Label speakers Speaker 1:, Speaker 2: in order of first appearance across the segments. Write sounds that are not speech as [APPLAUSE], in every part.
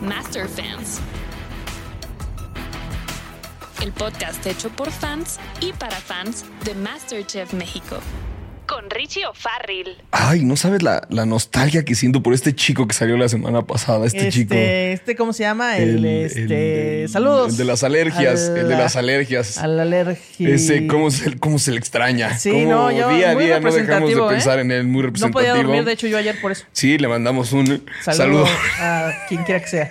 Speaker 1: Master Fans. El podcast hecho por fans y para fans de MasterChef México. Con Richie O'Farrill.
Speaker 2: Ay, no sabes la, la nostalgia que siento por este chico que salió la semana pasada, este, chico.
Speaker 3: Este, ¿cómo se llama? El, este.
Speaker 2: el-
Speaker 3: saludos.
Speaker 2: El de las alergias.
Speaker 3: Al-
Speaker 2: el de las alergias.
Speaker 3: A la alergia.
Speaker 2: Ese, ¿cómo se, cómo se le extraña.
Speaker 3: Sí,
Speaker 2: Cómo
Speaker 3: no, yo-
Speaker 2: día a
Speaker 3: muy
Speaker 2: día no dejamos de
Speaker 3: representativo, ¿eh?
Speaker 2: pensar en él, muy
Speaker 3: No
Speaker 2: representativo.
Speaker 3: podía dormir, de hecho, yo ayer por eso.
Speaker 2: Sí, le mandamos un saludo.
Speaker 3: Saludo
Speaker 2: [LAUGHS]
Speaker 3: a quien quiera que sea.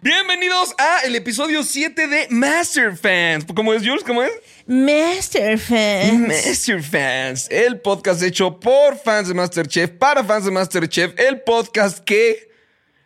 Speaker 2: Bienvenidos a el episodio 7 de Master Fans. ¿Cómo es, Jules? ¿Cómo es?
Speaker 3: Master Fan.
Speaker 2: Master Fans, el podcast hecho por fans de Masterchef, para fans de Masterchef, el podcast que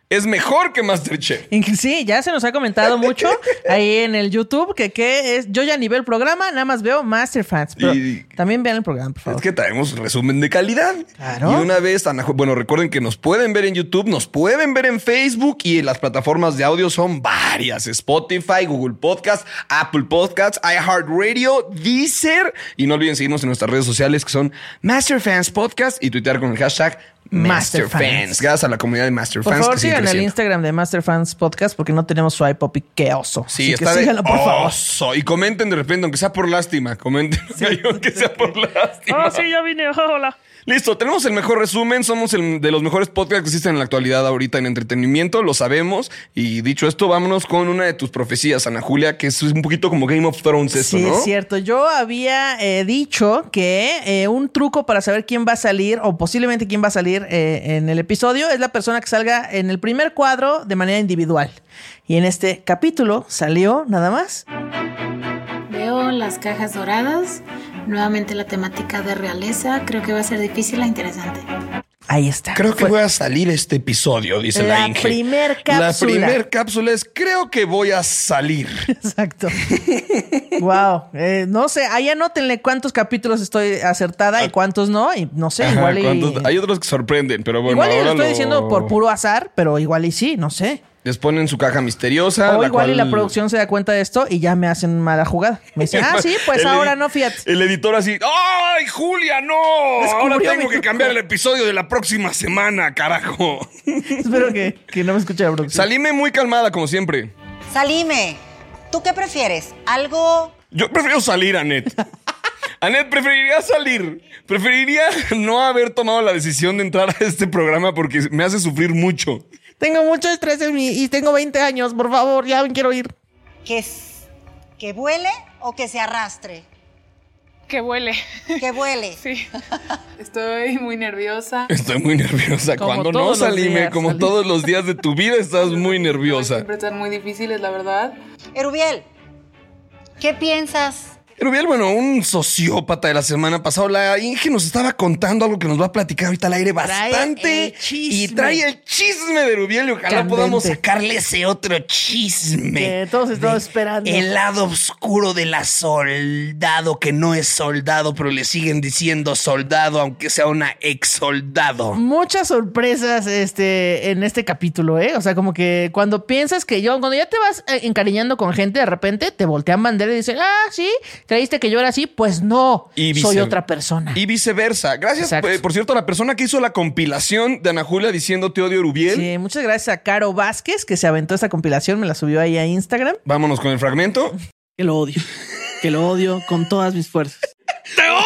Speaker 2: es mejor que Masterchef.
Speaker 3: Sí, ya se nos ha comentado mucho ahí en el YouTube que qué es. Yo ya ni veo el programa, nada más veo Master Fans. Pero
Speaker 2: Y-
Speaker 3: también vean el programa, por favor.
Speaker 2: Es que traemos resumen de calidad.
Speaker 3: Claro.
Speaker 2: Y una vez, Ana Jo- bueno, recuerden que nos pueden ver en YouTube, nos pueden ver en Facebook y las plataformas de audio son varias: Spotify, Google Podcast, Apple Podcasts, iHeartRadio, Deezer. Y no olviden seguirnos en nuestras redes sociales que son Masterfans Podcast y tuitear con el hashtag
Speaker 3: Masterfans.
Speaker 2: Masterfans. Gracias a la comunidad de Masterfans.
Speaker 3: Por favor,
Speaker 2: que sigue
Speaker 3: sigan el
Speaker 2: creciendo.
Speaker 3: Instagram de Master Fans Podcast porque no tenemos su iPop y qué oso.
Speaker 2: Sí,
Speaker 3: Así que
Speaker 2: está de
Speaker 3: síganlo, por favor.
Speaker 2: oso. Y comenten de repente, aunque sea por lástima. Comenten, [LAUGHS] aunque sea por lástima.
Speaker 3: Ah, ya vine. [LAUGHS] Hola.
Speaker 2: Listo, tenemos el mejor resumen. Somos el de los mejores podcasts que existen en la actualidad ahorita en entretenimiento. Lo sabemos. Y dicho esto, vámonos con una de tus profecías, Ana Julia, que es un poquito como Game of Thrones eso,
Speaker 3: sí,
Speaker 2: ¿no?
Speaker 3: es cierto. Yo había eh, dicho que eh, un truco para saber quién va a salir o posiblemente quién va a salir eh, en el episodio es la persona que salga en el primer cuadro de manera individual. Y en este capítulo salió nada más.
Speaker 4: Veo las cajas doradas, nuevamente la temática de realeza, creo que va a ser difícil e interesante.
Speaker 3: Ahí está.
Speaker 2: Creo que
Speaker 3: Fue-
Speaker 2: voy a salir este episodio, dice la,
Speaker 3: La
Speaker 2: Inge.
Speaker 3: primer cápsula.
Speaker 2: La primer cápsula es creo que voy a salir.
Speaker 3: [LAUGHS] Exacto. wow. no sé, ahí anótenle cuántos capítulos estoy acertada y cuántos no. Y no sé,
Speaker 2: Ah. Ajá,
Speaker 3: igual y.
Speaker 2: ¿cuántos? Hay otros que sorprenden, pero bueno,
Speaker 3: igual y lo
Speaker 2: ahora
Speaker 3: estoy diciendo por puro azar, pero igual y sí, no sé.
Speaker 2: Les ponen su caja misteriosa.
Speaker 3: O
Speaker 2: la
Speaker 3: Oh, igual y la
Speaker 2: cual-
Speaker 3: producción se da cuenta de esto y ya me hacen mala jugada. Me dicen, ah,
Speaker 2: [LAUGHS]
Speaker 3: sí, pues
Speaker 2: El
Speaker 3: ahora
Speaker 2: edi-
Speaker 3: no, fíjate.
Speaker 2: [LAUGHS] El editor así, ¡ay, Julia, no! Ahora
Speaker 3: Descubrió mi
Speaker 2: tengo que
Speaker 3: truco".
Speaker 2: cambiar el episodio de la próxima semana, carajo.
Speaker 3: Espero que, que no me escuche la producción.
Speaker 2: Salime muy calmada, como siempre.
Speaker 5: Salime, ¿tú qué prefieres? ¿Algo
Speaker 2: Yo prefiero salir,
Speaker 3: [LAUGHS]
Speaker 2: Anet. Anet, preferiría salir. Preferiría no haber tomado la decisión de entrar a este programa porque me hace sufrir mucho.
Speaker 3: Tengo mucho estrés en mí y tengo 20 años, por favor, ya me quiero ir.
Speaker 5: que, s- que vuele o que se arrastre?
Speaker 6: Que huele.
Speaker 5: Que vuele.
Speaker 6: [LAUGHS] Sí. Estoy muy nerviosa.
Speaker 2: Estoy muy nerviosa.
Speaker 3: Ah. Como
Speaker 2: Cuando no,
Speaker 3: todos los
Speaker 2: Salime,
Speaker 3: días,
Speaker 2: como
Speaker 3: Salime.
Speaker 2: todos los días de tu vida estás muy nerviosa.
Speaker 6: Siempre están muy difíciles, la verdad.
Speaker 5: Erubiel, ¿qué piensas?
Speaker 2: Rubiel, bueno, un sociópata de la semana pasada. La Inge nos estaba contando algo que nos va a platicar ahorita al aire
Speaker 3: Trae
Speaker 2: bastante.
Speaker 3: el chisme.
Speaker 2: Y trae el chisme de Rubiel y ojalá
Speaker 3: Candente.
Speaker 2: podamos sacarle ese otro chisme.
Speaker 3: Que todos estamos esperando.
Speaker 2: El lado oscuro de la soldado, que no es soldado, pero le siguen diciendo soldado, aunque sea una ex soldado.
Speaker 3: Muchas sorpresas este, en este capítulo, ¿eh? O sea, como que cuando piensas que yo, cuando ya te vas eh, encariñando con gente, de repente te voltean bandera y dicen, ah, sí, creíste que yo era así, pues no,
Speaker 2: Y
Speaker 3: soy
Speaker 2: vice-
Speaker 3: otra persona.
Speaker 2: Y viceversa. Gracias,
Speaker 3: Exacto.
Speaker 2: eh, por cierto, a la persona que hizo la compilación de Ana Julia diciendo te odio, Rubiel.
Speaker 3: Sí, muchas gracias a Caro Vázquez, que se aventó esta compilación, me la subió ahí a Instagram.
Speaker 2: Vámonos con el fragmento.
Speaker 7: que lo odio, que lo odio con todas mis fuerzas.
Speaker 2: ¡Te odio,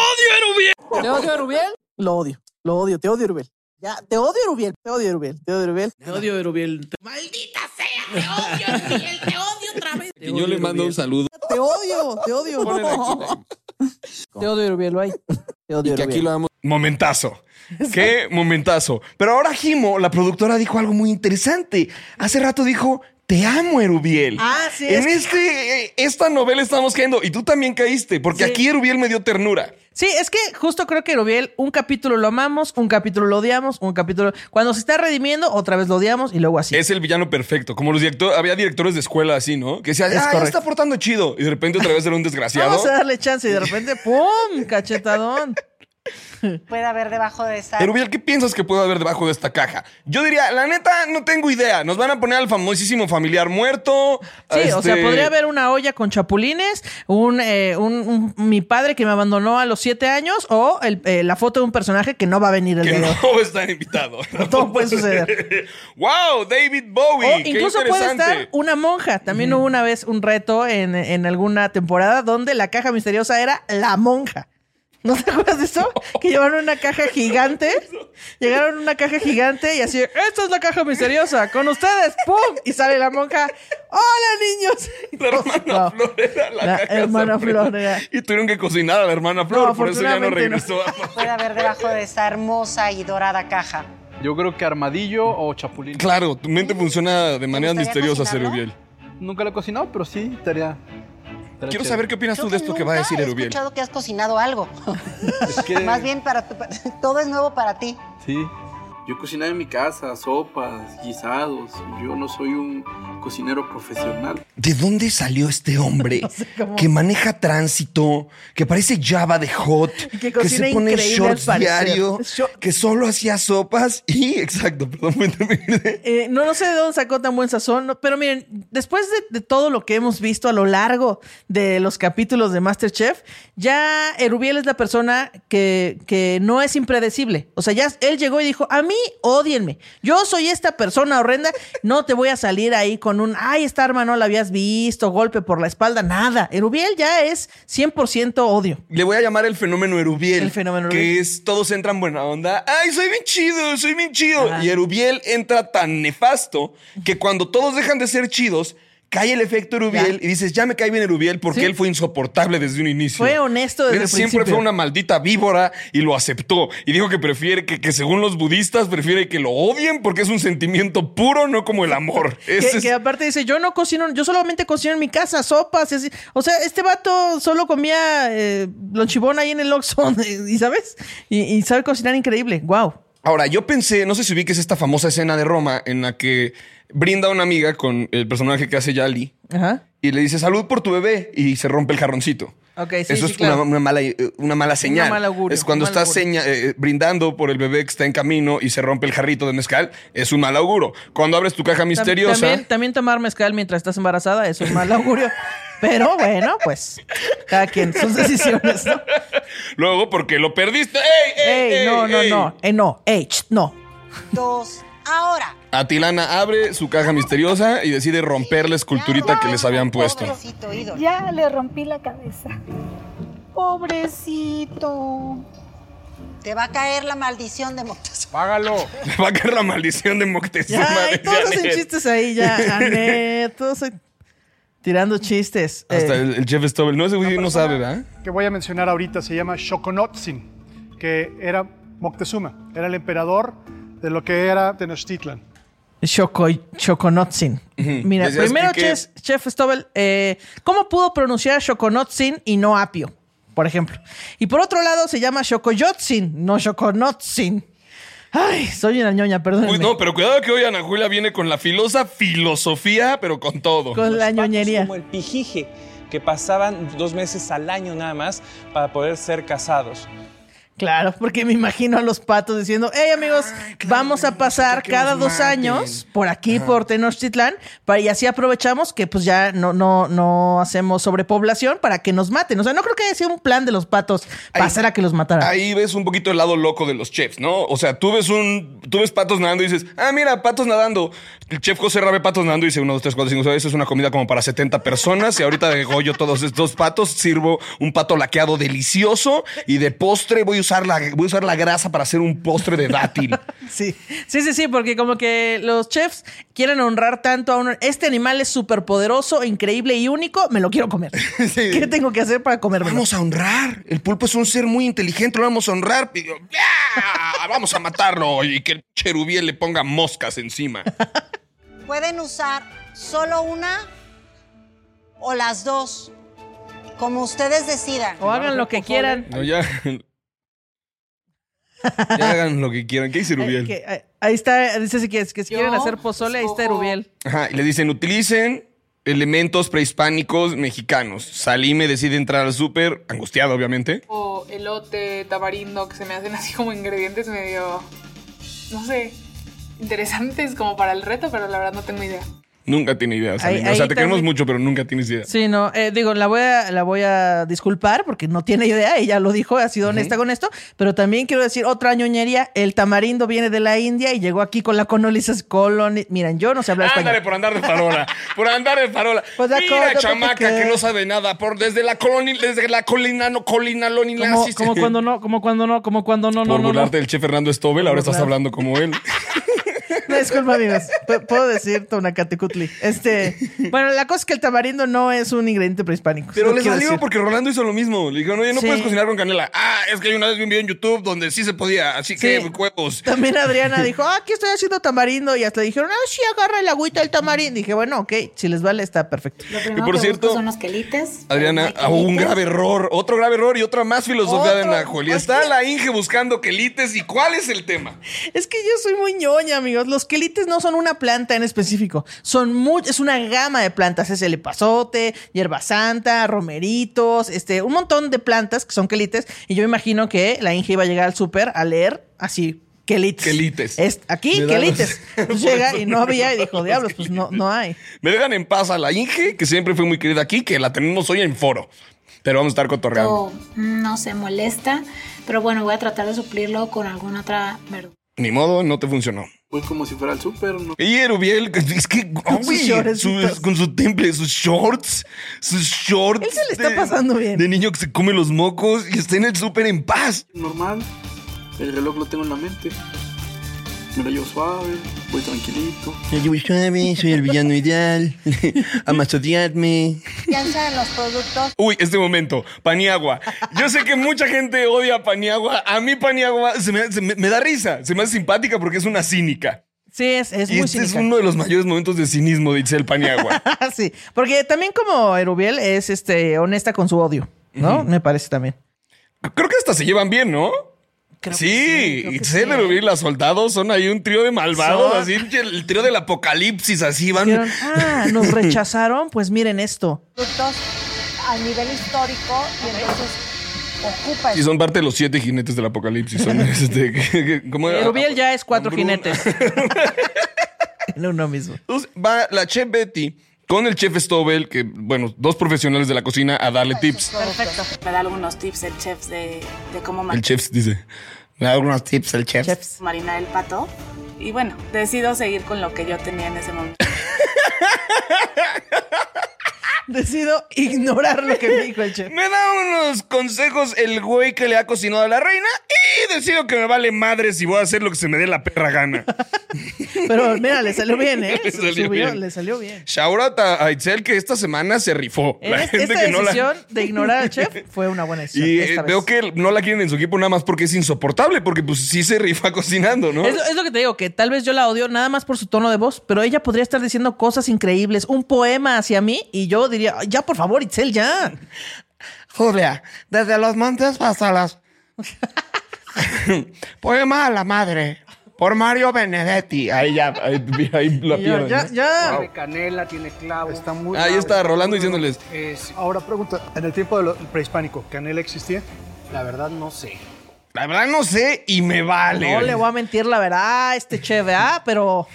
Speaker 2: Rubiel!
Speaker 7: ¿Te odio, Erubiel? Lo odio, lo odio, te odio, Erubiel. Ya, te odio, Erubiel, te odio, Erubiel, te odio, Erubiel. Te odio, Erubiel.
Speaker 2: Y yo le mando un saludo.
Speaker 7: Te odio, te odio. Te odio, Erubiel, bye. Te odio, Erubiel.
Speaker 2: amo.
Speaker 3: [LAUGHS]
Speaker 2: Momentazo. Qué momentazo. Pero ahora Jimo, la productora, dijo algo muy interesante. Hace rato dijo. Te amo, Erubiel.
Speaker 3: Ah, sí, es
Speaker 2: En
Speaker 3: que-
Speaker 2: este, eh, esta novela estamos cayendo y tú también caíste, porque aquí Erubiel me dio ternura.
Speaker 3: Sí, es que justo creo que Rubiel, un capítulo lo amamos, un capítulo lo odiamos, un capítulo. Cuando se está redimiendo, otra vez lo odiamos y luego así.
Speaker 2: Es el villano perfecto. Como los directores, había directores de escuela así, ¿no? Que decían, ah,
Speaker 3: Es
Speaker 2: ya
Speaker 3: correcto.
Speaker 2: está portando
Speaker 3: [LAUGHS]
Speaker 2: chido. Y de repente otra vez era un desgraciado. [LAUGHS]
Speaker 3: Vamos a darle chance y de repente, ¡pum! Cachetadón.
Speaker 5: puede haber debajo de esa.
Speaker 2: Erubiel, ¿qué piensas que puede haber debajo de esta caja? Yo diría, la neta, no tengo idea. Nos van a poner al famosísimo familiar muerto.
Speaker 3: Sí, o sea,
Speaker 2: este,
Speaker 3: podría haber una olla con chapulines, un, eh, un- un- mi padre que me abandonó a los siete años o el- eh, la foto de un personaje que no va a venir el
Speaker 2: Que [LAUGHS]
Speaker 3: día de hoy.
Speaker 2: no están
Speaker 3: [LAUGHS]
Speaker 2: invitados.
Speaker 3: Todo puede suceder.
Speaker 2: [LAUGHS] ¡Wow! David Bowie.
Speaker 3: O
Speaker 2: qué
Speaker 3: incluso puede
Speaker 2: interesante.
Speaker 3: estar una monja. También hubo una vez un reto en, en alguna temporada donde la caja misteriosa era la monja. ¿No te acuerdas de eso? Que llevaron una caja gigante. Llegaron a una caja gigante y así, esta es la caja misteriosa, con ustedes, ¡pum! Y sale la monja, ¡hola niños!
Speaker 2: [LAUGHS]
Speaker 3: Y
Speaker 2: La
Speaker 3: todos, [LAUGHS]
Speaker 2: hermana
Speaker 3: "Wow".
Speaker 2: Flor era la,
Speaker 3: La
Speaker 2: caja
Speaker 3: hermana
Speaker 2: sorpresa.
Speaker 3: Flor era-
Speaker 2: Y tuvieron que cocinar a la hermana Flor,
Speaker 3: No,
Speaker 2: por eso ya no
Speaker 3: afortunadamente no.
Speaker 2: regresó.
Speaker 5: Puede haber debajo de esa hermosa y dorada caja.
Speaker 8: Yo creo que armadillo o chapulín.
Speaker 2: [LAUGHS] Claro, tu mente funciona de manera
Speaker 5: gustaría
Speaker 2: misteriosa,
Speaker 5: cocinarlo?
Speaker 2: Cerubiel.
Speaker 8: Nunca lo he cocinado, pero sí, estaría. estaría
Speaker 2: Quiero
Speaker 8: chévere.
Speaker 2: saber qué opinas tú
Speaker 5: Creo
Speaker 2: de esto que
Speaker 5: nunca
Speaker 2: va a decir
Speaker 5: he
Speaker 2: Erubiel.
Speaker 5: escuchado que has cocinado algo.
Speaker 8: Es que-
Speaker 5: [LAUGHS] Más bien para tu- todo es nuevo para ti.
Speaker 8: Sí.
Speaker 9: Yo cocinaba en mi casa sopas, guisados. Yo no soy un cocinero profesional.
Speaker 2: ¿De dónde salió este
Speaker 3: [LAUGHS]
Speaker 2: hombre que maneja tránsito, que parece Java de Hot,
Speaker 3: [LAUGHS] que cocina
Speaker 2: se pone
Speaker 3: increíble
Speaker 2: shorts
Speaker 3: al parecer?
Speaker 2: diario,
Speaker 3: Es short-
Speaker 2: que solo hacía sopas [LAUGHS] y, exacto, perdón, voy a interrumpirte.
Speaker 3: Eh, no, no sé de dónde sacó tan buen sazón, no, pero miren, después de, de todo lo que hemos visto a lo largo de los capítulos de Masterchef, ya Erubiel es la persona que, que no es impredecible. O sea, ya él llegó y dijo, a mí odienme, yo soy esta persona horrenda, no te voy a salir ahí con un, ay, esta arma no la habías visto, golpe por la espalda, nada. Erubiel ya es 100% odio.
Speaker 2: Le voy a llamar el fenómeno Erubiel.
Speaker 3: El fenómeno
Speaker 2: Que
Speaker 3: Erubiel.
Speaker 2: es, todos entran buena onda. ¡Ay, soy bien chido, soy bien chido!
Speaker 3: Ajá.
Speaker 2: Y Erubiel entra tan nefasto que cuando todos dejan de ser chidos, cae el efecto Erubiel
Speaker 3: Ya.
Speaker 2: y dices, ya me cae bien Erubiel porque
Speaker 3: Sí.
Speaker 2: él fue insoportable desde un inicio.
Speaker 3: Fue honesto desde
Speaker 2: Él
Speaker 3: el
Speaker 2: siempre
Speaker 3: principio.
Speaker 2: fue una maldita víbora y lo aceptó. Y dijo que prefiere, que, que según los budistas, prefiere que lo odien porque es un sentimiento puro, no como el
Speaker 3: [LAUGHS]
Speaker 2: amor.
Speaker 3: Que,
Speaker 2: Ese es-
Speaker 3: que aparte dice, yo no cocino, yo solamente cocino en mi casa, sopas y así. O sea, este vato solo comía eh, lonchibón ahí en el Oxxo, [LAUGHS] ¿y sabes? Y, y sabe cocinar increíble, wow.
Speaker 2: Ahora, yo pensé, no sé si ubiques esta famosa escena de Roma en la que brinda una amiga con el personaje que hace Yali
Speaker 3: Ajá.
Speaker 2: y le dice salud por tu bebé y se rompe el jarroncito.
Speaker 3: Ok, sí,
Speaker 2: Eso
Speaker 3: sí,
Speaker 2: es
Speaker 3: claro.
Speaker 2: una, una mala, eh, una mala señal.
Speaker 3: mal augurio,
Speaker 2: es cuando
Speaker 3: un mal
Speaker 2: estás
Speaker 3: augurio.
Speaker 2: seña- eh, eh, brindando por el bebé que está en camino y se rompe el jarrito de mezcal, es un mal auguro. Cuando abres tu caja
Speaker 3: Tam-
Speaker 2: misteriosa,
Speaker 3: También, también tomar mezcal mientras estás embarazada es un mal
Speaker 2: [LAUGHS]
Speaker 3: augurio. Pero bueno, pues, cada quien sus decisiones, ¿no?
Speaker 2: luego porque lo perdiste. ¡Ey, ey,
Speaker 3: Ey,
Speaker 2: ey,
Speaker 3: no, no,
Speaker 2: ey!
Speaker 3: no, eh, no, ey, ch, no.
Speaker 5: Dos. Ahora.
Speaker 2: Atilana abre su caja misteriosa y decide romper la esculturita que les habían puesto.
Speaker 5: Pobrecito ídolo.
Speaker 10: Ya le rompí la cabeza. Pobrecito.
Speaker 5: Te va a caer la maldición de Moctezuma.
Speaker 8: ¡Págalo!
Speaker 2: Le [LAUGHS] va a caer la maldición de Moctezuma.
Speaker 3: Ya, y
Speaker 2: decía
Speaker 3: todos hacen
Speaker 2: Ned.
Speaker 3: chistes
Speaker 2: [LAUGHS]
Speaker 3: ahí, ya, Anet, todos hacen- tirando chistes.
Speaker 2: Hasta
Speaker 3: Eh,
Speaker 2: el, el Jeff Stubble. No, ese güey no sabe, ¿verdad?
Speaker 11: que voy a mencionar ahorita se llama Xoconotzin, que era Moctezuma, era el emperador de lo que era Tenochtitlan.
Speaker 3: Choco, Choconotzin. Mira,
Speaker 2: Ya sabes
Speaker 3: primero,
Speaker 2: que-
Speaker 3: Chef, Chef Stobel, eh, ¿cómo pudo pronunciar Choconotzin y no apio? Por ejemplo. Y por otro lado, se llama Chocoyotzin, no Choconotzin. Ay, soy una ñoña, perdón.
Speaker 2: Uy, no, pero cuidado que hoy Ana Julia viene con la filosa filosofía, pero con todo.
Speaker 3: Con la ñoñería.
Speaker 12: Como el pijije, que pasaban dos meses al año nada más para poder ser casados.
Speaker 3: Claro, porque me imagino a los patos diciendo, hey amigos, vamos a pasar
Speaker 2: que
Speaker 3: cada
Speaker 2: nos
Speaker 3: dos
Speaker 2: maten".
Speaker 3: años por aquí, por Tenochtitlán, para, y así aprovechamos que pues ya no, no, no hacemos sobrepoblación para que nos maten. O sea, no creo que haya sido un plan de los patos
Speaker 2: Ahí-
Speaker 3: pasar a que los mataran.
Speaker 2: Ahí ves un poquito el lado loco de los chefs, ¿no? O sea, tú ves un, tú ves patos nadando y dices, ah, mira, patos nadando. El chef José Rabe patos nadando y dice, uno, dos, tres, cuatro, cinco, seis, eso es una comida como para 70 personas. Y ahorita degollo todos estos patos, sirvo un pato laqueado delicioso y de postre voy a usar la, voy a usar la grasa para hacer un postre de dátil.
Speaker 3: Sí, sí, sí, sí, porque como que los chefs quieren honrar tanto a un... Este animal es súper poderoso, increíble y único, me lo
Speaker 2: [LAUGHS]
Speaker 3: quiero comer.
Speaker 2: [LAUGHS] Sí.
Speaker 3: ¿Qué tengo que hacer para comérmelo?
Speaker 2: Vamos a honrar. El pulpo es un ser muy inteligente, lo vamos a honrar. Y yo, ¡ya! Vamos a matarlo y que el cherubiel le ponga moscas encima.
Speaker 5: Pueden usar solo una o las dos. Como ustedes decidan.
Speaker 10: Oh.
Speaker 3: O hagan lo que quieran.
Speaker 2: No, ya. Ya hagan lo que quieran. ¿Qué dice
Speaker 3: Ay, Eh, que- ay, ahí está, dice si que, que si quieren hacer pozole, ahí está Erubiel.
Speaker 2: Ajá, y le dicen, utilicen Elementos prehispánicos mexicanos. Salí, me decide entrar al súper, angustiado, obviamente.
Speaker 6: O elote, tamarindo, que se me hacen así como ingredientes medio, no sé, interesantes como para el reto, pero la verdad no tengo idea.
Speaker 2: Nunca tiene idea, Salim.
Speaker 3: Ahí-
Speaker 2: o sea,
Speaker 3: ahí
Speaker 2: te queremos
Speaker 3: también-
Speaker 2: mucho, pero nunca tienes idea.
Speaker 3: Sí, no, eh, digo, la voy, a, la voy a disculpar porque no tiene idea, ella lo dijo, ha sido honesta con esto, pero también quiero decir otra ñoñería, el tamarindo viene de la India y llegó aquí con la colonización. Coloni Miren, yo no sé hablar
Speaker 2: Ándale,
Speaker 3: español.
Speaker 2: por andar de farola. Por andar de farola.
Speaker 3: Pues de
Speaker 2: Mira,
Speaker 3: acuerdo, pues,
Speaker 2: chamaca,
Speaker 3: ¿qué?
Speaker 2: que no sabe nada. Por desde la colonia, desde la colina, no colina, lo ni
Speaker 3: Como,
Speaker 2: [LAUGHS]
Speaker 3: como cuando no, como cuando no, como cuando no, no,
Speaker 2: pues, Por
Speaker 3: no, no.
Speaker 2: burlarte del chef Fernando Stobel, ahora estás
Speaker 3: burlar.
Speaker 2: hablando como
Speaker 3: [LAUGHS]
Speaker 2: él.
Speaker 3: No, [LAUGHS] disculpa, amigos. P- Puedo decir Tonacatecutli. Este, [LAUGHS] bueno, la cosa es que el tamarindo no es un ingrediente prehispánico.
Speaker 2: Pero
Speaker 3: lo
Speaker 2: le
Speaker 3: quiero
Speaker 2: salió
Speaker 3: decir.
Speaker 2: porque Rolando hizo lo mismo. Le dijeron, oye, no
Speaker 3: Sí.
Speaker 2: puedes cocinar con canela. Ah, es que hay una vez vi un video en YouTube donde sí se podía, así que huevos.
Speaker 3: También
Speaker 2: [LAUGHS]
Speaker 3: Adriana dijo, ah, aquí estoy haciendo tamarindo. Y hasta dijeron, ah, sí, agarra el agüita del tamarindo. dije, bueno, ok, si les vale, está perfecto.
Speaker 4: Lo primero
Speaker 2: por
Speaker 4: que
Speaker 2: cierto-
Speaker 4: busco son los quelites.
Speaker 2: Adriana, ah, un grave error, otro grave error y otra más filosofía
Speaker 3: Otro. pues
Speaker 2: de Julia. Está la Inge buscando quelites y cuál es el tema.
Speaker 3: Es que yo soy muy ñoña, amigos. Los quelites no son una planta en específico. Son mu- es una gama de plantas. Es el epazote, hierba santa, romeritos, este, un montón de plantas que son quelites. Y yo imagino que la Inge iba a llegar al súper a leer así. Quelites.
Speaker 2: Quelites.
Speaker 3: Es, aquí,
Speaker 2: Me da [LAUGHS]
Speaker 3: quelites.
Speaker 2: los-
Speaker 3: Pues llega y no había
Speaker 2: [LAUGHS]
Speaker 3: y dijo, diablos, pues no, no hay.
Speaker 2: Me dejan en paz a la Inge, que siempre fue muy querida aquí, que la tenemos hoy en foro. Pero vamos a estar cotorreando.
Speaker 4: O, mm, no se molesta, pero bueno, voy a tratar de suplirlo con alguna otra verdura.
Speaker 2: Ni modo, no te funcionó.
Speaker 9: Pues como si fuera el súper, ¿no?
Speaker 2: Y Erubiel, es que,
Speaker 9: sus
Speaker 2: güey,
Speaker 9: shortecitos.
Speaker 2: sus- con su temple, sus shorts, sus shorts.
Speaker 9: Él se le está
Speaker 2: de-
Speaker 9: pasando bien.
Speaker 2: Este, De niño que se come los mocos y está en el súper en paz.
Speaker 9: Normal, el reloj lo tengo en la mente. Me lo llevo suave, voy tranquilito.
Speaker 13: Yo llevo suave, soy el villano ideal. [LAUGHS] Amasodiadme.
Speaker 5: Confianza en los productos.
Speaker 2: Uy, este momento, Paniagua. Yo sé que mucha gente odia a Paniagua. A mí Paniagua se me, se me- me da risa, se me hace simpática porque es una cínica.
Speaker 3: Sí, es, es
Speaker 2: y
Speaker 3: muy
Speaker 2: este
Speaker 3: cínica. [LAUGHS] Ah,
Speaker 2: es uno de los mayores momentos de cinismo de Itzel Paniagua.
Speaker 3: sí, porque también como Erubiel es este, honesta con su odio, ¿no? Me parece también.
Speaker 2: Creo que hasta se llevan bien, ¿no? sí, Itzel, Erubiel y la soldados son ahí un trío de malvados,
Speaker 3: Son-
Speaker 2: así el trío del apocalipsis, así van.
Speaker 3: Dijeron, ah, nos rechazaron, pues miren esto.
Speaker 5: Productos a nivel histórico y entonces ocupa
Speaker 2: Y son parte de los siete jinetes del apocalipsis.
Speaker 3: [LAUGHS]
Speaker 2: Son este, que- que- ¿cómo era?
Speaker 3: Erubiel ya es cuatro
Speaker 2: Hambruna.
Speaker 3: jinetes.
Speaker 2: [LAUGHS]
Speaker 3: en uno mismo.
Speaker 2: Entonces va la chef Betty con el chef Stobel, que, bueno, dos profesionales de la cocina, a darle tips.
Speaker 14: Perfecto. Me da algunos tips el chef de, de cómo ma-
Speaker 2: El chef dice, me da algunos tips el chef.
Speaker 14: marinar el pato. Y bueno, decido seguir con lo que yo tenía en ese momento.
Speaker 3: Decido ignorar lo que me dijo el chef.
Speaker 2: Me da unos consejos el güey que le ha cocinado a la reina y decido que me vale madre si voy a hacer lo que se me dé la perra gana.
Speaker 3: Pero mira, le salió bien, ¿eh?
Speaker 2: Le salió
Speaker 3: Subió,
Speaker 2: bien.
Speaker 3: le salió bien.
Speaker 2: Shout out a a Itzel que esta semana se rifó. La
Speaker 3: Es-
Speaker 2: gente
Speaker 3: ¿Eh? esta
Speaker 2: que no la-
Speaker 3: decisión de ignorar
Speaker 2: [LAUGHS]
Speaker 3: al chef fue una buena decisión.
Speaker 2: Y eh,
Speaker 3: esta vez.
Speaker 2: veo que no la quieren en su equipo nada más porque es insoportable, porque pues sí se rifa [LAUGHS] cocinando, ¿no?
Speaker 3: Es, lo- es lo que te digo, que tal vez yo la odio nada más por su tono de voz, pero ella podría estar diciendo cosas increíbles, un poema hacia mí, y yo diría, "Ay, ya por favor, Itzel, ya.
Speaker 13: Julia, desde los montes hasta
Speaker 2: [LAUGHS]
Speaker 13: las. Poema a la madre. Por Mario Benedetti.
Speaker 2: Ahí ya, ahí, ahí
Speaker 3: [LAUGHS]
Speaker 2: la pierden. ¿no? Wow.
Speaker 8: Tiene canela, tiene clavo. Está muy
Speaker 2: Ahí
Speaker 8: bravo.
Speaker 2: está Rolando diciéndoles.
Speaker 8: Es- Ahora pregunta, en el tiempo del prehispánico, ¿canela existía? La verdad no sé.
Speaker 2: La verdad no sé y me vale.
Speaker 3: No le voy a mentir la verdad a este che, ¿verdad? Pero.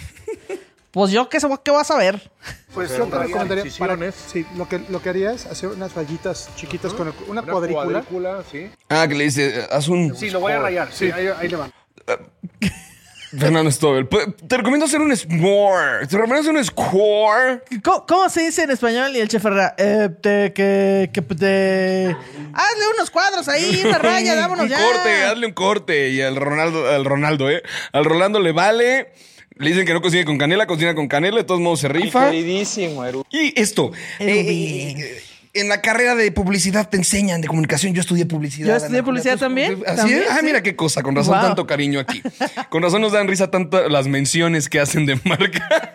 Speaker 3: Pues yo qué, sé, qué voy a saber.
Speaker 8: Pues
Speaker 3: Pero
Speaker 8: yo te
Speaker 3: había
Speaker 8: recomendaría para- sí, lo que lo que haría es hacer unas vallitas chiquitas con el- una,
Speaker 15: Una
Speaker 8: cuadrícula.
Speaker 15: cuadrícula, sí.
Speaker 2: Ah, que le dice, haz un.
Speaker 8: Sí, lo voy a rayar, sí, ahí- ahí le van.
Speaker 2: Fernando Stobel. pu- Te recomiendo hacer un s'more. Te recomiendo hacer un score.
Speaker 3: ¿Cómo, cómo se dice en español? Y el chef Herrera, eh, te- que, que, te- Hazle unos cuadros ahí, una [LAUGHS] raya, vámonos
Speaker 2: un
Speaker 3: Ah, ya.
Speaker 2: corte, hazle un corte. Y al Ronaldo, al Ronaldo, eh. Al Rolando le vale. Le dicen que no cocine con canela, cocina con canela, de todos modos se rifa.
Speaker 12: Queridísimo, Eru.
Speaker 2: Y esto. eh, eh, en la carrera de publicidad te enseñan de comunicación. Yo estudié publicidad.
Speaker 3: Yo estudié
Speaker 2: Ana.
Speaker 3: publicidad también.
Speaker 2: Así
Speaker 3: también,
Speaker 2: es. Ah,
Speaker 3: sí.
Speaker 2: mira qué cosa. Con razón
Speaker 3: Wow.
Speaker 2: tanto cariño aquí. Con razón nos dan risa tanto las menciones que hacen de marca.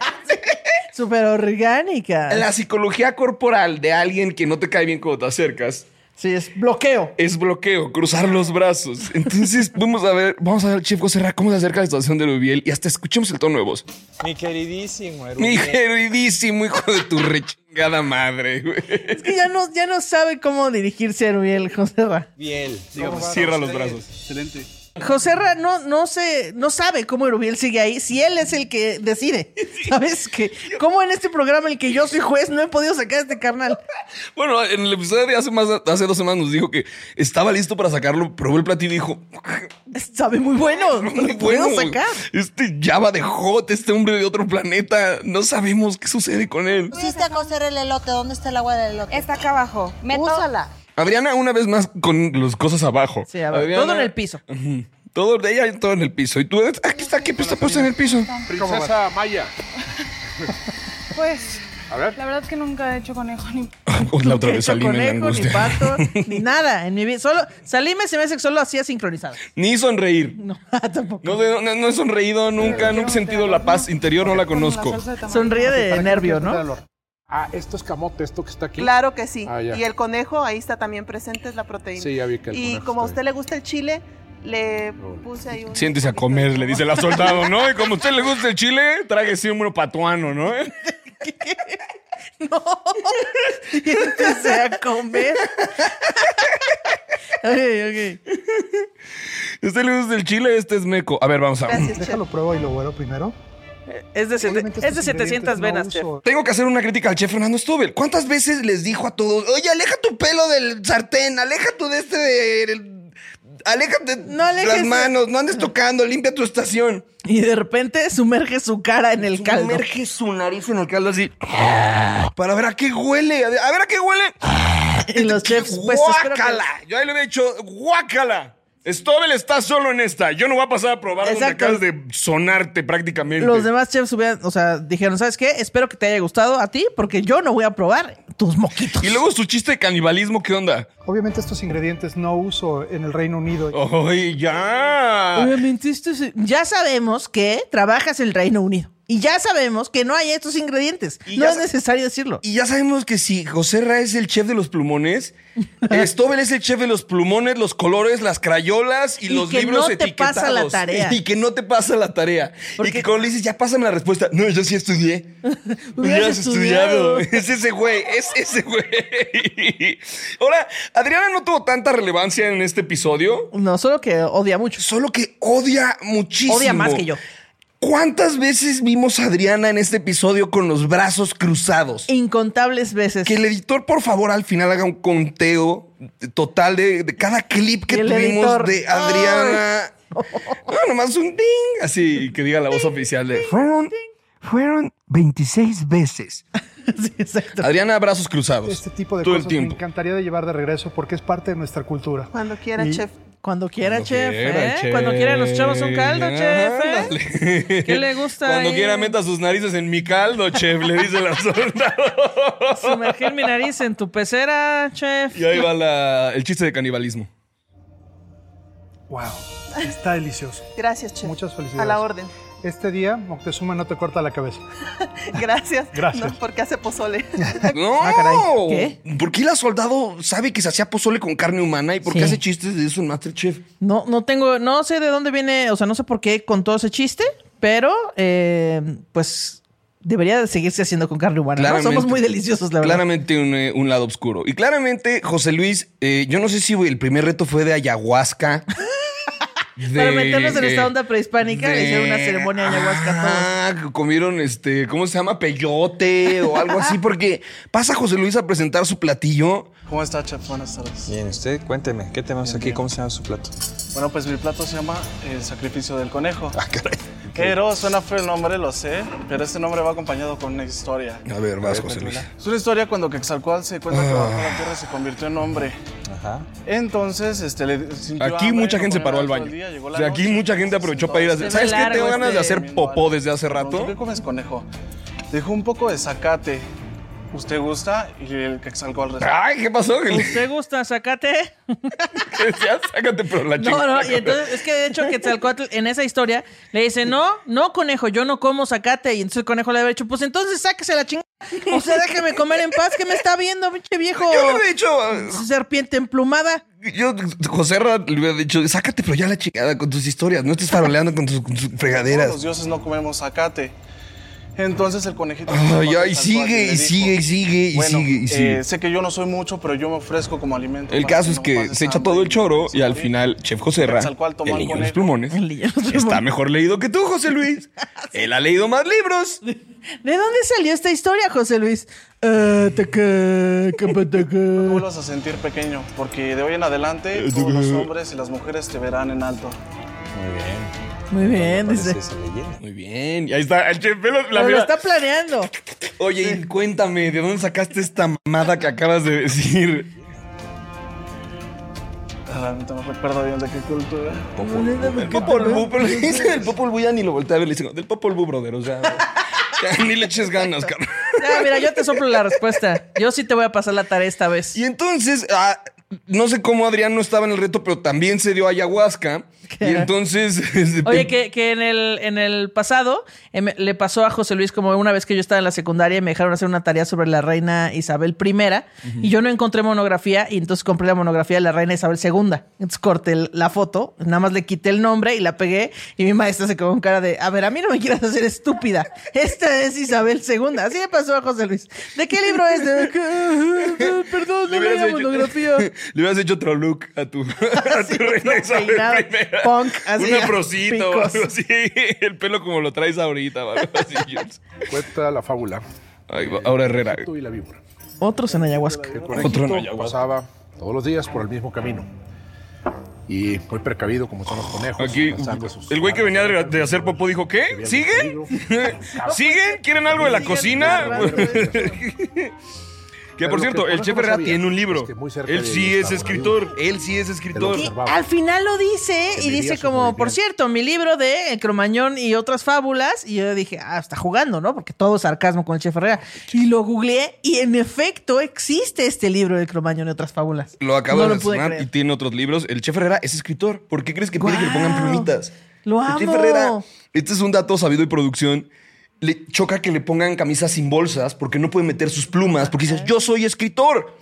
Speaker 3: Súper orgánica.
Speaker 2: La psicología corporal de alguien que no te cae bien cuando te acercas
Speaker 3: Sí, es bloqueo.
Speaker 2: Es bloqueo, cruzar los brazos. [LAUGHS] Entonces, vamos a ver, vamos a ver al chef José Ra cómo se acerca a la situación de Rubiel y hasta escuchemos el tono de voz.
Speaker 12: Mi queridísimo Erubiel.
Speaker 2: Mi queridísimo hijo de tu rechingada madre, güey.
Speaker 3: Es que ya no, ya no sabe cómo dirigirse a Rubiel, José Ra.
Speaker 12: Biel.
Speaker 2: Digamos,
Speaker 12: ¿Cómo va?
Speaker 2: cierra los
Speaker 12: Sí.
Speaker 2: brazos.
Speaker 9: Excelente.
Speaker 3: José Ra no, no, se, no sabe cómo Erubiel sigue ahí, si él es el que [LAUGHS] decide. ¿Sabes qué? ¿Cómo en este programa en el que yo soy juez no he podido sacar a este carnal?
Speaker 2: Bueno, en el episodio de hace, más, hace dos semanas nos dijo que estaba listo para sacarlo, probó el platillo y dijo,
Speaker 3: Sabe muy bueno, no
Speaker 2: [LAUGHS] muy
Speaker 3: lo puedo
Speaker 2: bueno,
Speaker 3: sacar.
Speaker 2: este Java de Hot, este hombre de otro planeta, no sabemos qué sucede con él.
Speaker 5: Pusiste a cocer el elote. ¿Dónde está el agua del elote? Está acá abajo. Úsala.
Speaker 2: Adriana, una vez más, con las cosas abajo.
Speaker 3: Sí, a ver,
Speaker 2: Adriana-
Speaker 3: todo en el piso.
Speaker 2: Ujú. Todo de ella, todo en el piso. Y tú, Ed, aquí está, aquí está puesto en el [LAUGHS] piso.
Speaker 11: Princesa
Speaker 9: Maya.
Speaker 10: Pues,
Speaker 9: A ver.
Speaker 10: la verdad es que nunca he hecho conejo ni...
Speaker 2: La otra vez
Speaker 3: Hecho
Speaker 2: salí en la
Speaker 3: conejo, ni
Speaker 2: angustia.
Speaker 3: pato, ni nada en mi vida. Solo salíme se me hace que solo hacía sincronizado.
Speaker 2: [LAUGHS] Ni sonreír. No,
Speaker 3: [LAUGHS] tampoco.
Speaker 2: No, sé, no- no he sonreído nunca, nunca he sentido la paz interior, no la conozco.
Speaker 3: Sonríe de nervio, ¿no?
Speaker 15: Ah, esto es camote, esto que está aquí.
Speaker 16: Claro que sí.
Speaker 15: Ah, ya.
Speaker 16: y el conejo ahí está también presente, es la proteína.
Speaker 15: Sí, ya vi que el
Speaker 16: Y
Speaker 15: conejo
Speaker 16: como a
Speaker 15: está
Speaker 16: usted le gusta el chile, le puse ahí un...
Speaker 2: Siéntese a comer, le dice la soldado, ¿no? Y como a usted le gusta el chile, tráguese un patuano, ¿no? [LAUGHS]
Speaker 3: No. Siéntese a comer. [LAUGHS] ok, ok.
Speaker 2: A usted le gusta el chile, este es meco. A ver, vamos a ver.
Speaker 11: Déjalo pruebo y lo vuelo primero.
Speaker 3: Es de, sete- es de 700 venas, chef.
Speaker 2: Tengo que hacer una crítica al chef Fernando Stubel. ¿Cuántas veces les dijo a todos, oye, aleja tu pelo del sartén, aleja tu de este de... el- Aléjate las
Speaker 3: alejes-
Speaker 2: manos, no andes tocando, limpia tu estación.
Speaker 3: Y de repente sumerge su cara en el caldo.
Speaker 2: Sumerge su nariz en el caldo así. Para ver a qué huele. A ver a ver a qué huele.
Speaker 3: [LAUGHS] Y los chefs, pues, espero que-
Speaker 2: guácala. Yo ahí le había dicho, guácala. Stobel está solo en esta. Yo no voy a pasar a probar algo que
Speaker 3: Exacto.
Speaker 2: acabas de sonarte prácticamente.
Speaker 3: Los demás chefs hubieran, o sea, dijeron, ¿sabes qué? Espero que te haya gustado a ti, porque yo no voy a probar tus moquitos.
Speaker 2: Y luego su chiste de canibalismo, ¿qué onda?
Speaker 11: Obviamente estos ingredientes no uso en el Reino Unido.
Speaker 2: Oh, ¡Ay, ya!
Speaker 3: Obviamente, esto es- eh, ya sabemos que trabajas en el Reino Unido. Y ya sabemos que no hay estos ingredientes. no
Speaker 2: ya
Speaker 3: es
Speaker 2: sa-
Speaker 3: necesario decirlo.
Speaker 2: Y ya sabemos que si José Ra es el chef de los
Speaker 3: [LAUGHS]
Speaker 2: plumones, Stobel es el chef de los plumones, los colores, las crayolas y,
Speaker 3: Y
Speaker 2: los
Speaker 3: que
Speaker 2: libros
Speaker 3: no te
Speaker 2: etiquetados.
Speaker 3: pasa la tarea.
Speaker 2: [LAUGHS] Y que no te pasa la tarea. Y que cuando le dices, ya pásame la respuesta, no, yo sí estudié.
Speaker 3: [LAUGHS]
Speaker 2: Hubieras estudiado. [LAUGHS] Es ese güey, es ese güey. [LAUGHS] Ahora, Adriana no tuvo tanta relevancia en este episodio.
Speaker 3: No, solo que odia mucho.
Speaker 2: Solo que odia muchísimo.
Speaker 3: Odia más que yo.
Speaker 2: ¿Cuántas veces vimos a Adriana en este episodio con los brazos cruzados?
Speaker 3: Incontables veces. [LAUGHS]
Speaker 2: Que el editor, por favor, al final haga un conteo total de, de cada clip que
Speaker 3: Y el
Speaker 2: tuvimos
Speaker 3: editor,
Speaker 2: de Adriana. No, nomás un ding. Así y que diga la voz oficial de. Fueron, fueron 26 veces. Adriana, brazos cruzados.
Speaker 11: Este tipo de
Speaker 2: Todo
Speaker 11: cosas
Speaker 2: el
Speaker 11: me
Speaker 2: tiempo.
Speaker 11: encantaría de llevar de regreso porque es parte de nuestra cultura.
Speaker 16: Cuando quiera,
Speaker 11: Y-
Speaker 16: chef.
Speaker 3: Cuando quiera, chef,
Speaker 2: quiera,
Speaker 3: ¿eh?
Speaker 2: chef.
Speaker 3: Cuando quiera nos echamos un caldo, chef. ¿eh? ¿Qué le gusta
Speaker 2: Cuando
Speaker 3: ahí?
Speaker 2: quiera, meta sus narices en mi caldo, chef, le dice la [LAUGHS] soldado.
Speaker 3: Sumergir mi nariz en tu pecera, chef.
Speaker 2: Y ahí va la- el chiste de canibalismo.
Speaker 11: Wow, está delicioso.
Speaker 16: [LAUGHS] Gracias, chef.
Speaker 11: Muchas felicidades.
Speaker 16: A la orden.
Speaker 11: Este día, Moctezuma no te corta la cabeza.
Speaker 16: [LAUGHS] Gracias.
Speaker 11: Gracias.
Speaker 16: No, porque hace pozole.
Speaker 2: [LAUGHS] No,
Speaker 11: Ah, caray.
Speaker 2: ¿por qué la soldado sabe que se hacía pozole con carne humana y por qué hace chistes de eso en Masterchef?
Speaker 3: No, no tengo, no sé de dónde viene, o sea, no sé por qué contó ese chiste, pero eh, pues debería de seguirse haciendo con carne humana. ¿no?
Speaker 2: Claramente.
Speaker 3: Somos muy deliciosos, la verdad.
Speaker 2: Claramente un, eh, un lado oscuro. Y claramente, José Luis, eh, yo no sé si güey, el primer reto fue de
Speaker 3: [LAUGHS]
Speaker 2: ayahuasca. de-
Speaker 3: Para meternos en
Speaker 2: de-
Speaker 3: esta onda prehispánica,
Speaker 2: de-
Speaker 3: le hicieron una ceremonia de ayahuasca a todos.
Speaker 2: Ah, comieron este, ¿cómo se llama? Peyote o algo así, porque pasa José Luis a presentar su platillo.
Speaker 15: ¿Cómo está, chef? Buenas tardes.
Speaker 12: Bien, usted cuénteme, ¿qué tenemos aquí? ¿Cómo se llama su plato?
Speaker 15: Bueno, pues mi plato se llama El Sacrificio del Conejo. Ah, caray. Pero suena feo el nombre, lo sé, pero este nombre va acompañado con una historia.
Speaker 2: A ver, vas, José Luis.
Speaker 15: Es una historia cuando Quetzalcóatl se cuenta que
Speaker 2: Ah.
Speaker 15: bajó a la tierra y se convirtió en hombre. Ajá. Entonces, este, le sintió
Speaker 2: Aquí
Speaker 15: hambre,
Speaker 2: mucha
Speaker 15: no
Speaker 2: gente se
Speaker 15: comió
Speaker 2: paró
Speaker 15: nada
Speaker 2: al
Speaker 15: todo el
Speaker 2: baño.
Speaker 15: día, llegó
Speaker 2: O
Speaker 15: la
Speaker 2: sea, aquí
Speaker 15: noche.
Speaker 2: mucha gente aprovechó para ir a hacer. ¿Sabes qué? Tengo ganas de hacer popó desde hace rato.
Speaker 15: ¿Qué comes conejo? Dejó un poco de zacate. Usted gusta y el que salgo al resto.
Speaker 2: Ay, ¿qué
Speaker 15: [LAUGHS]
Speaker 2: pasó? [LAUGHS]
Speaker 3: ¿Usted gusta? Sácate.
Speaker 2: Ya, sácate, pero la
Speaker 3: No,
Speaker 2: chingada.
Speaker 3: no, y entonces es que de hecho Quetzalcóatl en esa historia le dice, no, no, conejo, yo no como zacate. Y entonces el conejo le había dicho, pues entonces sáquese la chingada. O sea, déjeme comer en paz, que me está viendo, pinche viejo.
Speaker 2: Yo le hubiera dicho-
Speaker 3: Serpiente emplumada.
Speaker 2: Yo, José Ra le hubiera dicho, sácate, pero ya la chingada con tus historias. No estés faroleando con tus, con tus
Speaker 15: Todos Los
Speaker 2: fregaderas.
Speaker 15: dioses no comemos zacate. Entonces el conejito.
Speaker 2: Ay, ay,
Speaker 15: Tal
Speaker 2: y
Speaker 15: cual,
Speaker 2: sigue,
Speaker 15: le
Speaker 2: y
Speaker 15: dijo,
Speaker 2: sigue, y sigue, y
Speaker 15: "Bueno,
Speaker 2: sigue, y sigue.
Speaker 15: eh, sé que yo no soy mucho, pero yo me ofrezco como alimento.
Speaker 2: El
Speaker 15: para
Speaker 2: caso es
Speaker 15: no
Speaker 2: que
Speaker 15: pases
Speaker 2: se echa
Speaker 15: hambre".
Speaker 2: todo el choro y al final Chef José Ra,
Speaker 15: Tal cual tomó
Speaker 2: el
Speaker 15: al
Speaker 2: niño de los
Speaker 15: conejo.
Speaker 2: plumones, está mejor leído que tú, José
Speaker 3: [LAUGHS]
Speaker 2: Luis. Él ha leído más libros.
Speaker 3: ¿De dónde salió esta historia, José Luis? Eh, teque, que peteque.
Speaker 15: No te vuelvas a sentir pequeño, porque de hoy en
Speaker 2: Eh,
Speaker 15: adelante todos los hombres y las mujeres te verán en alto.
Speaker 17: Muy bien.
Speaker 3: Muy bien, dice.
Speaker 2: Muy bien. Y ahí está el Chef Velo, la
Speaker 3: Pero lo
Speaker 2: mira.
Speaker 3: está planeando.
Speaker 2: Oye, y cuéntame, ¿de dónde sacaste esta mamada que acabas de decir?
Speaker 15: Ah, no me recuerdo bien de qué cultura.
Speaker 2: Del Popol Vuh, pero le dice del Popol Vuh, ya ni lo volteé a ver, le dice, del Popol Vuh, brother, o [LAUGHS] sea, ya ni le eches ganas, cabrón.
Speaker 3: Ya, Ah, mira, yo te soplo la respuesta. Yo sí te voy a pasar la tarea esta vez.
Speaker 2: Y entonces, ah, no sé cómo Adrián no estaba en el reto, pero también se dio ayahuasca. Y entonces... este, [LAUGHS]
Speaker 3: Oye, que, que en, el, en el pasado em, le pasó a José Luis como una vez que yo estaba en la secundaria y me dejaron hacer una tarea sobre la reina Isabel I y yo no encontré monografía y entonces compré la monografía de la reina Isabel II. Entonces corté el- la foto, nada más le quité el nombre y la pegué y mi maestra se quedó con cara de, a ver, a mí no me quieras hacer estúpida. Esta es Isabel II. Así le pasó a José Luis. ¿De qué libro [LAUGHS] es? De- Perdón, no leí la monografía.
Speaker 2: [LAUGHS] Le hubieras hecho otro look a tu, [LAUGHS] a tu reina Isabel
Speaker 3: peinado,
Speaker 2: I.
Speaker 3: punk, así,
Speaker 2: Un afrocito o
Speaker 3: picos.
Speaker 2: algo así. [LAUGHS] El pelo como lo traes ahorita. o algo [LAUGHS] así.
Speaker 17: Cuenta la fábula.
Speaker 2: Ay, ahora Herrera.
Speaker 17: Tú y la víbora.
Speaker 3: Otros en ayahuasca.
Speaker 17: El conejito pasaba todos los días por el mismo camino. Y muy precavido como son los conejos.
Speaker 2: Aquí,
Speaker 17: cazando sus-
Speaker 2: el güey que venía de, de hacer popó dijo, ¿qué? ¿Siguen? [LAUGHS] ¿Siguen? ¿Quieren algo de la cocina? [LAUGHS] Que
Speaker 17: Pero
Speaker 2: por
Speaker 17: lo
Speaker 2: cierto,
Speaker 17: que
Speaker 2: el
Speaker 17: no
Speaker 2: chef Herrera
Speaker 17: sabía
Speaker 2: tiene un
Speaker 17: es
Speaker 2: libro.
Speaker 17: que muy cerca
Speaker 2: Él
Speaker 17: de
Speaker 2: sí
Speaker 17: ella
Speaker 2: es
Speaker 17: estaba
Speaker 2: escritor. Él sí es escritor.
Speaker 3: Al final lo dice
Speaker 2: Que
Speaker 3: y
Speaker 2: medía
Speaker 3: dice
Speaker 2: su
Speaker 3: como, por cierto, mi libro de El Cromañón y otras fábulas. Y yo dije, ah, está jugando, ¿no? Porque todo sarcasmo con el chef Herrera. Y lo googleé y en efecto existe este libro del Cromañón y otras fábulas.
Speaker 2: Lo acabo
Speaker 3: No
Speaker 2: de
Speaker 3: lo pude
Speaker 2: mencionar
Speaker 3: creer.
Speaker 2: y tiene otros libros. El chef Herrera es escritor. ¿Por qué crees que pide que le pongan plumitas?
Speaker 3: Lo
Speaker 2: El chef
Speaker 3: amo.
Speaker 2: Herrera, este es un dato sabido y producción. Le choca que le pongan camisas sin bolsas porque no puede meter sus plumas porque dices, yo soy escritor.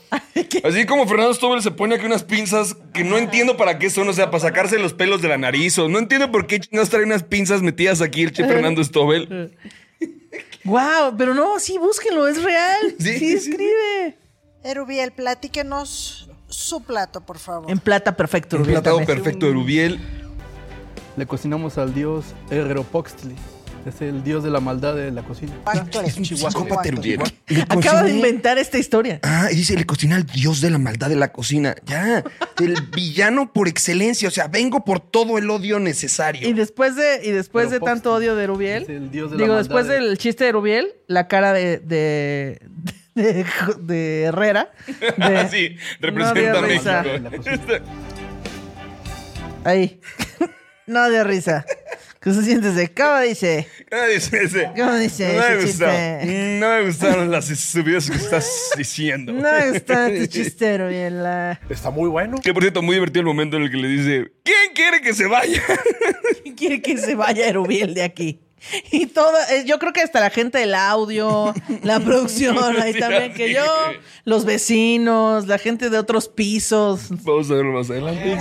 Speaker 2: Así como Fernando Stobel se pone aquí unas pinzas que no entiendo para qué son, o sea, para sacarse los pelos de la nariz o no entiendo por qué chingados trae unas pinzas metidas aquí el chef Fernando Stobel.
Speaker 3: Wow, pero no, sí, búsquenlo, es real. Sí, escribe.
Speaker 5: Erubiel, platíquenos su plato, por favor.
Speaker 3: En plata perfecto.
Speaker 2: Un
Speaker 3: Rubén,
Speaker 2: platado
Speaker 3: también.
Speaker 2: perfecto de Rubiel.
Speaker 18: Le cocinamos al dios Erropoxtli. Es el dios de la maldad de la cocina.
Speaker 19: Ah,
Speaker 5: Es un
Speaker 2: psicópata, Rubiel.
Speaker 3: Acaba de inventar esta historia.
Speaker 2: Ah, y dice, le cocina al dios de la maldad de la cocina. Ya, el villano por excelencia. O sea, vengo por todo el odio necesario.
Speaker 3: Y después de, y después de tanto odio de Rubiel,
Speaker 2: de la
Speaker 3: digo,
Speaker 2: maldad ¿eh?
Speaker 3: después
Speaker 2: de-
Speaker 3: del chiste de Rubiel, la cara de, de, de- de Herrera. de-
Speaker 2: [LAUGHS] sí,
Speaker 3: no dio
Speaker 2: representa a
Speaker 3: risa.
Speaker 2: México.
Speaker 3: Ahí. [LAUGHS] no de risa. ¿Qué se sientes de cómo dice?
Speaker 2: Ah, dice ese.
Speaker 3: ¿Cómo dice
Speaker 2: No me
Speaker 3: ese
Speaker 2: gustaron. No me gustaron las estupideces que estás diciendo.
Speaker 3: No me gusta
Speaker 2: [LAUGHS]
Speaker 3: tu chiste, Rubiel. la-
Speaker 2: Está muy bueno. Que por cierto, muy divertido el momento en el que le dice, ¿quién quiere que se vaya?
Speaker 3: ¿Quién quiere que se vaya Erubiel de aquí? Y todo, eh, yo creo que hasta la gente del audio,
Speaker 2: [LAUGHS]
Speaker 3: la producción, ahí
Speaker 2: Sí,
Speaker 3: también que
Speaker 2: así.
Speaker 3: yo, los vecinos, la gente de otros pisos.
Speaker 2: Vamos a verlo más adelante.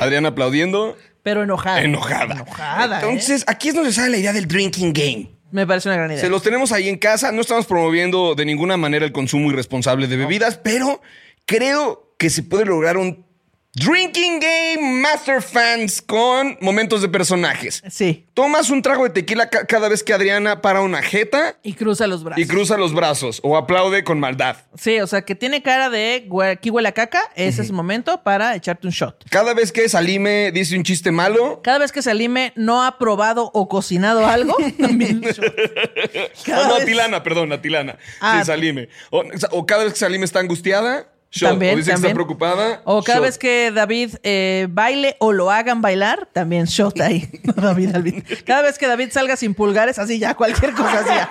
Speaker 2: Adriana aplaudiendo.
Speaker 3: Pero enojada.
Speaker 2: Enojada.
Speaker 3: Enojada.
Speaker 2: Entonces, aquí es donde sale la idea del drinking game.
Speaker 3: Me parece una gran idea.
Speaker 2: Se los tenemos ahí en casa. No estamos promoviendo de ninguna manera el consumo irresponsable de bebidas, pero creo que se puede lograr un Drinking Game Master Fans con momentos de personajes.
Speaker 3: Sí.
Speaker 2: Tomas un trago de tequila ca- cada vez que Adriana para una jeta
Speaker 3: Y cruza los brazos.
Speaker 2: y cruza los brazos o aplaude con maldad.
Speaker 3: Sí, o sea, que tiene cara de "Güey, aquí huele a caca, ese es el momento para echarte un shot.
Speaker 2: Cada vez que Salime dice un chiste
Speaker 3: [LAUGHS]
Speaker 2: malo.
Speaker 3: Cada vez que Salime no ha probado o cocinado algo, [LAUGHS] también.
Speaker 2: O no, Atilana, perdón, Atilana.
Speaker 3: Ah.
Speaker 2: Sí, Salime. O, o cada vez que Salime está angustiada. Shot.
Speaker 3: También,
Speaker 2: o dice que
Speaker 3: también.
Speaker 2: está preocupada.
Speaker 3: [LAUGHS] O cada
Speaker 2: shot.
Speaker 3: vez que David eh, baile o lo hagan bailar, también shot ahí. [LAUGHS] David, David. Cada vez que David salga sin pulgares, así ya, cualquier cosa, así ya.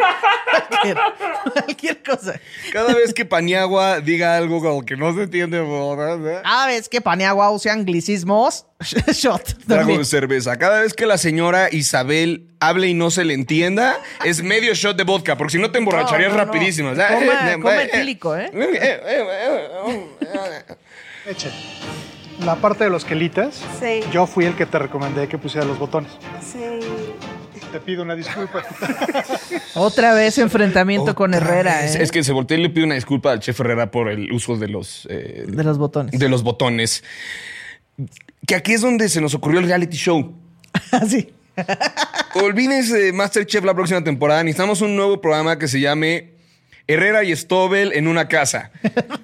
Speaker 3: Cualquier, cualquier cosa.
Speaker 2: Cada vez que Paniagua diga algo como que no Ah, se entiende, ¿verdad?
Speaker 3: Cada vez Ah, que Paniagua use anglicismos, [LAUGHS] shot.
Speaker 2: Trago
Speaker 3: también.
Speaker 2: de cerveza. Cada vez que la señora Isabel hable y no se le entienda, es medio shot de vodka, porque si no te emborracharías
Speaker 3: No, no, no.
Speaker 2: rapidísimo.
Speaker 3: Coma, coma etílico, ¿eh?
Speaker 2: eh,
Speaker 11: Eche. La parte de los quelitas,
Speaker 16: Sí.
Speaker 11: yo fui el que te recomendé que pusieras los botones.
Speaker 16: Sí.
Speaker 11: Te pido
Speaker 16: [LAUGHS]
Speaker 11: una disculpa.
Speaker 3: Otra vez enfrentamiento con Herrera,
Speaker 2: Es,
Speaker 3: ¿eh?
Speaker 2: es que se volteó y le pido una disculpa al chef Herrera por el uso de los, eh,
Speaker 3: de los botones.
Speaker 2: De los botones. Que aquí es donde se nos ocurrió el reality show.
Speaker 3: [LAUGHS] Así.
Speaker 2: Olvídense de Masterchef la próxima temporada. Necesitamos un nuevo programa que se llame Herrera y Stobel en una casa.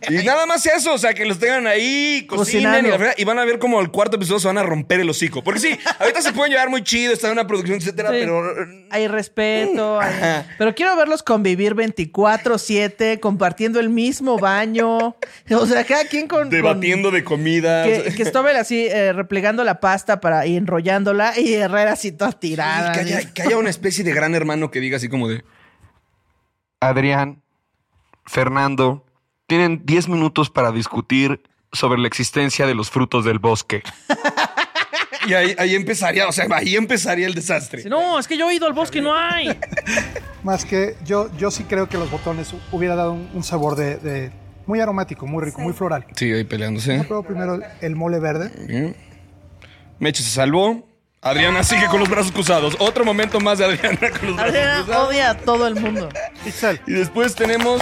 Speaker 2: Y nada más eso, o sea, que los tengan ahí, cocinen
Speaker 3: Cocinando.
Speaker 2: y, la verdad, y van a ver como el cuarto episodio se van a romper el hocico. Porque sí, ahorita se pueden llevar muy chido, está en una producción, etcétera,
Speaker 3: Sí.
Speaker 2: pero
Speaker 3: Hay respeto. hay- Pero quiero verlos convivir 24-7, compartiendo el mismo baño. O sea, cada quien con.
Speaker 2: debatiendo de comida.
Speaker 3: Que, que Stobel así eh, replegando la pasta para y enrollándola y Herrera así toda tirada.
Speaker 2: que, haya, que haya una especie de gran hermano que diga así como de... Adrián, Fernando, tienen 10 minutos para discutir sobre la existencia de los frutos del bosque. [LAUGHS] y ahí, ahí empezaría, o sea, ahí empezaría el desastre.
Speaker 3: No, es que yo he ido al bosque, no hay.
Speaker 11: Más que yo, yo sí creo que los botones hubiera dado un, un sabor de, de- muy aromático, muy rico, muy floral.
Speaker 2: Sí, ahí
Speaker 11: Yo
Speaker 2: peleándose.
Speaker 11: pruebo primero el, el mole verde.
Speaker 2: Bien. Meche se salvó. Adriana sigue con los brazos cruzados. Otro momento más de Adriana con los brazos
Speaker 3: Herrera
Speaker 2: cruzados.
Speaker 3: [LAUGHS] Pues, odia a todo el mundo.
Speaker 2: Y después tenemos...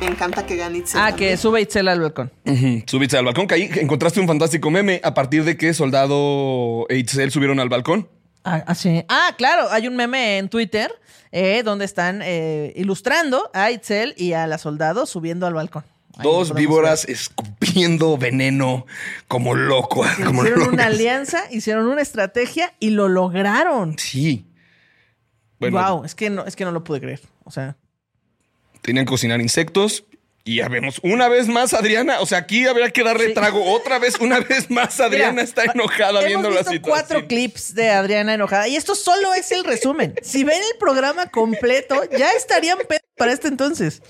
Speaker 16: Me encanta que gane Itzel.
Speaker 3: Ah, que sube Itzel al balcón.
Speaker 2: Ujú, Subiste al balcón, que ahí encontraste un fantástico meme a partir de que Soldado e Itzel subieron al balcón.
Speaker 3: Ah, ah, sí. Ah, claro, hay un meme en Twitter eh, donde están eh, ilustrando a Itzel y a la soldado subiendo al balcón.
Speaker 2: Dos víboras escupiendo veneno como loco. [LAUGHS] como
Speaker 3: Hicieron
Speaker 2: loco.
Speaker 3: una alianza, hicieron una estrategia y lo lograron.
Speaker 2: Sí. Bueno,
Speaker 3: wow, es que no, es que no lo pude creer. O sea,
Speaker 2: tenían que cocinar insectos. Y ya vemos una vez más a Adriana. O sea, aquí habría que darle trago otra vez.
Speaker 3: [LAUGHS]
Speaker 2: Una vez más Adriana
Speaker 3: Mira,
Speaker 2: está enojada
Speaker 3: hemos
Speaker 2: viendo la
Speaker 3: visto
Speaker 2: situación.
Speaker 3: cuatro clips de Adriana enojada y esto solo es el
Speaker 2: [LAUGHS]
Speaker 3: resumen. si ven el programa completo, ya estarían pedos para este entonces.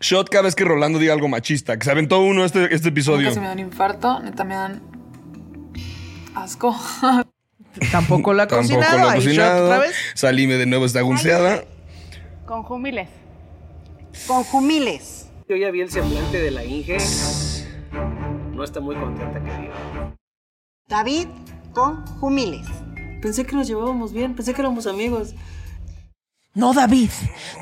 Speaker 2: Shot cada vez que Rolando diga algo machista. Que se aventó uno este, este episodio.
Speaker 6: Nunca se me da un infarto, neta me dan asco.
Speaker 3: Tampoco la ha
Speaker 2: Tampoco
Speaker 3: cocinado.
Speaker 2: lo ha
Speaker 3: ahí shot
Speaker 2: cocinado.
Speaker 3: otra vez.
Speaker 2: Salime de nuevo está agunciada.
Speaker 14: Con jumiles.
Speaker 16: Con jumiles.
Speaker 19: Yo ya vi el semblante de la Inge. No está muy contenta que diga.
Speaker 16: David con jumiles. Pensé que nos llevábamos bien, pensé que éramos amigos.
Speaker 3: No, David,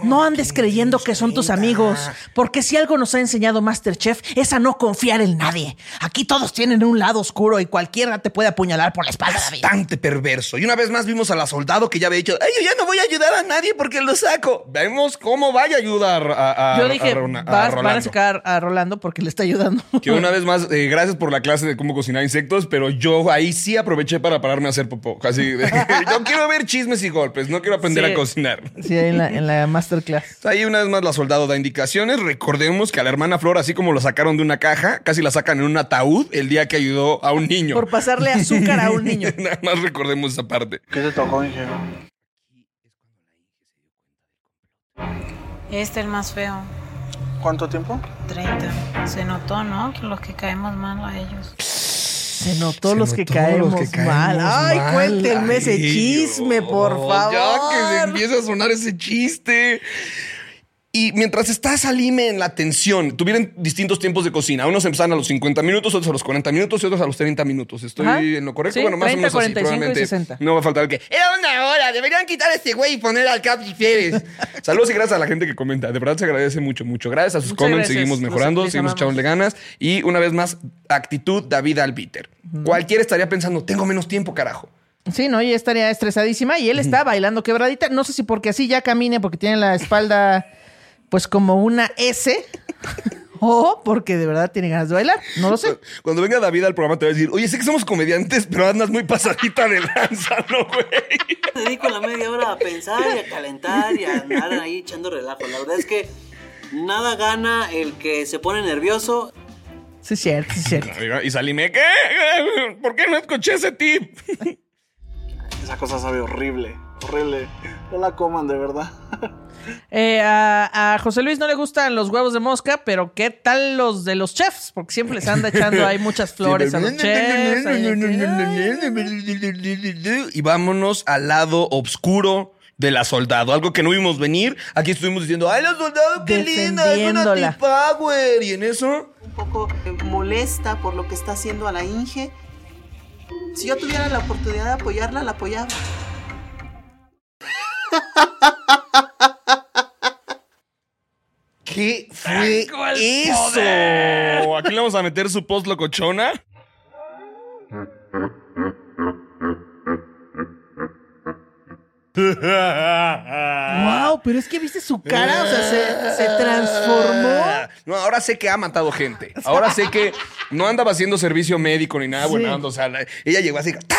Speaker 3: no andes creyendo que son tus amigos, porque si algo nos ha enseñado Masterchef es a no confiar en nadie. Aquí todos tienen un lado oscuro y cualquiera te puede apuñalar por la espalda, David.
Speaker 2: Bastante perverso. Y una vez más vimos a la soldado que ya había dicho, "Ay, yo ya no voy a ayudar a nadie porque lo saco. Vemos cómo vaya a ayudar a, a-
Speaker 3: Yo dije,
Speaker 2: a Rona- a
Speaker 3: vas- van a
Speaker 2: Rolando.
Speaker 3: sacar a Rolando porque le está ayudando. [LAUGHS]
Speaker 2: Que una vez más, eh, gracias por la clase de cómo cocinar insectos, pero yo ahí sí aproveché para pararme a hacer popó. Casi, de- [LAUGHS] yo quiero ver chismes y golpes, no quiero aprender
Speaker 3: Sí.
Speaker 2: a cocinar.
Speaker 3: Sí, en la, en la masterclass.
Speaker 2: Ahí una vez más la soldado da indicaciones. Recordemos que a la hermana Flor, así como la sacaron de una caja, casi la sacan en un ataúd el día que ayudó a un niño.
Speaker 3: Por pasarle azúcar a un niño.
Speaker 2: [LAUGHS] Nada más recordemos esa parte.
Speaker 15: ¿Qué te tocó, Inge?
Speaker 4: Este es el más feo.
Speaker 15: ¿Cuánto tiempo?
Speaker 4: 30. Se notó, ¿no? Que los que caemos mal a ellos.
Speaker 3: Se notó los que caemos mal. Ay,
Speaker 2: mal.
Speaker 3: cuéntenme ese
Speaker 2: Ay,
Speaker 3: chisme, por favor.
Speaker 2: Ya que se empieza a sonar ese chiste. Y mientras está Salime en la tensión, tuvieron distintos tiempos de cocina. Unos empezaron a los 50 minutos, otros a los 40 minutos y otros a los 30 minutos. ¿Estoy
Speaker 3: Ajá.
Speaker 2: en lo correcto?
Speaker 3: Sí,
Speaker 2: bueno, más o
Speaker 3: 30,
Speaker 2: menos así,
Speaker 3: 45 y
Speaker 2: probablemente.
Speaker 3: 60.
Speaker 2: No va a faltar el que... Era una hora, deberían quitar a este güey y poner al Cap si quieres. [LAUGHS] Saludos y gracias a la gente que comenta. De verdad se agradece mucho, mucho. Gracias a sus
Speaker 3: Muchas
Speaker 2: comments,
Speaker 3: gracias.
Speaker 2: seguimos
Speaker 3: Los-
Speaker 2: mejorando,
Speaker 3: les
Speaker 2: seguimos
Speaker 3: amamos.
Speaker 2: echándole ganas. Y una vez más, actitud David Albiter. Cualquiera estaría pensando, tengo menos tiempo, carajo.
Speaker 3: Sí, no, ella estaría estresadísima y él está bailando quebradita. No sé si porque así ya camine, porque tiene la espalda pues como una
Speaker 2: [LAUGHS]
Speaker 3: S o porque de verdad tiene ganas de bailar. No lo sé.
Speaker 2: Cuando venga David al programa te va a decir, oye, sé que somos comediantes, pero andas muy pasadita de lanza, ¿no, güey?
Speaker 3: [LAUGHS]
Speaker 19: Dedico la media hora a pensar y a calentar y a andar ahí echando relajo. La verdad es que
Speaker 16: Nada gana el que se pone nervioso.
Speaker 3: Sí, es cierto, sí, es cierto.
Speaker 2: Y Salime, ¿qué? ¿Por qué no escuché ese tip?
Speaker 15: Esa cosa sabe horrible, horrible. No la coman, de verdad. [LAUGHS]
Speaker 3: Eh, a, a José Luis no le gustan los huevos de mosca, pero ¿qué tal los de los chefs? Porque siempre les anda echando ahí
Speaker 2: [LAUGHS]
Speaker 3: muchas flores a los chefs. ahí de que,
Speaker 2: Y vámonos al lado oscuro de la soldado, algo que no vimos venir. Aquí estuvimos diciendo, ¡ay, la soldado, qué linda! Es una
Speaker 3: Defendiéndola.
Speaker 2: tipa, güey. Y en eso.
Speaker 16: Un poco eh, molesta por lo que está haciendo a la Inge. Si yo tuviera la oportunidad de apoyarla, la apoyaba.
Speaker 2: ¿Qué fue eso? Aquí le vamos a meter su post locochona.
Speaker 3: Wow,
Speaker 10: Ah.
Speaker 3: pero es que viste su cara, o sea, se, se
Speaker 2: [LAUGHS]
Speaker 3: transformó.
Speaker 2: No, ahora sé que ha matado gente. Ahora sé que no andaba haciendo servicio médico ni nada, bueno,
Speaker 3: Sí.
Speaker 2: ando, o sea, la- ella llegó así. ¡ta!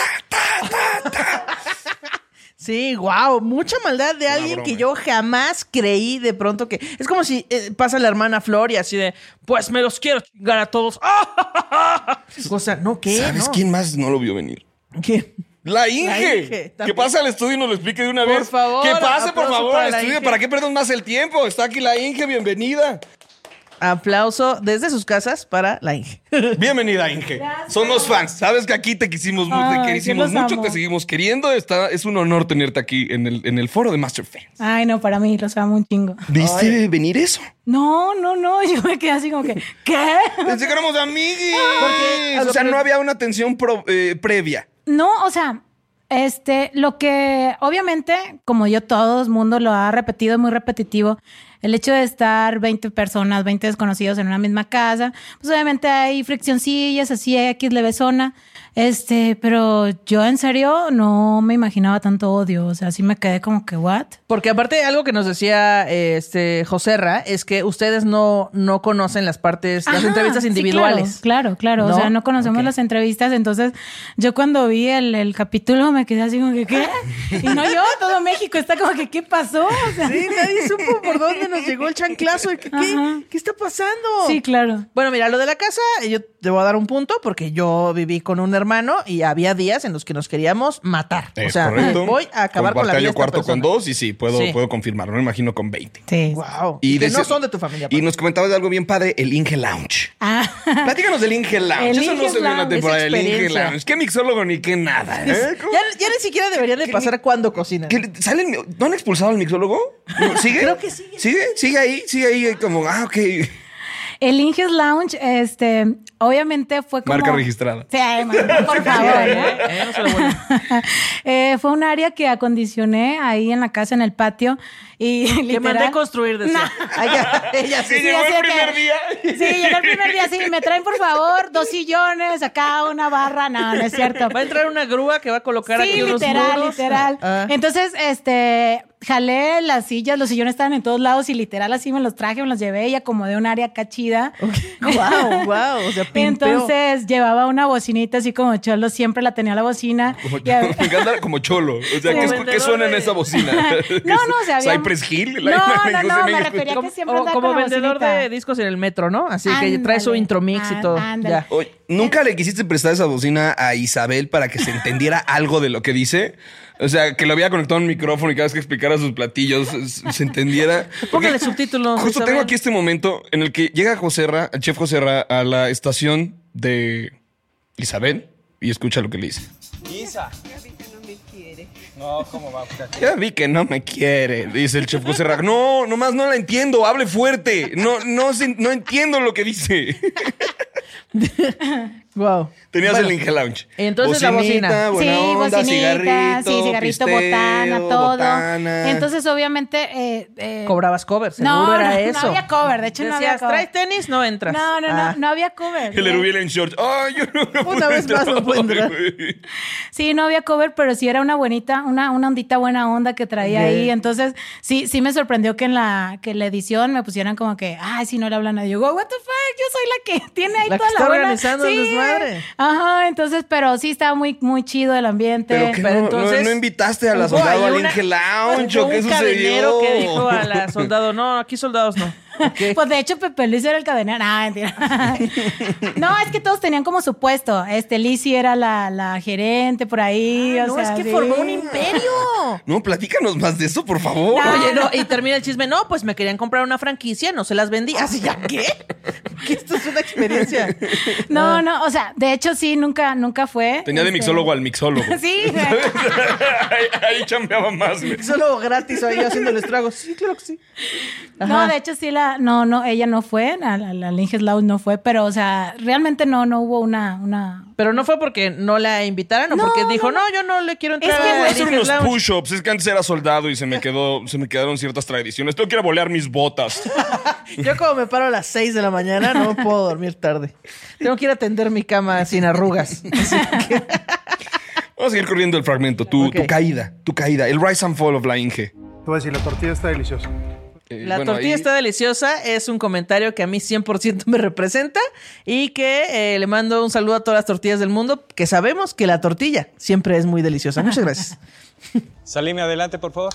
Speaker 3: Sí, wow, mucha maldad de alguien que yo jamás creí de pronto que. Es como si eh, pasa la hermana Flor y así de, pues me los quiero chingar a todos. [LAUGHS] O sea, no, ¿qué?
Speaker 2: ¿Sabes
Speaker 3: No.
Speaker 2: quién más no lo vio venir?
Speaker 3: ¿Quién?
Speaker 2: La
Speaker 3: La Inge,
Speaker 2: Inge. que
Speaker 3: también.
Speaker 2: pase al estudio y nos lo explique de una
Speaker 3: Por
Speaker 2: vez.
Speaker 3: favor,
Speaker 2: Que pase, por
Speaker 3: aplauso
Speaker 2: favor,
Speaker 3: para
Speaker 2: al
Speaker 3: la
Speaker 2: estudio.
Speaker 3: Inge.
Speaker 2: ¿Para qué perdón más el tiempo? Está aquí la Inge,
Speaker 3: [LAUGHS]
Speaker 2: bienvenida.
Speaker 3: Aplauso desde sus casas para la Inge.
Speaker 2: Bienvenida, Inge. Somos fans. Sabes que aquí te quisimos, mu-
Speaker 10: Ay,
Speaker 2: te quisimos
Speaker 10: yo los
Speaker 2: mucho,
Speaker 10: amo.
Speaker 2: te seguimos queriendo. Está, es un honor tenerte aquí en el, en el foro de Master Fan.
Speaker 10: Ay, no, para mí los amo un chingo.
Speaker 2: ¿Viste venir eso?
Speaker 10: No, no, no. [LAUGHS] Yo me quedé así como que, ¿qué?
Speaker 2: Pensé que éramos amiguis. o sea, no había una tensión pro- eh, previa.
Speaker 10: No, o sea, este, lo que obviamente, como yo todo el mundo lo ha repetido, es muy repetitivo, el hecho de estar 20 personas, 20 desconocidos en una misma casa, pues obviamente hay friccioncillas, así hay X leve zona, este, pero yo en serio no me imaginaba tanto odio, o sea, sí me quedé como que, ¿what?
Speaker 3: Porque aparte algo que nos decía eh, este Joserra es que ustedes no, no conocen las partes, las
Speaker 10: Ajá,
Speaker 3: entrevistas
Speaker 10: sí,
Speaker 3: individuales.
Speaker 10: claro, claro, claro.
Speaker 3: ¿No?
Speaker 10: O sea, no conocemos las entrevistas. Entonces, yo cuando vi el, el capítulo me quedé así como que, ¿qué? Y no yo, todo México está como que, ¿qué pasó? O sea,
Speaker 3: Sí, nadie supo por dónde nos llegó el chanclazo. ¿Qué, qué, qué está pasando?
Speaker 10: Sí, claro.
Speaker 3: Bueno, mira, lo de la casa, eh, yo te voy a dar un punto porque yo viví con un hermano y había días en los que nos queríamos matar. o
Speaker 2: Es
Speaker 3: sea,
Speaker 2: correcto.
Speaker 3: voy a acabar con
Speaker 2: Compartía
Speaker 3: la vida. de
Speaker 2: yo
Speaker 3: esta
Speaker 2: cuarto
Speaker 3: persona.
Speaker 2: con dos y sí, puedo,
Speaker 3: Sí.
Speaker 2: puedo confirmar. No me imagino con 20.
Speaker 10: Sí.
Speaker 3: Wow.
Speaker 2: Y
Speaker 3: Y que
Speaker 2: de
Speaker 3: no
Speaker 2: ese-
Speaker 3: son de tu familia. pues.
Speaker 2: Y nos comentabas de algo bien padre, el Inge Lounge.
Speaker 10: Ah,
Speaker 2: Platícanos del Inge Lounge.
Speaker 3: El
Speaker 2: Eso no
Speaker 3: Inge
Speaker 2: se vio en la
Speaker 3: Lounge,
Speaker 2: temporada
Speaker 3: esa
Speaker 2: del Inge
Speaker 3: experiencia.
Speaker 2: Lounge. Qué mixólogo ni qué nada. ¿eh?
Speaker 3: pues. Ya, ya ni siquiera deberían de pasar cuando cocinan.
Speaker 2: ¿Salen, ¿No han expulsado al mixólogo? ¿No? ¿Sigue? Creo que sigue. ¿Sigue? Sigue ahí, sigue ahí eh, como, ah, ok.
Speaker 10: [LAUGHS]
Speaker 2: [LAUGHS]
Speaker 10: El Inges Lounge, este, obviamente fue como...
Speaker 2: Marca registrada.
Speaker 10: Sí, ay, marca, por
Speaker 3: Ah,
Speaker 10: favor. ¿eh? [LAUGHS]
Speaker 3: [LAUGHS]
Speaker 10: Eh, fue un área que acondicioné ahí en la casa, en el patio. Y
Speaker 3: Que mandé construir, decía. Ay, Ah, ya, ella sí.
Speaker 10: así de que- Sí, llegó el primer día, sí. Me traen, por favor, dos sillones, acá una barra. No, no es cierto.
Speaker 3: Va a entrar una grúa que va a colocar
Speaker 10: sí,
Speaker 3: aquí unos
Speaker 10: literal,
Speaker 3: muros.
Speaker 10: literal.
Speaker 3: Ah.
Speaker 10: Entonces, este, jalé las sillas, los sillones estaban en todos lados y literal así me los traje, me los llevé y acomodé un área acá chida.
Speaker 3: [LAUGHS] Wow, wow. O sea, pimpeó.
Speaker 10: Entonces llevaba una bocinita así como cholo, siempre la tenía la bocina.
Speaker 2: [LAUGHS] Como,
Speaker 10: Y a- [LAUGHS]
Speaker 2: me encanta como cholo. O sea,
Speaker 10: Como
Speaker 2: ¿qué, es-
Speaker 10: vendedor
Speaker 2: qué suena en esa bocina?
Speaker 10: [LAUGHS]
Speaker 2: [LAUGHS]
Speaker 10: No, no, o sea, había-
Speaker 2: Cypress Hill. [LAUGHS]
Speaker 10: No,
Speaker 2: imagen
Speaker 10: no,
Speaker 2: que
Speaker 10: no,
Speaker 2: se
Speaker 10: me
Speaker 2: escucha.
Speaker 10: refería que siempre
Speaker 3: O
Speaker 10: andaba
Speaker 3: como
Speaker 10: con la
Speaker 3: vendedor
Speaker 10: bocinita.
Speaker 3: de discos en el metro, ¿no? Así que trae su
Speaker 10: Ándale. ah,
Speaker 3: intromix y todo.
Speaker 10: Ándale.
Speaker 3: Ya.
Speaker 2: Oye, ¿Nunca le quisiste prestar esa bocina a Isabel para que se entendiera algo de lo que dice? O sea, que lo había conectado a un micrófono y cada vez que explicara sus platillos se se entendiera.
Speaker 3: Póngale subtítulos.
Speaker 2: Justo
Speaker 3: Isabel.
Speaker 2: tengo aquí este momento en el que llega Joserra, el chef Joserra, a la estación de Isabel y escucha lo que le dice.
Speaker 12: Isa. No, ¿cómo va? Pues
Speaker 2: Ya vi que no me quiere, dice el chef Joserra. No, nomás no la entiendo, hable fuerte. No, no, se- no entiendo lo que dice. [LAUGHS]
Speaker 3: Wow.
Speaker 2: Tenías
Speaker 3: Bueno,
Speaker 2: el Inge Lounge.
Speaker 3: Entonces la bocina.
Speaker 2: buena onda, cigarrito,
Speaker 10: sí, cigarrito,
Speaker 2: pisteo,
Speaker 10: botana, todo.
Speaker 2: botana.
Speaker 10: Entonces, obviamente, eh, eh,
Speaker 3: Cobrabas cover, seguro
Speaker 10: no,
Speaker 3: era
Speaker 10: no,
Speaker 3: eso.
Speaker 10: No había cover, de hecho no había
Speaker 3: Decías,
Speaker 10: cover.
Speaker 3: traes tenis, no entras.
Speaker 10: No, no, no,
Speaker 3: Ah.
Speaker 10: no había cover.
Speaker 2: El Erubiel en shorts. Ay, yo no me
Speaker 3: Una vez más no puedo entrar.
Speaker 10: Sí, no había cover, pero sí era una buenita, una, una ondita buena onda que traía
Speaker 3: Ok.
Speaker 10: ahí. Entonces, sí, sí me sorprendió que en la, que en la edición me pusieran como que, ay, si no le hablan a yo, what the fuck, yo soy la que [LAUGHS] tiene ahí
Speaker 3: La que
Speaker 10: toda
Speaker 3: está
Speaker 10: la buena.
Speaker 3: organizando el desmadre.
Speaker 10: Ajá, entonces, pero sí estaba muy, muy chido el ambiente.
Speaker 2: Pero que no, no- no invitaste a la
Speaker 3: Este, hubo
Speaker 2: soldado
Speaker 3: ahí
Speaker 2: al
Speaker 3: una-
Speaker 2: Inge Lounge,
Speaker 3: hubo
Speaker 2: ¿o qué
Speaker 3: un cadenero
Speaker 2: sucedió? [LAUGHS]
Speaker 3: que dijo a la soldado, no, aquí soldados no.
Speaker 10: Pues de hecho, Pepe Luis era el cadenero. Ah, mentira.
Speaker 3: [LAUGHS]
Speaker 10: no, es que todos tenían como su puesto. Este, Lizzie era la, la gerente por ahí. o
Speaker 3: Ah, no,
Speaker 10: sea,
Speaker 3: es que
Speaker 10: sí.
Speaker 3: formó un imperio.
Speaker 2: No, platícanos más de eso, por favor.
Speaker 3: Oye, no, y termina el chisme. No, pues me querían comprar una franquicia, no se las vendí. Así ya,
Speaker 10: [LAUGHS]
Speaker 3: ¿qué? Que esto es una experiencia. Ah.
Speaker 10: No, no, o sea, de hecho sí, nunca, nunca fue.
Speaker 2: Tenía de
Speaker 10: Este,
Speaker 2: mixólogo al
Speaker 3: [LAUGHS]
Speaker 2: mixólogo.
Speaker 10: Sí, güey.
Speaker 2: ahí, [LAUGHS] ahí chambeaba más. güey.
Speaker 3: Solo gratis ahí haciendo los tragos. Sí, claro que sí.
Speaker 10: No, de hecho sí la, no, no, ella no fue, la, la, la Linges Lau no fue, pero o sea, realmente no, no hubo una, una.
Speaker 3: Pero no fue porque no la invitaron o porque dijo, no, yo no le quiero entrar. a
Speaker 2: Voy a hacer
Speaker 3: Lincoln
Speaker 2: unos
Speaker 3: Lounge".
Speaker 2: push-ups. Es que antes era soldado y se me quedó, se me quedaron ciertas tradiciones. Tengo que ir a bolear mis
Speaker 3: [LAUGHS]
Speaker 2: botas.
Speaker 3: Yo como me paro a las 6 de la mañana, no puedo dormir tarde. Tengo que ir a tender mi cama sin [LAUGHS] arrugas.
Speaker 2: Vamos a seguir corriendo el fragmento. Tu, tu caída, tu caída. El rise and fall of la Inge.
Speaker 11: Te voy a decir, la tortilla está deliciosa.
Speaker 2: Eh,
Speaker 3: La
Speaker 2: bueno,
Speaker 3: tortilla
Speaker 2: ahí-
Speaker 3: está deliciosa, es un comentario que a mí 100% me representa y que eh, le mando un saludo a todas las tortillas del mundo, que sabemos que la tortilla siempre es muy deliciosa. Muchas [LAUGHS] gracias.
Speaker 12: Salime adelante, por favor.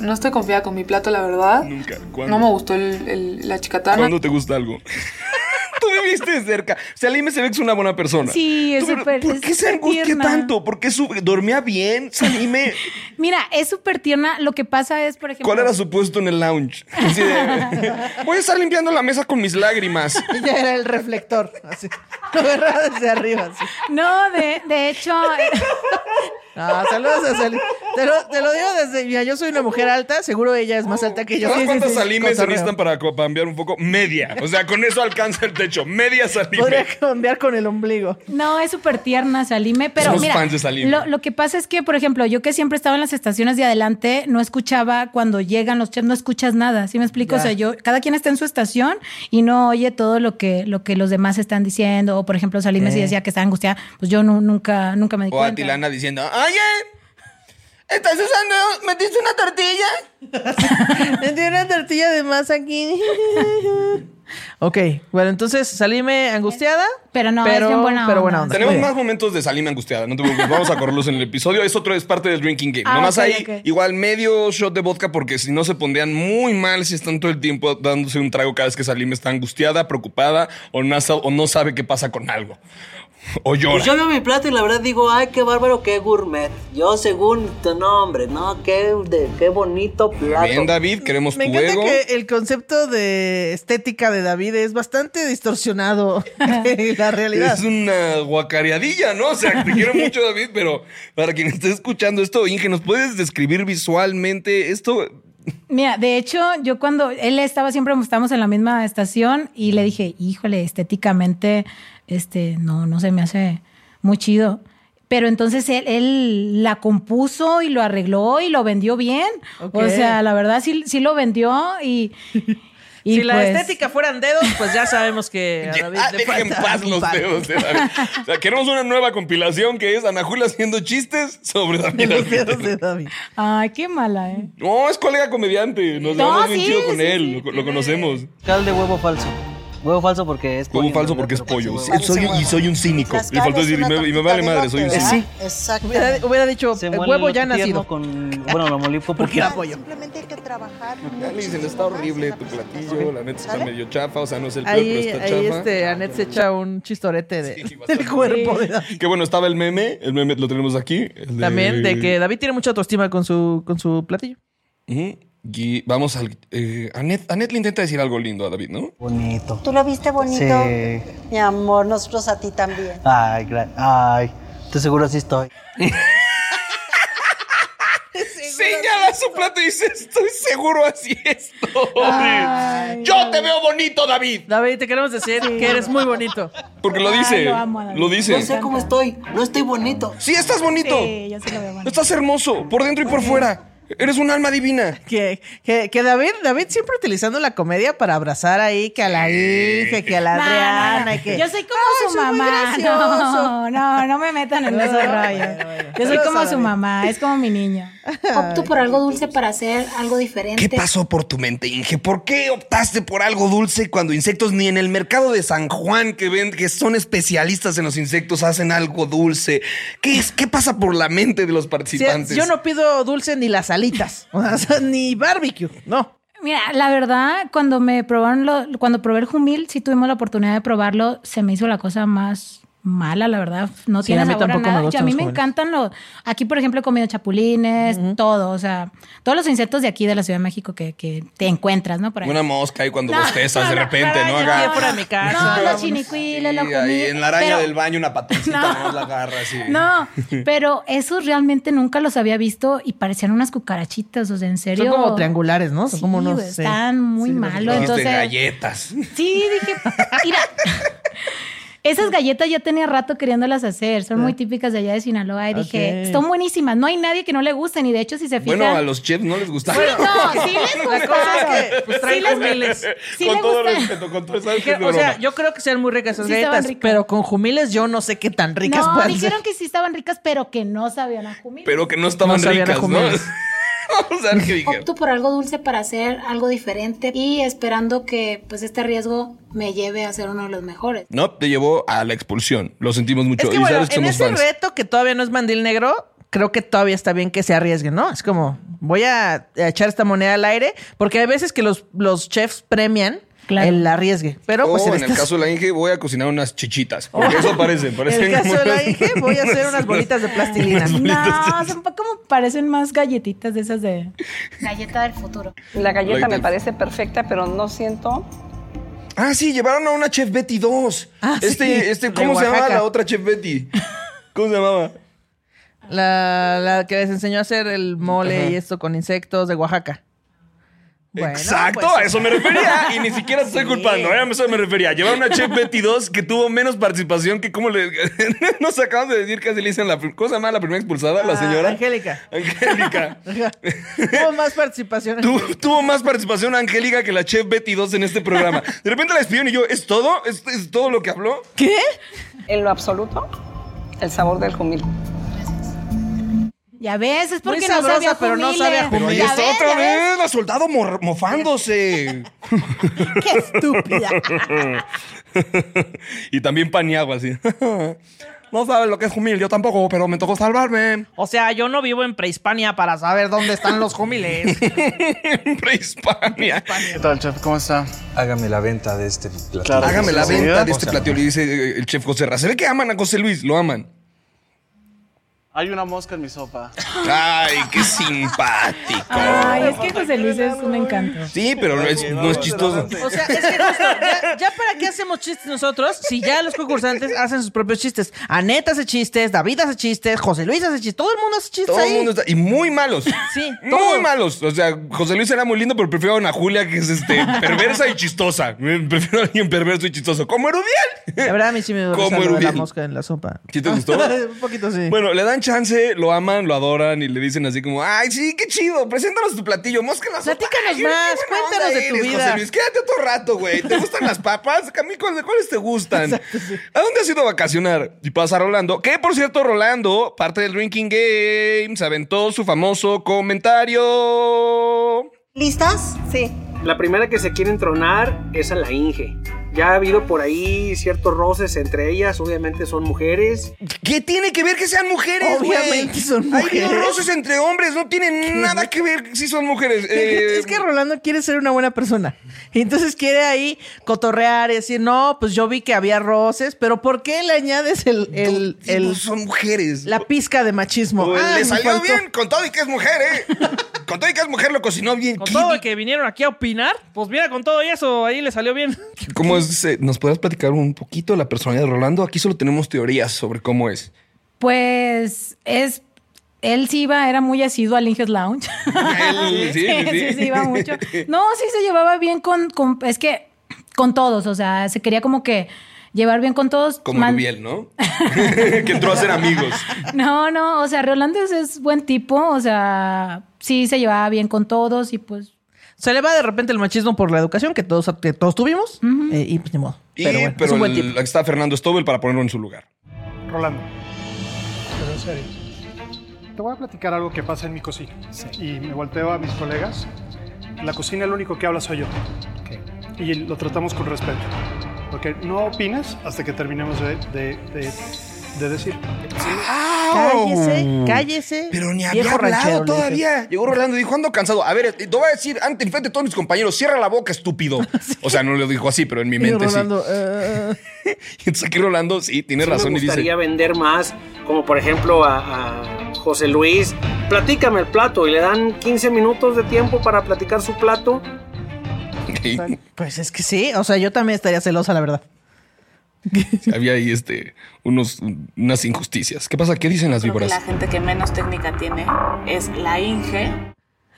Speaker 6: No estoy confiada con mi plato, la verdad.
Speaker 2: Nunca.
Speaker 6: No me gustó el- el- la chicatana.
Speaker 2: ¿Cuándo te gusta algo? [LAUGHS] Tú viviste de cerca. Salime se ve que es una buena persona.
Speaker 10: Sí, es
Speaker 2: Tú, pero
Speaker 10: súper.
Speaker 2: ¿Por
Speaker 10: es
Speaker 2: qué se
Speaker 10: súper
Speaker 2: angustia
Speaker 10: tierna.
Speaker 2: tanto? ¿Por qué su- dormía bien? Salime.
Speaker 10: [LAUGHS] Mira, es súper tierna. Lo que pasa es, por ejemplo.
Speaker 2: ¿Cuál era su puesto en el lounge? Así
Speaker 10: [LAUGHS]
Speaker 2: de, Voy a estar limpiando la mesa con mis lágrimas.
Speaker 3: Ella era el reflector, así. [LAUGHS] Lo agarraba desde arriba, así.
Speaker 10: No, de,
Speaker 2: [LAUGHS]
Speaker 10: de hecho.
Speaker 3: Ah, saludos a Salim. Te lo, te lo digo desde. Mira, yo soy una mujer alta, seguro ella es más alta que yo.
Speaker 2: ¿Sabes cuántas salimes se
Speaker 3: Cotorreo.
Speaker 2: necesitan para co- cambiar un poco? Media. O sea, con eso alcanza el techo. Media salime.
Speaker 3: Podría cambiar con
Speaker 2: [LAUGHS]
Speaker 3: el ombligo.
Speaker 10: No, es súper tierna Salime, pero
Speaker 2: Somos
Speaker 10: mira,
Speaker 2: fans de Salime.
Speaker 10: Lo, lo que pasa es que, por ejemplo, yo que siempre estaba en las estaciones de adelante, no escuchaba cuando llegan los chefs, no escuchas nada, ¿sí me explico?
Speaker 3: Ya.
Speaker 10: O sea, yo, cada quien está en su estación y no oye todo lo que, lo que los demás están diciendo, o por ejemplo, Salime si
Speaker 2: Eh.
Speaker 10: decía que estaba angustiada, pues yo nu- nunca, nunca me di
Speaker 2: O a
Speaker 10: cuenta.
Speaker 2: Tilana diciendo,
Speaker 13: Oye, ¿estás usando? ¿Metiste una tortilla?
Speaker 3: Tiene una tortilla de más aquí. Ok, bueno, entonces salíme angustiada.
Speaker 10: Pero no,
Speaker 3: pero,
Speaker 10: es bien buena
Speaker 3: pero
Speaker 10: onda.
Speaker 3: buena onda.
Speaker 2: Tenemos
Speaker 3: Muy bien.
Speaker 2: más momentos de salime angustiada, no te preocupes, vamos a correrlos en el episodio. Es otro, es parte del drinking game.
Speaker 10: Ah,
Speaker 2: Nomás
Speaker 10: ok,
Speaker 2: ahí,
Speaker 10: ok.
Speaker 2: igual medio shot de vodka, porque si no se pondrían muy mal si están todo el tiempo dándose un trago cada vez que salime está angustiada, preocupada o no, sa- o no sabe qué pasa con algo. O llora.
Speaker 20: Pues yo veo mi plato y la verdad digo, ay, qué bárbaro, qué gourmet. Yo según tu nombre, ¿no? Qué, de- qué bonito plato.
Speaker 2: Bien, David, queremos
Speaker 3: Me
Speaker 2: tu
Speaker 3: encanta
Speaker 2: ego.
Speaker 3: que el concepto de estética de David es bastante
Speaker 10: [LAUGHS]
Speaker 3: distorsionado de la realidad.
Speaker 2: Es una guacareadilla, ¿no? O sea, te quiero mucho, David, pero para quien esté escuchando esto, Inge, ¿nos puedes describir visualmente esto?
Speaker 10: Mira, de hecho, yo cuando él estaba siempre, estábamos en la misma estación y le dije, híjole, estéticamente, este, no, no se me hace muy chido. Pero entonces él, él la compuso y lo arregló y lo vendió bien.
Speaker 3: Ok.
Speaker 10: O sea, la verdad sí, sí lo vendió
Speaker 3: [LAUGHS]
Speaker 10: y... y
Speaker 3: si la
Speaker 10: pues,
Speaker 3: estética fueran dedos, pues ya sabemos que a David
Speaker 2: Ah,
Speaker 3: le
Speaker 2: deja en
Speaker 3: falta
Speaker 2: paz
Speaker 3: un
Speaker 2: los
Speaker 3: par.
Speaker 2: dedos de David. O sea, queremos una nueva compilación que es Ana Julia haciendo chistes sobre David.
Speaker 3: los
Speaker 2: Alfite.
Speaker 3: dedos de David.
Speaker 10: Ay, qué mala, ¿eh?
Speaker 2: No, es colega comediante. Nos
Speaker 10: No,
Speaker 2: llevamos bien
Speaker 10: sí,
Speaker 2: chido con
Speaker 10: sí,
Speaker 2: él. Lo, lo conocemos.
Speaker 20: Cal de huevo falso. Huevo falso porque es pollo.
Speaker 2: Huevo falso porque es pollo. Eh, Soy, y soy un cínico. Le faltó decir, y me, y me vale madre, soy un cínico.
Speaker 20: Sí.
Speaker 16: Eh,
Speaker 3: Exacto. Hubiera, hubiera dicho,
Speaker 20: Se
Speaker 3: "El
Speaker 20: muele
Speaker 3: huevo
Speaker 20: el
Speaker 3: ya
Speaker 20: otro tierno
Speaker 3: nacido.
Speaker 20: Con, bueno, pues, lo molí fue porque
Speaker 3: Porque
Speaker 20: era
Speaker 3: era pollo.
Speaker 2: [LAUGHS] Alison, está horrible tu platillo. La neta está
Speaker 3: ¿Sale?
Speaker 2: medio chafa. O sea, no es el peor, pero
Speaker 3: Ahí,
Speaker 2: está
Speaker 3: ahí
Speaker 2: chafa.
Speaker 3: este, Anet se echa un chistorete de- del cuerpo de David.
Speaker 2: Que bueno, estaba el meme. El meme lo tenemos aquí. el
Speaker 3: También de que David tiene mucha autoestima con su, con su platillo.
Speaker 2: Ujú. Y vamos al. Eh, Anet, Anet le intenta decir algo lindo a David, ¿no?
Speaker 20: Bonito.
Speaker 5: Tú lo viste bonito,
Speaker 20: Sí.
Speaker 5: mi amor, nosotros a ti también.
Speaker 20: Ay, gra- Ay, te seguro así estoy.
Speaker 2: Señala su plato y dice: Estoy seguro así estoy.
Speaker 3: Ay,
Speaker 2: Yo te veo bonito, David.
Speaker 3: David, te queremos decir que eres muy bonito.
Speaker 2: Porque lo dice.
Speaker 3: Ay, lo
Speaker 2: lo,
Speaker 3: amo a David.
Speaker 2: dice.
Speaker 3: No sé cómo
Speaker 20: estoy. No estoy bonito.
Speaker 2: Sí, estás bonito.
Speaker 10: Sí, yo sí lo veo bonito.
Speaker 2: Estás hermoso, por dentro y por fuera. Eres un alma divina.
Speaker 3: Que, que, que David, David siempre utilizando la comedia para abrazar ahí que a la hija, que a la
Speaker 10: No, no,
Speaker 3: Adriana,
Speaker 10: no.
Speaker 3: que
Speaker 10: Yo soy como
Speaker 3: "Ay,
Speaker 10: su
Speaker 3: soy muy
Speaker 10: mamá.
Speaker 3: gracioso".
Speaker 10: [LAUGHS] No, no, no me metan en esos rollos. Yo soy
Speaker 3: Saludos a
Speaker 10: como su
Speaker 3: David.
Speaker 10: mamá, es como mi niño.
Speaker 4: [LAUGHS] Opto por algo dulce para hacer algo diferente.
Speaker 2: ¿Qué pasó por tu mente, Inge? ¿Por qué optaste por algo dulce cuando insectos ni en el mercado de San Juan que ven que son especialistas en los insectos hacen algo dulce? ¿Qué es qué pasa por la mente de los
Speaker 3: Sí,
Speaker 2: participantes?
Speaker 3: [LAUGHS] yo no pido dulce ni las alitas, o sea, ni barbecue, no.
Speaker 10: Mira, la verdad, cuando me probaron lo- cuando probé el humil, sí tuvimos la oportunidad de probarlo, se me hizo la cosa más mala, la verdad. No
Speaker 3: Sí, a
Speaker 10: tiene
Speaker 3: mí
Speaker 10: sabor a
Speaker 3: tampoco me
Speaker 10: nada. Y a
Speaker 3: gustan
Speaker 10: mí
Speaker 3: los
Speaker 10: me
Speaker 3: humiles.
Speaker 10: encantan los. Aquí, por ejemplo, he comido chapulines, todo, o sea, todos los insectos de aquí de la Ciudad de México que, que te encuentras, ¿no? Por ahí.
Speaker 2: Una mosca ahí cuando
Speaker 10: No,
Speaker 2: bostezas de repente, ¿no?
Speaker 10: caray,
Speaker 2: Acá.
Speaker 10: no, fuera de mi casa. No, los chinicuiles, los
Speaker 2: Sí, ahí
Speaker 10: jumil-
Speaker 2: en la araña
Speaker 10: pero-
Speaker 2: del baño una patita,
Speaker 10: No.
Speaker 2: no. la agarra así.
Speaker 10: No, pero esos realmente nunca los había visto y parecían unas cucarachitas, o sea, en serio.
Speaker 3: Son como triangulares, ¿no? Son
Speaker 10: Sí,
Speaker 3: como unos.
Speaker 10: güey,
Speaker 3: sí. [LAUGHS]
Speaker 10: están muy malos.
Speaker 2: Dijiste
Speaker 10: Entonces,
Speaker 2: galletas.
Speaker 10: Sí, dije, mira, esas galletas ya tenía rato queriéndolas hacer. Son muy típicas de allá de Sinaloa. Y dije,
Speaker 2: Ok.
Speaker 10: están buenísimas. No hay nadie que no le gusten. Y de hecho, si se fijan.
Speaker 2: Bueno, a los chefs no les gustaba.
Speaker 10: [LAUGHS] no,
Speaker 2: [LAUGHS]
Speaker 10: sí les
Speaker 3: La
Speaker 10: gusta.
Speaker 3: cosa es que, pues, traen
Speaker 10: Sí les-
Speaker 3: humiles.
Speaker 10: sí Con le todo gusta.
Speaker 2: respeto, con todo [LAUGHS]
Speaker 3: Que, O sea, yo creo que sean muy ricas esas
Speaker 10: Sí estaban
Speaker 3: galletas,
Speaker 10: ricas.
Speaker 3: pero con jumiles yo no sé qué tan ricas pues.
Speaker 10: no,
Speaker 3: pueden
Speaker 10: dijeron
Speaker 3: ser.
Speaker 10: que sí estaban ricas, pero que no sabían a jumil.
Speaker 2: Pero que no estaban
Speaker 3: No sabían a
Speaker 2: ricas, ¿no? [LAUGHS]
Speaker 3: comer.
Speaker 2: Vamos a ver qué dijeron.
Speaker 4: Opto por algo dulce para hacer algo diferente y esperando que pues este riesgo me lleve a ser uno de los mejores.
Speaker 2: No, te llevó a la expulsión. Lo sentimos mucho.
Speaker 3: Es que
Speaker 2: y
Speaker 3: bueno,
Speaker 2: sabes que
Speaker 3: en
Speaker 2: somos
Speaker 3: ese
Speaker 2: fans.
Speaker 3: reto que todavía no es mandil negro, creo que todavía está bien que se arriesguen, ¿no? Es como, voy a a echar esta moneda al aire, porque hay veces que los, los chefs premian el arriesgue. Pero pues
Speaker 2: o Oh, en
Speaker 3: en,
Speaker 2: el caso de la Inge voy a cocinar unas chichitas. Porque eso parece.
Speaker 3: [LAUGHS]
Speaker 2: parece
Speaker 3: el caso de la Inge, voy a hacer unas
Speaker 2: bolitas
Speaker 3: de plastilina.
Speaker 2: [LAUGHS]
Speaker 10: No, son pa- como parecen más galletitas de esas de.
Speaker 5: Galleta del futuro. La galleta
Speaker 2: Galleta
Speaker 5: me
Speaker 2: del-
Speaker 5: parece perfecta, pero no siento.
Speaker 2: Ah, sí, llevaron a una Chef Betty 2.
Speaker 5: Ah,
Speaker 2: este,
Speaker 5: sí,
Speaker 2: este,
Speaker 5: de
Speaker 2: ¿cómo se
Speaker 5: Oaxaca.
Speaker 2: llamaba la otra Chef Betty? ¿Cómo se llamaba?
Speaker 3: la, la que les enseñó a hacer el mole
Speaker 2: Ajá.
Speaker 3: y esto con insectos de Oaxaca. pues,
Speaker 2: Exacto, a eso me refería. Y ni siquiera te [LAUGHS] estoy culpando, ¿eh? a eso me refería. Llevar una Chef Betty 2 que tuvo menos participación que como le. [LAUGHS] Nos acabamos de decir casi le dicen la. ¿Cómo se llama la primera expulsada? La señora.
Speaker 3: Angélica.
Speaker 2: Angélica.
Speaker 3: Tuvo más participación.
Speaker 2: Tu- tuvo más participación Angélica que la Chef Betty 2 en este programa. De repente la despidieron y yo, ¿es todo? ¿Es, es todo lo que habló?
Speaker 3: ¿Qué?
Speaker 5: En lo absoluto, el sabor del jumil.
Speaker 10: Ya ves, es
Speaker 3: Muy
Speaker 10: porque
Speaker 3: sabrosa,
Speaker 10: no sabía
Speaker 3: pero no sabe a
Speaker 2: Pero ahí
Speaker 10: Ya
Speaker 2: está
Speaker 10: ves,
Speaker 2: otra
Speaker 10: ya ves.
Speaker 2: vez, la soldado mor- [LAUGHS] mofándose.
Speaker 10: Qué estúpida.
Speaker 2: [LAUGHS] y también paniagua así. no sabes lo que es humil, yo tampoco, pero me tocó [LAUGHS] salvarme.
Speaker 3: O sea, yo no vivo en prehispania para saber dónde están los jumiles.
Speaker 2: prehispania.
Speaker 15: ¿Qué tal, chef? ¿Cómo está?
Speaker 21: Hágame la venta de este platillo.
Speaker 15: Claro pues,
Speaker 2: Hágame
Speaker 15: que
Speaker 2: la
Speaker 15: sí,
Speaker 2: venta
Speaker 15: señor.
Speaker 2: de este platillo, le dice eh, el chef José Ra. Se ve que aman a José Luis, lo aman.
Speaker 15: Hay una mosca en mi sopa.
Speaker 2: Ay, qué simpático.
Speaker 10: Ay, es que José Luis es un encanto.
Speaker 2: Sí, pero no es, no es chistoso.
Speaker 3: O sea, es que justo, ya, ya para qué hacemos chistes nosotros si ya los concursantes hacen sus propios chistes. Aneta hace chistes, David hace chistes, José Luis hace chistes, todo el mundo hace chistes
Speaker 2: Todo el
Speaker 3: ahí.
Speaker 2: mundo está- Y muy malos.
Speaker 3: Sí,
Speaker 2: Muy
Speaker 3: todo.
Speaker 2: malos. O sea, José Luis era muy lindo, pero prefiero a Ana Julia, que es este, perversa y chistosa. Prefiero a alguien perverso y chistoso. Como Erudiel.
Speaker 3: La verdad, a mí sí me
Speaker 2: Como
Speaker 3: gusta lo de la
Speaker 2: Erudiel.
Speaker 3: mosca en la sopa.
Speaker 2: ¿Sí te gustó?
Speaker 3: [LAUGHS] Un poquito sí.
Speaker 2: Bueno, le dan chance, lo aman, lo adoran y le dicen así como, ay, sí, qué chido, preséntanos tu platillo, mosca en la sopa.
Speaker 3: Platícanos
Speaker 2: Ay,
Speaker 3: más,
Speaker 2: qué buena
Speaker 3: cuéntanos
Speaker 2: onda
Speaker 3: de tu
Speaker 2: eres,
Speaker 3: vida.
Speaker 2: José Luis, quédate otro rato, güey. ¿Te gustan las papas? ¿A mí cuáles, cuáles te gustan? ¿A dónde has ido a vacacionar? Y pasa Rolando, que por cierto, Rolando, parte del Drinking Game, se aventó su famoso comentario.
Speaker 19: ¿Listas? Sí. La primera que se quiere entronar es a la Inge. Ya ha habido por ahí ciertos roces entre ellas, obviamente son mujeres.
Speaker 2: ¿Qué tiene que ver que sean mujeres, güey?
Speaker 19: Obviamente son
Speaker 2: Hay
Speaker 19: mujeres.
Speaker 2: dos roces entre hombres, no tienen nada que ver si son mujeres. Eh,
Speaker 3: Es que Rolando quiere ser una buena persona. Y entonces quiere ahí cotorrear y decir, no, pues yo vi que había roces, pero ¿por qué le añades el... el, el-
Speaker 2: pues, son mujeres.
Speaker 3: La pizca de machismo.
Speaker 2: Pues,
Speaker 3: Ah,
Speaker 2: le
Speaker 3: me
Speaker 2: salió
Speaker 3: faltó.
Speaker 2: bien con todo y que es mujer, ¿eh? con todo y que es mujer lo cocinó bien.
Speaker 3: Con todo el que vinieron aquí a opinar, pues mira, con todo y eso, ahí le salió bien.
Speaker 2: ¿Cómo es? eh, ¿Nos podrías platicar un poquito la personalidad de Rolando? Aquí solo tenemos teorías sobre cómo
Speaker 3: [LAUGHS]
Speaker 2: es.
Speaker 10: Pues es. Él sí iba, era muy asiduo al Inges Lounge. [LAUGHS]
Speaker 2: Él, sí, sí, sí.
Speaker 10: sí, iba mucho. No, sí se llevaba bien con, con- Es que con todos, o sea, se quería como que llevar bien con todos.
Speaker 2: [LAUGHS] Como
Speaker 10: Man-
Speaker 2: Rubiel, ¿no? [LAUGHS] que entró a ser amigos.
Speaker 10: [LAUGHS] No, no, o sea, Rolando es, es buen tipo, o sea, sí se llevaba bien con todos y pues.
Speaker 3: [LAUGHS] Se le va de repente el machismo por la educación que todos, que todos tuvimos. eh, y pues ni modo.
Speaker 2: Y,
Speaker 3: pero
Speaker 2: pero
Speaker 3: bueno, es un buen
Speaker 2: el-
Speaker 3: tipo.
Speaker 2: aquí está Fernando Stobel para ponerlo en su lugar.
Speaker 11: Rolando. Pero en serio. Te voy a platicar algo que pasa en mi cocina. Y me volteo a mis colegas. En la cocina el único que habla soy yo. Y lo tratamos con respeto. Porque no opinas hasta que terminemos de, de- de de decir.
Speaker 3: Cállese, cállese.
Speaker 2: Pero ni había
Speaker 3: viejo
Speaker 2: hablado
Speaker 3: ranchero, le dije.
Speaker 2: todavía. Llegó Rolando y dijo, ando cansado. A ver, te voy a decir ante, enfrente de todos mis compañeros, cierra la boca,
Speaker 3: [LAUGHS]
Speaker 2: estúpido. O sea, no lo dijo así, pero en mi
Speaker 19: Y
Speaker 2: mente
Speaker 19: Rolando,
Speaker 3: eh,
Speaker 2: sí. [LAUGHS] Entonces aquí Rolando, sí, tiene
Speaker 19: Sí
Speaker 2: razón
Speaker 19: me
Speaker 2: y dice...
Speaker 19: gustaría
Speaker 2: [LAUGHS]
Speaker 19: vender más, como por ejemplo a, a José Luis. Platícame el plato y le dan 15 minutos de tiempo para platicar su plato.
Speaker 3: Pues es que sí, o sea, yo también estaría celosa, la verdad.
Speaker 2: Sí, Había ahí este, unos, unas injusticias. ¿Qué pasa? ¿Qué dicen las
Speaker 14: Creo que
Speaker 2: víboras?
Speaker 14: la gente que menos técnica tiene es la Inge,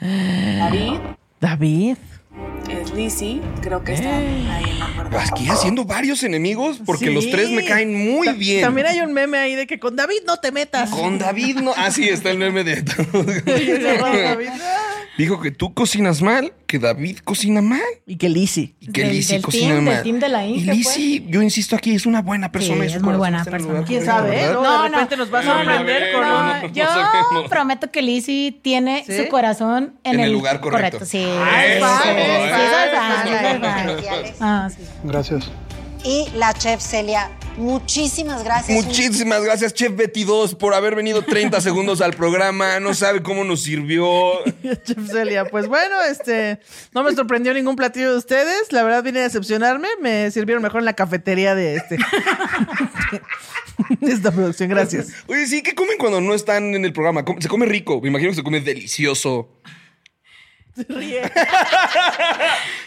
Speaker 14: David,
Speaker 3: David.
Speaker 14: es Lizzie, creo que están ahí en la puerta.
Speaker 2: Pues Aquí haciendo varios enemigos porque
Speaker 3: Sí.
Speaker 2: los tres me caen muy
Speaker 3: Ta-
Speaker 2: bien.
Speaker 3: También hay un meme ahí de que con David no te metas. [LAUGHS]
Speaker 2: Con David no. Ah, sí, está el meme de
Speaker 3: [LAUGHS]
Speaker 10: [LAUGHS]
Speaker 3: David.
Speaker 2: Dijo que tú cocinas mal, que David cocina mal.
Speaker 3: Y que Lizzie.
Speaker 2: Y que
Speaker 10: Del-
Speaker 2: Lizzie
Speaker 10: del
Speaker 2: cocina
Speaker 10: team, del
Speaker 2: mal.
Speaker 10: team de la
Speaker 2: Y
Speaker 10: Inge, pues.
Speaker 2: Lizzie, yo insisto aquí, es una buena persona.
Speaker 10: Sí,
Speaker 2: y su
Speaker 10: es muy
Speaker 2: corazón
Speaker 10: buena
Speaker 2: está en el
Speaker 10: persona.
Speaker 2: lugar
Speaker 10: ¿Quién
Speaker 2: correcto,
Speaker 10: sabe, eh?
Speaker 2: ¿verdad?
Speaker 10: no? De repente
Speaker 3: nos
Speaker 10: va a
Speaker 2: No, no,
Speaker 10: sorprender
Speaker 2: no,
Speaker 10: con
Speaker 2: no,
Speaker 10: un-
Speaker 2: no, no
Speaker 10: [LAUGHS] Yo
Speaker 2: sabemos.
Speaker 10: prometo que Lizzie tiene su corazón en,
Speaker 2: En el lugar correcto.
Speaker 10: sí.
Speaker 2: Ah,
Speaker 10: Es
Speaker 2: eso,
Speaker 10: fan, es
Speaker 2: eso,
Speaker 10: fan,
Speaker 2: eso.
Speaker 10: es
Speaker 2: [LAUGHS]
Speaker 10: fan. Ah, sí.
Speaker 11: Gracias.
Speaker 5: Y la chef Celia, muchísimas gracias.
Speaker 2: Muchísimas gracias, Chef Betty 2, por haber venido 30 segundos al programa. No sabe cómo nos sirvió.
Speaker 3: [LAUGHS] Chef Celia, pues bueno, este, no me sorprendió ningún platillo de ustedes. La verdad vine a decepcionarme. Me sirvieron mejor en la cafetería de este. [LAUGHS] de esta producción, gracias.
Speaker 2: [LAUGHS] Oye, sí, ¿qué comen cuando no están en el programa? Com- Se come rico. Me imagino que se come delicioso.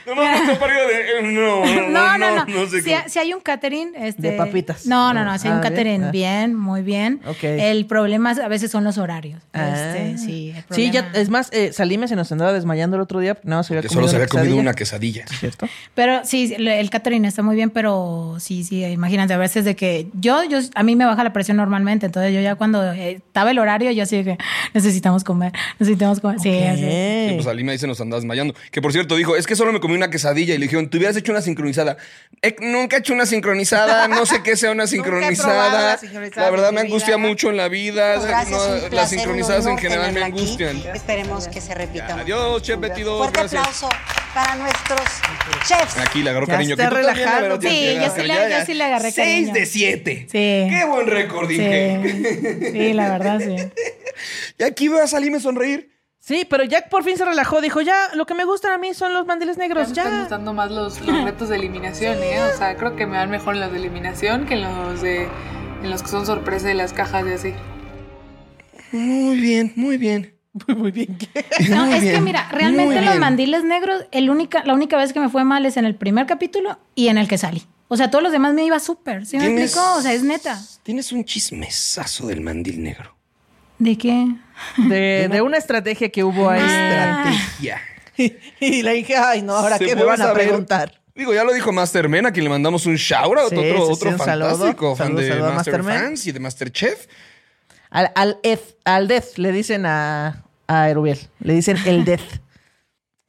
Speaker 2: No, no, no, para arriba de- eh,
Speaker 5: [LAUGHS]
Speaker 2: no, no,
Speaker 10: No, no, no.
Speaker 2: no sé
Speaker 10: si,
Speaker 2: cómo.
Speaker 10: si hay un catering. Este,
Speaker 2: De papitas.
Speaker 10: No, no, no. Si hay un
Speaker 2: Ah, bien,
Speaker 10: catering,
Speaker 2: ah.
Speaker 10: bien, muy bien.
Speaker 3: Ok.
Speaker 10: El problema a veces son los horarios.
Speaker 3: Ah.
Speaker 10: Este, sí, el
Speaker 3: Sí,
Speaker 10: problema.
Speaker 3: ya, es más, eh, Salime se nos andaba desmayando el otro día. No, se había
Speaker 2: Solo se había comido
Speaker 3: quesadilla.
Speaker 2: una quesadilla.
Speaker 3: ¿Cierto?
Speaker 10: Pero sí, le- el catering está muy bien, pero sí, sí, imagínate, a veces de que yo, yo, a mí me baja la presión normalmente, entonces yo ya cuando eh, estaba el horario, yo así de que "Ah, necesitamos comer, necesitamos comer. Sí, así.
Speaker 2: Sí, pues Alima dice, nos andas desmayando. Que por cierto dijo, es que solo me comí una quesadilla. Y le dijeron, te hubieras hecho una sincronizada. "Eh, nunca he hecho una sincronizada, no sé qué
Speaker 5: [LAUGHS]
Speaker 2: sea una
Speaker 5: probado
Speaker 2: sincronizada.
Speaker 5: la sincronizada
Speaker 2: La verdad
Speaker 5: en
Speaker 2: me
Speaker 5: mi vida.
Speaker 2: angustia mucho en la vida.
Speaker 5: Pues gracias,
Speaker 2: No,
Speaker 5: un
Speaker 2: las
Speaker 5: placer, un
Speaker 2: sincronizadas en
Speaker 5: honor
Speaker 2: general me
Speaker 5: tenerla aquí.
Speaker 2: angustian.
Speaker 5: Esperemos que se repita. más.
Speaker 2: Adiós, Chef 22.
Speaker 5: Fuerte
Speaker 2: Gracias.
Speaker 5: aplauso para nuestros chefs.
Speaker 2: Aquí le agarró
Speaker 10: Ya
Speaker 2: cariño.
Speaker 10: está
Speaker 2: que tú también, la
Speaker 10: relajando.
Speaker 2: verdad, tienes
Speaker 10: Sí,
Speaker 2: que
Speaker 10: yo
Speaker 2: agarrar
Speaker 10: sí le-
Speaker 2: cariño.
Speaker 10: yo sí le agarré
Speaker 2: Seis
Speaker 10: cariño.
Speaker 2: de siete.
Speaker 10: Sí.
Speaker 2: Qué buen récord, Inge.
Speaker 10: Sí. Sí, la verdad, sí.
Speaker 2: [LAUGHS] Y aquí veo a Salime sonreír.
Speaker 3: Sí, pero Jack por fin se relajó. Dijo, ya, lo que me gustan a mí son los mandiles negros.
Speaker 6: Me están
Speaker 3: Ya.
Speaker 6: gustando más los, los retos de eliminación, ¿eh? O sea, creo que me van mejor en los de eliminación que en los de. En los que son sorpresa de las cajas y así.
Speaker 2: Muy bien, muy bien.
Speaker 3: [LAUGHS] Muy bien.
Speaker 10: No,
Speaker 2: Muy
Speaker 10: es que
Speaker 2: bien,
Speaker 10: mira,
Speaker 2: muy
Speaker 10: realmente los
Speaker 2: bien.
Speaker 10: mandiles negros, el única, la única vez que me fue mal es en el primer capítulo y en el que salí. O sea, todos los demás me iba súper, ¿sí me
Speaker 2: Tienes-
Speaker 10: explico? O sea, es neta.
Speaker 2: Tienes un chismesazo del mandil negro.
Speaker 10: ¿De qué?
Speaker 3: De, de una estrategia que hubo ahí.
Speaker 10: Ah.
Speaker 2: Ya.
Speaker 3: [LAUGHS] Y le dije, ay, no, ahora
Speaker 2: ¿Se
Speaker 3: qué me
Speaker 2: puede
Speaker 3: van a
Speaker 2: saber?
Speaker 3: preguntar.
Speaker 2: Digo, ya lo dijo Master Men, a quien le mandamos un shout out,
Speaker 3: Sí,
Speaker 2: otro,
Speaker 3: sí,
Speaker 2: otro
Speaker 3: sí, un saludo.
Speaker 2: fantástico fan
Speaker 3: Saludo,
Speaker 2: de
Speaker 3: saludo a
Speaker 2: Master,
Speaker 3: Master Men.
Speaker 2: Fans y de Masterchef.
Speaker 3: Al, al, Ef- al Death le dicen a, a Erubiel. Le dicen el
Speaker 10: [LAUGHS]
Speaker 3: Death.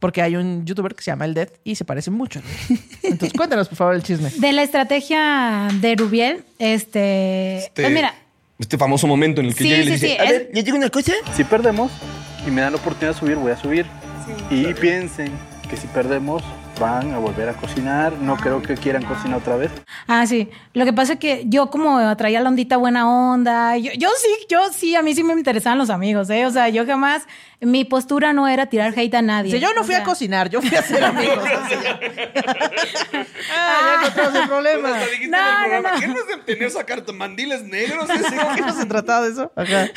Speaker 3: Porque hay un youtuber que se llama el Death y se parece mucho. ¿no? Entonces, cuéntanos, por favor,
Speaker 2: [LAUGHS]
Speaker 3: el chisme.
Speaker 10: De la estrategia de Rubiel, este, pues mira,
Speaker 2: Este famoso momento en el que
Speaker 10: Sí,
Speaker 2: llega y le dice,
Speaker 10: sí, sí,
Speaker 2: a
Speaker 10: es-
Speaker 2: ver, ¿le digo una cosa?
Speaker 15: Si perdemos y me dan la oportunidad de subir, voy a subir. y piensen que si perdemos, van a volver a cocinar. No creo que quieran cocinar otra vez.
Speaker 10: Ah, sí. Lo que pasa es que yo como traía la ondita buena onda, yo, yo sí, yo sí, a mí sí me interesaban los amigos, ¿eh? O sea, yo jamás, mi postura no era tirar hate a nadie.
Speaker 3: Si yo no
Speaker 10: O
Speaker 3: fui a
Speaker 10: sea,
Speaker 3: cocinar, yo fui a hacer
Speaker 10: [LAUGHS]
Speaker 3: amigos. ah, ya encontramos el problema.
Speaker 2: No, no, no. ¿Qué no es de tener sacar mandiles negros?
Speaker 3: ¿Qué no se trataba de eso? Ajá.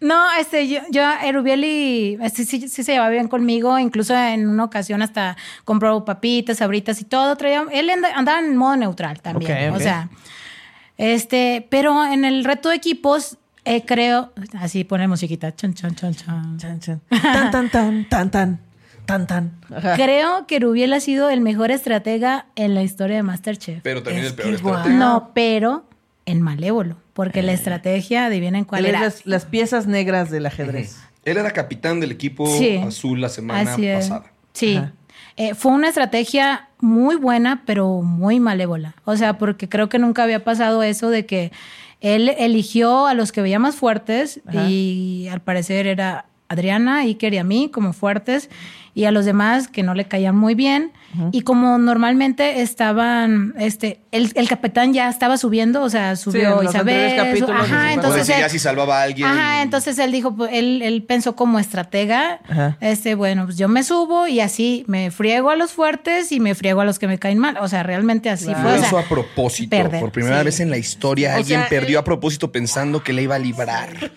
Speaker 10: No, este, yo, yo a Erubieli este, sí, sí se llevaba bien conmigo, incluso en una ocasión hasta compró papitas, sabritas y todo. Traía, él anda- andaba en modo neutral también.
Speaker 1: Ok, ok.
Speaker 10: O sea, este, pero en el reto de equipos, eh, creo, así pone musiquita, chon, chon, chon, chon.
Speaker 3: Tan, tan, tan, tan, tan, tan, tan. Ajá.
Speaker 10: Creo que Rubiel ha sido el mejor estratega en la historia de Masterchef.
Speaker 2: Pero también el peor
Speaker 3: guau.
Speaker 2: estratega.
Speaker 10: No, pero en malévolo, porque la estrategia, adivinen cuál
Speaker 3: Eh. Él es
Speaker 10: era.
Speaker 3: las, las piezas negras del ajedrez.
Speaker 2: Él era capitán del equipo
Speaker 10: Sí.
Speaker 2: azul la semana
Speaker 10: Así es.
Speaker 2: pasada.
Speaker 10: Sí. Eh, fue una estrategia muy buena, pero muy malévola. O sea, porque creo que nunca había pasado eso de que él eligió a los que veía más fuertes
Speaker 1: Ajá.
Speaker 10: y al parecer era Adriana, Iker y a mí como fuertes y a los demás que no le caían muy bien. Y como normalmente estaban, este, el, el capitán ya estaba subiendo, o sea, subió
Speaker 3: en los
Speaker 10: Isabel.
Speaker 3: anteriores
Speaker 10: su-
Speaker 3: capítulos
Speaker 10: ajá,
Speaker 3: de-
Speaker 10: entonces
Speaker 2: o decía
Speaker 10: él-
Speaker 2: si salvaba a alguien.
Speaker 10: Ajá, entonces él dijo, pues, él, él pensó como estratega,
Speaker 2: Ajá.
Speaker 10: este, bueno, pues yo me subo y así me friego a los fuertes y me friego a los que me caen mal. O sea, realmente así
Speaker 2: Lo
Speaker 10: fue. o sea,
Speaker 2: hizo a propósito.
Speaker 10: perder,
Speaker 2: Por primera
Speaker 10: sí.
Speaker 2: vez en la historia,
Speaker 10: O
Speaker 2: alguien
Speaker 10: sea, eh,
Speaker 2: perdió a propósito pensando que le iba a
Speaker 10: [LAUGHS]
Speaker 2: librar.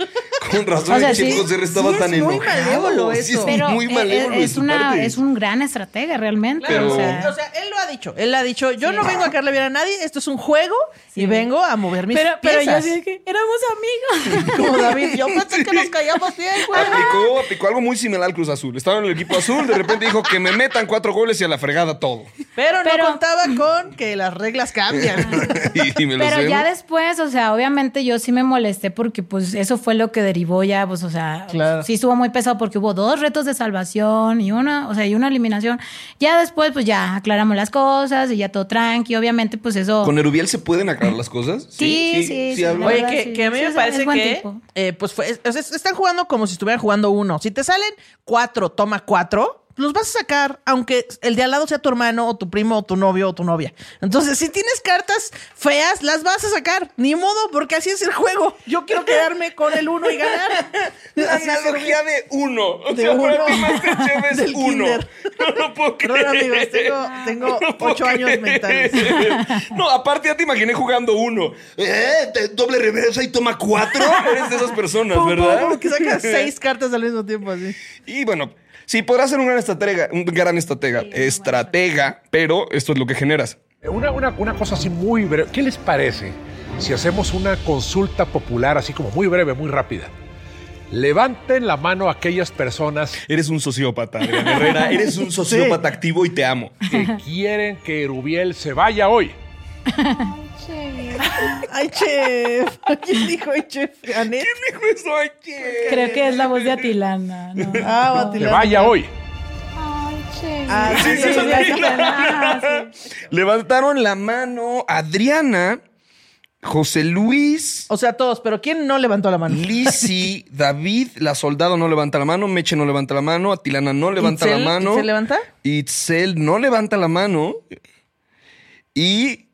Speaker 2: Con razón,
Speaker 10: O sea,
Speaker 2: el chico
Speaker 10: sí.
Speaker 2: se estaba
Speaker 10: Sí, es
Speaker 2: tan
Speaker 10: muy
Speaker 2: enojado.
Speaker 3: malévolo
Speaker 2: Sí, es
Speaker 3: eso.
Speaker 10: pero
Speaker 2: muy
Speaker 10: es-
Speaker 2: malévolo de
Speaker 10: es,
Speaker 2: su
Speaker 10: una,
Speaker 2: parte.
Speaker 10: es un gran estratega realmente.
Speaker 2: Pero-
Speaker 10: o sea.
Speaker 3: O sea, él lo ha dicho. Él ha dicho, yo no vengo a caerle bien a nadie, esto es un juego y vengo a mover mis
Speaker 10: Pero- pero yo
Speaker 3: piezas.
Speaker 10: así de
Speaker 3: que
Speaker 10: [LAUGHS] éramos amigos.
Speaker 3: Como David, yo pensé que nos callamos bien,
Speaker 10: [LAUGHS]
Speaker 3: güey.
Speaker 2: Aplicó, aplicó algo muy similar al Cruz Azul. Estaba en el equipo azul, de repente dijo que me metan cuatro goles y a la fregada todo. [LAUGHS]
Speaker 3: Pero no contaba con que las reglas
Speaker 10: [LAUGHS]
Speaker 3: cambian.
Speaker 2: Y, y me lo
Speaker 10: Pero
Speaker 2: sé.
Speaker 10: ya después, o sea, obviamente yo sí me molesté porque pues eso fue lo que derivó ya, pues, o sea,
Speaker 3: Claro.
Speaker 10: sí estuvo muy pesado porque hubo dos retos de salvación y una, o sea, y una eliminación. Ya después, pues ya aclaramos las cosas y ya todo tranqui, obviamente, pues eso.
Speaker 2: ¿Con Erubiel se pueden aclarar las cosas?
Speaker 10: Sí, sí, sí,
Speaker 2: hablo.
Speaker 10: la
Speaker 3: Oye,
Speaker 10: verdad,
Speaker 3: que,
Speaker 10: sí.
Speaker 3: que a mí
Speaker 10: Sí,
Speaker 3: me
Speaker 10: o sea,
Speaker 3: parece
Speaker 10: es buen
Speaker 3: que
Speaker 10: tipo.
Speaker 3: eh, pues fue- es- o sea, están jugando como si estuvieran jugando uno. Si te salen cuatro, toma cuatro, los vas a sacar, aunque el de al lado sea tu hermano o tu primo o tu novio o tu novia. Entonces, si tienes cartas feas, las vas a sacar. Ni modo, porque así es el juego. Yo quiero quedarme con el uno y ganar. [LAUGHS]
Speaker 2: La
Speaker 3: Así es el
Speaker 2: analogía de uno. O
Speaker 3: De
Speaker 2: sea, para
Speaker 3: uno.
Speaker 2: ti Masterchef
Speaker 3: [LAUGHS]
Speaker 2: es
Speaker 3: Del
Speaker 2: uno.
Speaker 3: kinder.
Speaker 2: [LAUGHS] No lo puedo creer.
Speaker 3: Perdón, amigos, tengo, tengo ocho años mentales.
Speaker 2: [LAUGHS] No, aparte ya te imaginé jugando uno. ¿Eh? Te- Doble reversa y toma cuatro. Eres de esas personas,
Speaker 3: Pum, pum,
Speaker 2: ¿verdad?
Speaker 3: pum, que [LAUGHS] sacas seis cartas al mismo tiempo, así.
Speaker 2: [LAUGHS] Y bueno, sí, podrás ser un gran estratega, un gran estratega, estratega, pero esto es lo que generas.
Speaker 17: Una, una, una cosa así muy breve. ¿Qué les parece si hacemos una consulta popular así como muy breve, muy rápida? Levanten la mano aquellas personas.
Speaker 2: Eres un sociópata, Adrián Herrera. Eres un sociópata activo y te amo.
Speaker 17: Que quieren que Erubiel se vaya hoy.
Speaker 3: Ay, chef. [LAUGHS] ¿Quién dijo ay, chef? ¿Anet? ¿Quién
Speaker 2: [LAUGHS] dijo eso? Ay, chef.
Speaker 10: Creo que es la voz de Atilana. ¿no?
Speaker 3: Ah,
Speaker 17: Que vaya hoy.
Speaker 3: Ah, sí,
Speaker 2: Sí, sí,
Speaker 3: sí, sí,
Speaker 2: sí.
Speaker 3: sí. Ajá,
Speaker 2: Levantaron la mano Adriana, José Luis.
Speaker 3: O sea, todos, pero ¿quién no levantó la mano?
Speaker 2: Lisi, David, la soldado no levanta la mano, Meche no levanta la mano, Atilana no levanta
Speaker 3: ¿Itzel?
Speaker 2: la mano.
Speaker 3: ¿Itzel levanta?
Speaker 2: Itzel no levanta la mano. Y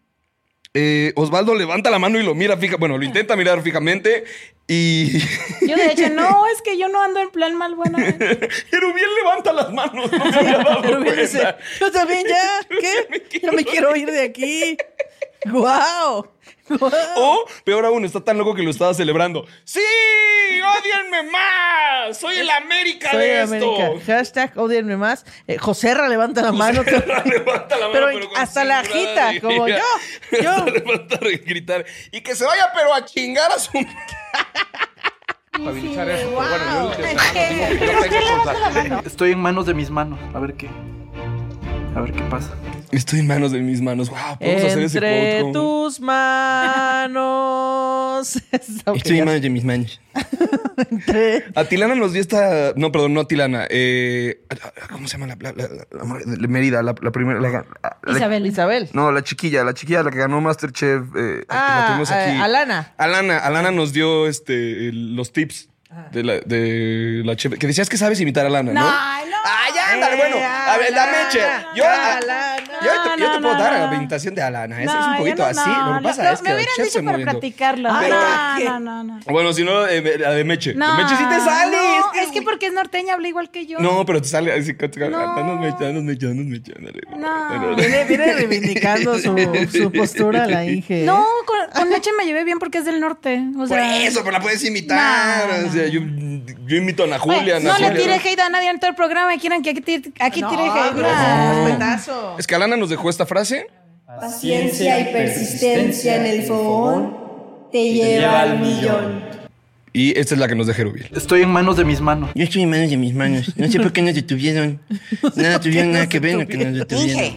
Speaker 2: eh, Osvaldo levanta la mano y lo mira fija. Bueno, lo intenta mirar fijamente. Y.
Speaker 10: Yo
Speaker 2: [LAUGHS]
Speaker 10: de hecho, no, es que yo no ando en plan mal bueno.
Speaker 2: Pero bien levanta las manos, no se había dado
Speaker 3: [LAUGHS] Pero bien dice,
Speaker 2: cuenta.
Speaker 3: yo también [LAUGHS] ya, ¿qué? Yo me quiero ir de aquí. ¡Guau!
Speaker 2: O, peor aún, está tan loco que lo estaba celebrando. ¡Sí! ¡Odienme más! ¡Soy el América
Speaker 3: Soy
Speaker 2: de
Speaker 3: de
Speaker 2: esto!
Speaker 3: América. Hashtag odienme más. Eh, Joserra levanta la mano.
Speaker 2: [LAUGHS]
Speaker 3: [LAUGHS]
Speaker 2: Levanta la mano,
Speaker 3: Pero
Speaker 2: pero,
Speaker 3: en-
Speaker 2: con
Speaker 3: hasta la
Speaker 2: singular
Speaker 3: agita,
Speaker 2: alegría. [LAUGHS]
Speaker 3: como yo, yo.
Speaker 2: Hasta levantar y gritar. Y que se vaya, pero a chingar a su.
Speaker 17: [LAUGHS] Estabilizar eso.
Speaker 2: wow.
Speaker 17: Pero bueno, yo lo que
Speaker 2: Es
Speaker 17: tengo-
Speaker 2: que-
Speaker 17: yo tengo contacto.
Speaker 15: Estoy en manos de mis manos. A ver qué. A ver qué pasa.
Speaker 2: Estoy en manos de mis manos. Wow, podemos hacer ese
Speaker 3: Entre
Speaker 2: podcast.
Speaker 3: tus manos. [LAUGHS] Está ok,
Speaker 2: Estoy
Speaker 3: ya.
Speaker 2: en manos de mis manos. Atilana nos dio esta. No, perdón, no Atilana. Eh, ¿Cómo se llama la, la, la- la- la- Mérida? La, la primera. la- la-
Speaker 3: Isabel. Isabel.
Speaker 2: no, la chiquilla, la chiquilla, la que ganó Masterchef. eh, la
Speaker 3: Ah,
Speaker 2: tuvimos
Speaker 3: eh,
Speaker 2: aquí.
Speaker 3: Alana.
Speaker 2: Alana, Alana nos dio este, el- los tips
Speaker 10: Ah.
Speaker 2: de la, de la chef. Que decías que sabes imitar a Alana, ¿no?
Speaker 3: ¡Ay,
Speaker 10: Eh,
Speaker 2: ándale, bueno, a ver, dame, che. Yo- Yo, te, yo te puedo dar la pintación de Alana. Es,
Speaker 10: No,
Speaker 2: es un
Speaker 10: yo
Speaker 2: poquito
Speaker 10: no,
Speaker 2: así.
Speaker 10: no,
Speaker 2: lo que pasa
Speaker 10: no,
Speaker 2: es que
Speaker 10: me
Speaker 2: el
Speaker 10: hubieran
Speaker 2: chef
Speaker 10: dicho
Speaker 2: se
Speaker 10: para
Speaker 2: moviendo.
Speaker 10: practicarlo.
Speaker 2: Ay,
Speaker 10: no, no, no, no.
Speaker 2: Bueno, si no, eh, la de Meche. De
Speaker 10: No,
Speaker 2: Meche sí te sale.
Speaker 10: no,
Speaker 2: este
Speaker 10: es que porque es norteña, habla igual que yo.
Speaker 2: No, pero te sale así.
Speaker 10: No.
Speaker 2: Danos mecha, danos mecha, danos mecha. ándale.
Speaker 10: No.
Speaker 3: Viene, [LAUGHS] viene reivindicando su, su postura la Inge. ¿eh?
Speaker 10: No, con, con leche me llevé bien porque es del norte. O
Speaker 2: Por
Speaker 10: sea,
Speaker 2: eso, pero la puedes imitar. o sea, yo, yo imito a Ana
Speaker 10: Oye,
Speaker 2: Julia. Ana
Speaker 10: Pues, no le
Speaker 2: Julia.
Speaker 10: tire hate a nadie en todo el programa. y Quieren que aquí tire, aquí
Speaker 3: No,
Speaker 10: tire hate.
Speaker 3: no,
Speaker 10: No.
Speaker 3: respetazo.
Speaker 2: Es que Alana nos dejó esta frase.
Speaker 1: Paciencia y persistencia en el fogón te lleva al millón.
Speaker 2: Y esta es la que nos dejó Rubiel.
Speaker 15: Estoy en manos de mis manos.
Speaker 13: Yo estoy en manos de mis manos. No sé por qué nos detuvieron. Nada tuvieron nada que ver en lo que nos detuvieron.
Speaker 1: Inge,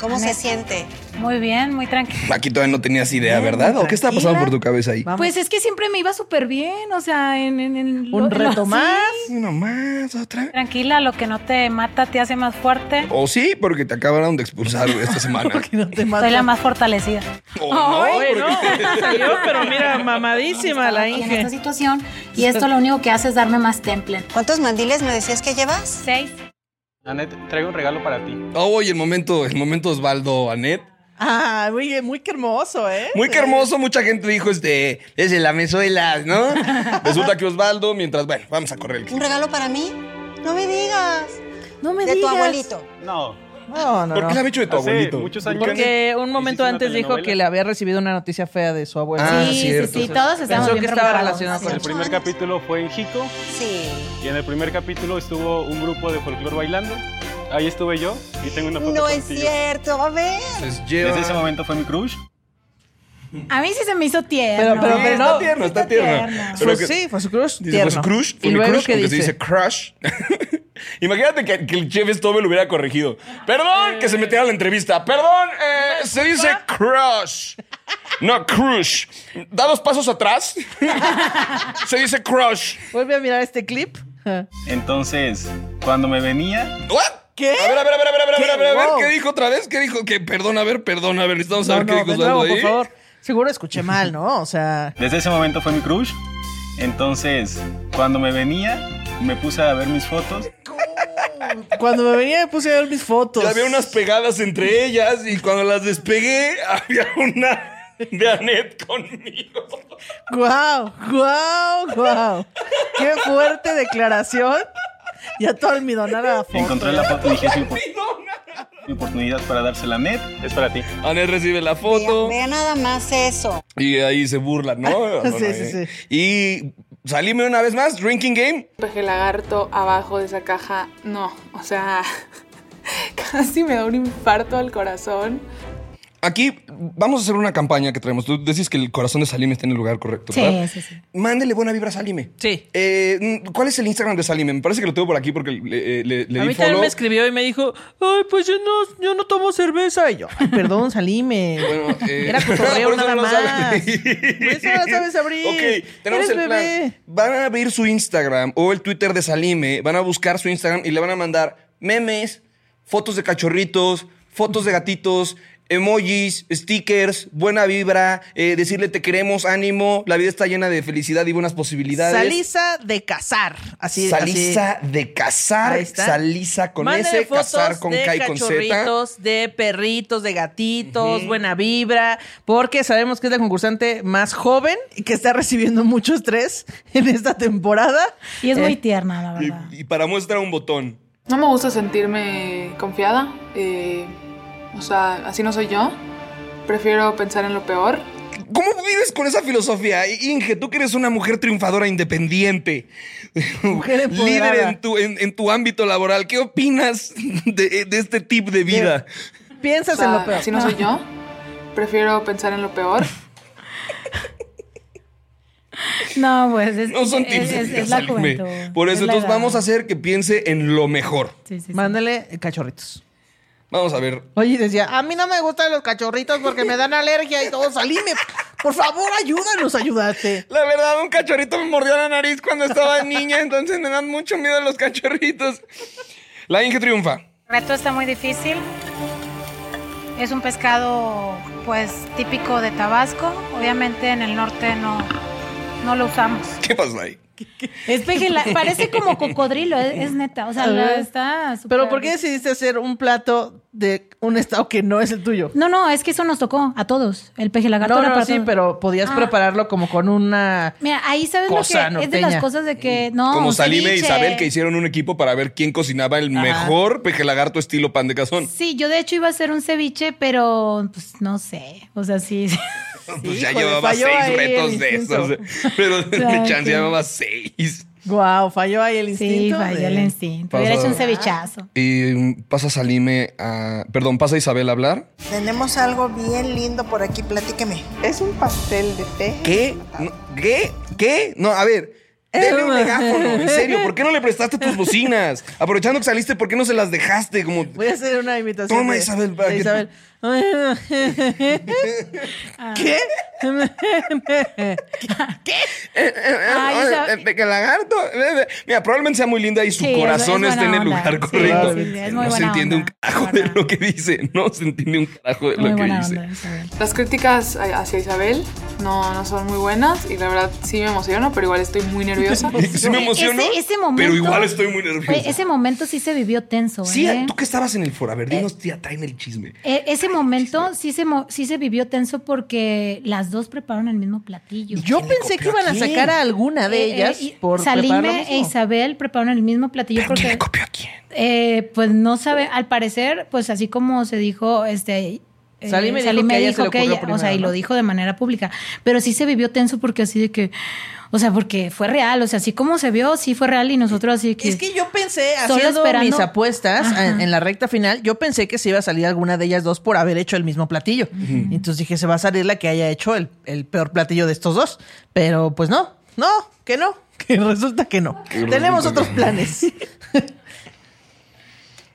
Speaker 7: ¿Cómo se siente?
Speaker 10: Muy bien, muy tranquilo.
Speaker 2: Aquí todavía no tenías idea, ¿verdad? ¿O qué estaba pasando por tu cabeza ahí?
Speaker 10: Pues es que siempre me iba súper bien, o sea, en, en, en
Speaker 3: Un
Speaker 10: lo-
Speaker 3: reto
Speaker 10: sí.
Speaker 3: más. [LAUGHS]
Speaker 2: Uno más, otra.
Speaker 10: Tranquila, lo que no te mata te hace más fuerte.
Speaker 2: O sí, porque te acabaron de expulsar güey,
Speaker 10: [LAUGHS]
Speaker 2: esta semana.
Speaker 10: Soy la más fortalecida.
Speaker 3: Ay, no, salió, pero mira, mamadísima la
Speaker 4: en
Speaker 3: Inge.
Speaker 4: esta situación y esto lo único que hace es darme más temple.
Speaker 7: ¿Cuántos mandiles me decías que llevas?
Speaker 10: Seis.
Speaker 9: Anet, traigo un regalo para ti.
Speaker 2: Oh, y el momento, el momento Osvaldo, Anet.
Speaker 3: Ah, muy, bien, muy que hermoso, ¿eh?
Speaker 2: Muy que hermoso, mucha gente dijo, este, es el amezuelas, ¿no? Resulta que Osvaldo, mientras, bueno, vamos a correr el clip.
Speaker 7: ¿Un regalo para mí? No me digas.
Speaker 3: No me
Speaker 7: de
Speaker 3: digas.
Speaker 7: tu abuelito.
Speaker 9: No.
Speaker 3: No, no,
Speaker 2: ¿Por
Speaker 3: no.
Speaker 2: qué la bicho de tu
Speaker 9: Hace
Speaker 2: abuelito?
Speaker 9: muchos años.
Speaker 3: Porque un momento
Speaker 9: una
Speaker 3: antes dijo
Speaker 9: telenovela.
Speaker 3: que le había recibido una noticia fea de su abuela.
Speaker 2: Ah, Sí, sí, cierto.
Speaker 10: sí, todos estábamos
Speaker 3: Pensó
Speaker 10: bien
Speaker 3: que estaba
Speaker 10: preocupados.
Speaker 3: relacionado con
Speaker 9: Ah, El
Speaker 3: eso.
Speaker 9: primer capítulo fue en Jico
Speaker 7: Sí.
Speaker 9: y en el primer capítulo estuvo un grupo de folclore bailando. Ahí estuve yo y tengo una foto
Speaker 7: No es
Speaker 9: contigo.
Speaker 7: cierto, a ver.
Speaker 9: Desde ese momento fue mi crush.
Speaker 10: A mí sí se me hizo tierno.
Speaker 3: Pero- pero- pero no.
Speaker 2: Está tierno, está tierno. Pero
Speaker 3: Pues
Speaker 2: que-
Speaker 3: sí, fue su crush.
Speaker 2: Dice, pues
Speaker 3: tierno.
Speaker 2: crush, fue
Speaker 3: ¿Y
Speaker 2: mi
Speaker 3: luego
Speaker 2: crush,
Speaker 3: qué
Speaker 2: aunque
Speaker 3: dice?
Speaker 2: se dice crush. [LAUGHS] Imagínate que, que el chef Stove lo hubiera corregido. Perdón
Speaker 3: Eh.
Speaker 2: que se metiera a la entrevista. Perdón, eh, se dice crush. No, crush. Da dos pasos
Speaker 3: [LAUGHS]
Speaker 2: atrás. se dice crush.
Speaker 3: Vuelve a mirar este clip.
Speaker 9: Entonces, cuando me venía,
Speaker 3: ¿Qué?
Speaker 2: A ver, a ver, a ver, a ver, a ver, a ver, a ver,
Speaker 3: Wow.
Speaker 2: ¿qué dijo otra vez? ¿Qué dijo? Que perdón, a ver, perdón, a ver, necesitamos
Speaker 3: No,
Speaker 2: saber
Speaker 3: no,
Speaker 2: qué dijo
Speaker 3: de
Speaker 2: Osvaldo
Speaker 3: nuevo, por
Speaker 2: ahí.
Speaker 3: favor. Seguro escuché mal, ¿no? O sea,
Speaker 9: desde ese momento fue mi crush. Entonces, cuando me venía, me puse a ver mis fotos.
Speaker 3: cuando me venía me puse a ver mis fotos.
Speaker 2: Ya había unas pegadas entre ellas y cuando las despegué [LAUGHS] había una de Anet conmigo.
Speaker 3: ¡Guau! ¡Guau! ¡Guau! ¡Qué fuerte declaración! Ya todo almidonada la foto. ¿eh?
Speaker 9: Encontré la foto y dije, [LAUGHS] "Sí, por- mi oportunidad para dársela a Net es para ti.
Speaker 2: Anet recibe la foto
Speaker 7: Vea nada más eso.
Speaker 2: y ahí se burla, ¿no?
Speaker 3: [LAUGHS]
Speaker 2: eh.
Speaker 3: Sí, sí, sí.
Speaker 2: Y salíme una vez más, Drinking Game.
Speaker 6: Peje Pues lagarto abajo de esa caja, no, o sea, [LAUGHS] casi me da un infarto al corazón.
Speaker 2: Aquí vamos a hacer una campaña que traemos. Tú decís que el corazón de Salime está en el lugar correcto,
Speaker 10: Sí,
Speaker 2: ¿verdad?
Speaker 10: sí, sí.
Speaker 2: Mándele buena vibra a Salime.
Speaker 3: Sí.
Speaker 2: Eh, mm, ¿Cuál es el Instagram de Salime? Me parece que lo tengo por aquí porque le, eh, le- le
Speaker 3: a
Speaker 2: di
Speaker 3: mí también
Speaker 2: follow.
Speaker 3: me escribió y me dijo, ay, pues yo no, yo no tomo cerveza. Y yo, ay, perdón, salime.
Speaker 2: Bueno, eh,
Speaker 3: [LAUGHS] Era
Speaker 2: [LAUGHS]
Speaker 3: cotorreo
Speaker 2: por eso
Speaker 3: nada
Speaker 2: no lo [LAUGHS]
Speaker 3: más.
Speaker 2: sabe.
Speaker 3: Por eso no la sabes abrir.
Speaker 2: Ok, tenemos
Speaker 3: Eres
Speaker 2: el
Speaker 3: bebé.
Speaker 2: plan. Van a abrir su Instagram o el Twitter de Salime, van a buscar su Instagram y le van a mandar memes, fotos de cachorritos, fotos de gatitos, emojis, stickers, buena vibra, eh, decirle te queremos, ánimo, la vida está llena de felicidad y buenas posibilidades.
Speaker 3: Saliza de cazar. Así,
Speaker 2: Saliza
Speaker 3: así.
Speaker 2: de cazar,
Speaker 3: Ahí está.
Speaker 2: Saliza con
Speaker 3: Mándale
Speaker 2: S,
Speaker 3: fotos
Speaker 2: cazar con
Speaker 3: de
Speaker 2: K y con Z.
Speaker 3: cachorritos, de perritos, de gatitos, buena vibra, porque sabemos que es la concursante más joven y que está recibiendo mucho estrés en esta temporada.
Speaker 10: Y es
Speaker 3: Eh,
Speaker 10: muy tierna, la verdad.
Speaker 3: [LAUGHS]
Speaker 2: Y, y para muestra un botón.
Speaker 6: No me gusta sentirme confiada, eh, o sea, así no soy yo. Prefiero pensar en lo peor.
Speaker 2: ¿Cómo vives con esa filosofía? Inge, tú que eres una mujer triunfadora independiente, líder
Speaker 3: empoderada.
Speaker 2: en tu, en, en tu ámbito laboral, ¿qué opinas de, de este tip de vida?
Speaker 3: Piensas
Speaker 6: O sea,
Speaker 3: en lo peor.
Speaker 6: Así no soy yo. Prefiero pensar en lo peor.
Speaker 10: No, pues es,
Speaker 2: No son
Speaker 10: es-
Speaker 2: tips de
Speaker 10: es-
Speaker 2: vida,
Speaker 10: es la
Speaker 2: Salime.
Speaker 10: juventud.
Speaker 2: Por eso,
Speaker 10: Es la
Speaker 2: entonces
Speaker 10: edad.
Speaker 2: vamos a hacer que piense en lo mejor.
Speaker 10: Sí, sí, sí.
Speaker 3: Mándale eh, cachorritos.
Speaker 2: Vamos a ver.
Speaker 3: Oye, y decía, a mí no me gustan los cachorritos porque me dan alergia y todo. Salime, por favor, ayúdanos, ayúdate.
Speaker 2: La verdad, un cachorrito me mordió la nariz cuando estaba niña, [LAUGHS] entonces me dan mucho miedo los cachorritos. La Inge triunfa.
Speaker 10: El reto está muy difícil. Es un pescado, pues, típico de Tabasco. Obviamente en el norte no, no lo usamos.
Speaker 2: ¿Qué pasó ahí?
Speaker 10: Es pejela- parece como cocodrilo, es, es neta. O sea, la- está súper-
Speaker 3: Pero ¿por qué decidiste hacer un plato de un estado que no es el tuyo?
Speaker 10: No, no, es que eso nos tocó a todos. El peje lagarto
Speaker 3: No,
Speaker 10: era
Speaker 3: no,
Speaker 10: para
Speaker 3: sí,
Speaker 10: todos.
Speaker 3: pero podías
Speaker 10: Ah.
Speaker 3: prepararlo como con una...
Speaker 10: Mira, ahí sabes lo que
Speaker 3: Cosa
Speaker 10: es de las
Speaker 3: norteña.
Speaker 10: cosas de que no.
Speaker 2: Como
Speaker 10: un
Speaker 2: Salime e
Speaker 10: ceviche.
Speaker 2: Isabel que hicieron un equipo para ver quién cocinaba el
Speaker 10: Ajá.
Speaker 2: mejor peje lagarto estilo pan de cazón.
Speaker 10: Sí, yo de hecho iba a hacer un ceviche, pero pues no sé. O sea, sí. [LAUGHS]
Speaker 2: [LAUGHS] Pues ya
Speaker 3: Híjole,
Speaker 2: llevaba
Speaker 3: falló
Speaker 2: seis
Speaker 3: ahí el
Speaker 2: retos de
Speaker 3: instinto.
Speaker 2: esos. ¿eh?
Speaker 10: [LAUGHS]
Speaker 2: Pero de
Speaker 10: Ay,
Speaker 2: chance
Speaker 10: sí.
Speaker 2: llevaba seis.
Speaker 3: Guau, falló ahí el instinto.
Speaker 10: Sí, vaya
Speaker 3: de-
Speaker 10: el instinto.
Speaker 2: Pasó.
Speaker 10: Hubiera hecho un cevichazo.
Speaker 2: Y mm, pasa Salime a. Perdón, pasa Isabel a hablar.
Speaker 7: Tenemos algo bien lindo por aquí, platíqueme.
Speaker 22: Es un pastel de peje.
Speaker 2: ¿Qué? No, ¿Qué? ¿Qué? No, a ver. Dele
Speaker 10: [LAUGHS]
Speaker 2: un megáfono, en serio. ¿Por qué no le prestaste tus bocinas? Aprovechando que saliste, ¿por qué no se las dejaste? Como,
Speaker 3: Voy a hacer una imitación.
Speaker 2: toma
Speaker 3: de-
Speaker 2: Isabel. para
Speaker 3: de
Speaker 2: que-
Speaker 3: Isabel.
Speaker 2: ¿Qué?
Speaker 10: Ay, Isabel.
Speaker 2: Eh, eh, que lagarto. Eh, eh. Mira, probablemente sea muy linda y su
Speaker 10: Sí, es-
Speaker 2: corazón
Speaker 10: es
Speaker 2: está en
Speaker 10: buena
Speaker 2: el lugar
Speaker 10: onda. Sí,
Speaker 2: correcto.
Speaker 10: sí, sí, es muy
Speaker 2: no se
Speaker 10: buena
Speaker 2: entiende un carajo de lo que dice. No se entiende un carajo de
Speaker 10: Muy
Speaker 2: lo que
Speaker 10: buena
Speaker 2: dice.
Speaker 6: Las críticas a- hacia Isabel no, no son muy buenas y la verdad sí me emociono, pero igual estoy muy nerviosa.
Speaker 2: Sí me emociono,
Speaker 10: Pues Ese- ese momento-
Speaker 2: pero igual estoy muy
Speaker 10: Oye,
Speaker 2: nervioso.
Speaker 10: ese momento sí se vivió tenso, ¿eh?
Speaker 2: Sí, tú que estabas en el foro, a ver, dinos, tía, traen el chisme.
Speaker 10: E- ese momento sí se, mo- sí se vivió tenso porque las dos prepararon el mismo platillo.
Speaker 3: [LAUGHS] Yo pensé que iban a sacar a alguna de
Speaker 10: Eh, eh,
Speaker 3: ellas
Speaker 10: y
Speaker 3: por preparar lo
Speaker 10: Salime
Speaker 3: mismo.
Speaker 10: e Isabel prepararon el mismo platillo porque. ¿Quién copió a quién? pues no sabe, al parecer, pues así como se dijo, este. eh,
Speaker 3: Salime dijo que a ella se le ocurrió
Speaker 10: o sea,
Speaker 3: primero,
Speaker 10: y
Speaker 3: ¿no?
Speaker 10: lo dijo de manera pública, pero sí se vivió tenso porque así de que, o sea, porque fue real, o sea, así como se vio, sí fue real y nosotros así que...
Speaker 3: Es que yo pensé,
Speaker 10: Solo
Speaker 3: haciendo
Speaker 10: esperando-
Speaker 3: mis apuestas
Speaker 10: Ajá.
Speaker 3: en, en la recta final, yo pensé que se iba a salir alguna de ellas dos por haber hecho el mismo platillo.
Speaker 10: Ujú.
Speaker 3: Entonces dije, se va a salir la que haya hecho el, el peor platillo de estos dos. Pero pues no, no, que no, [LAUGHS] que resulta que no. Tenemos
Speaker 2: resulta
Speaker 3: otros
Speaker 2: que
Speaker 3: planes.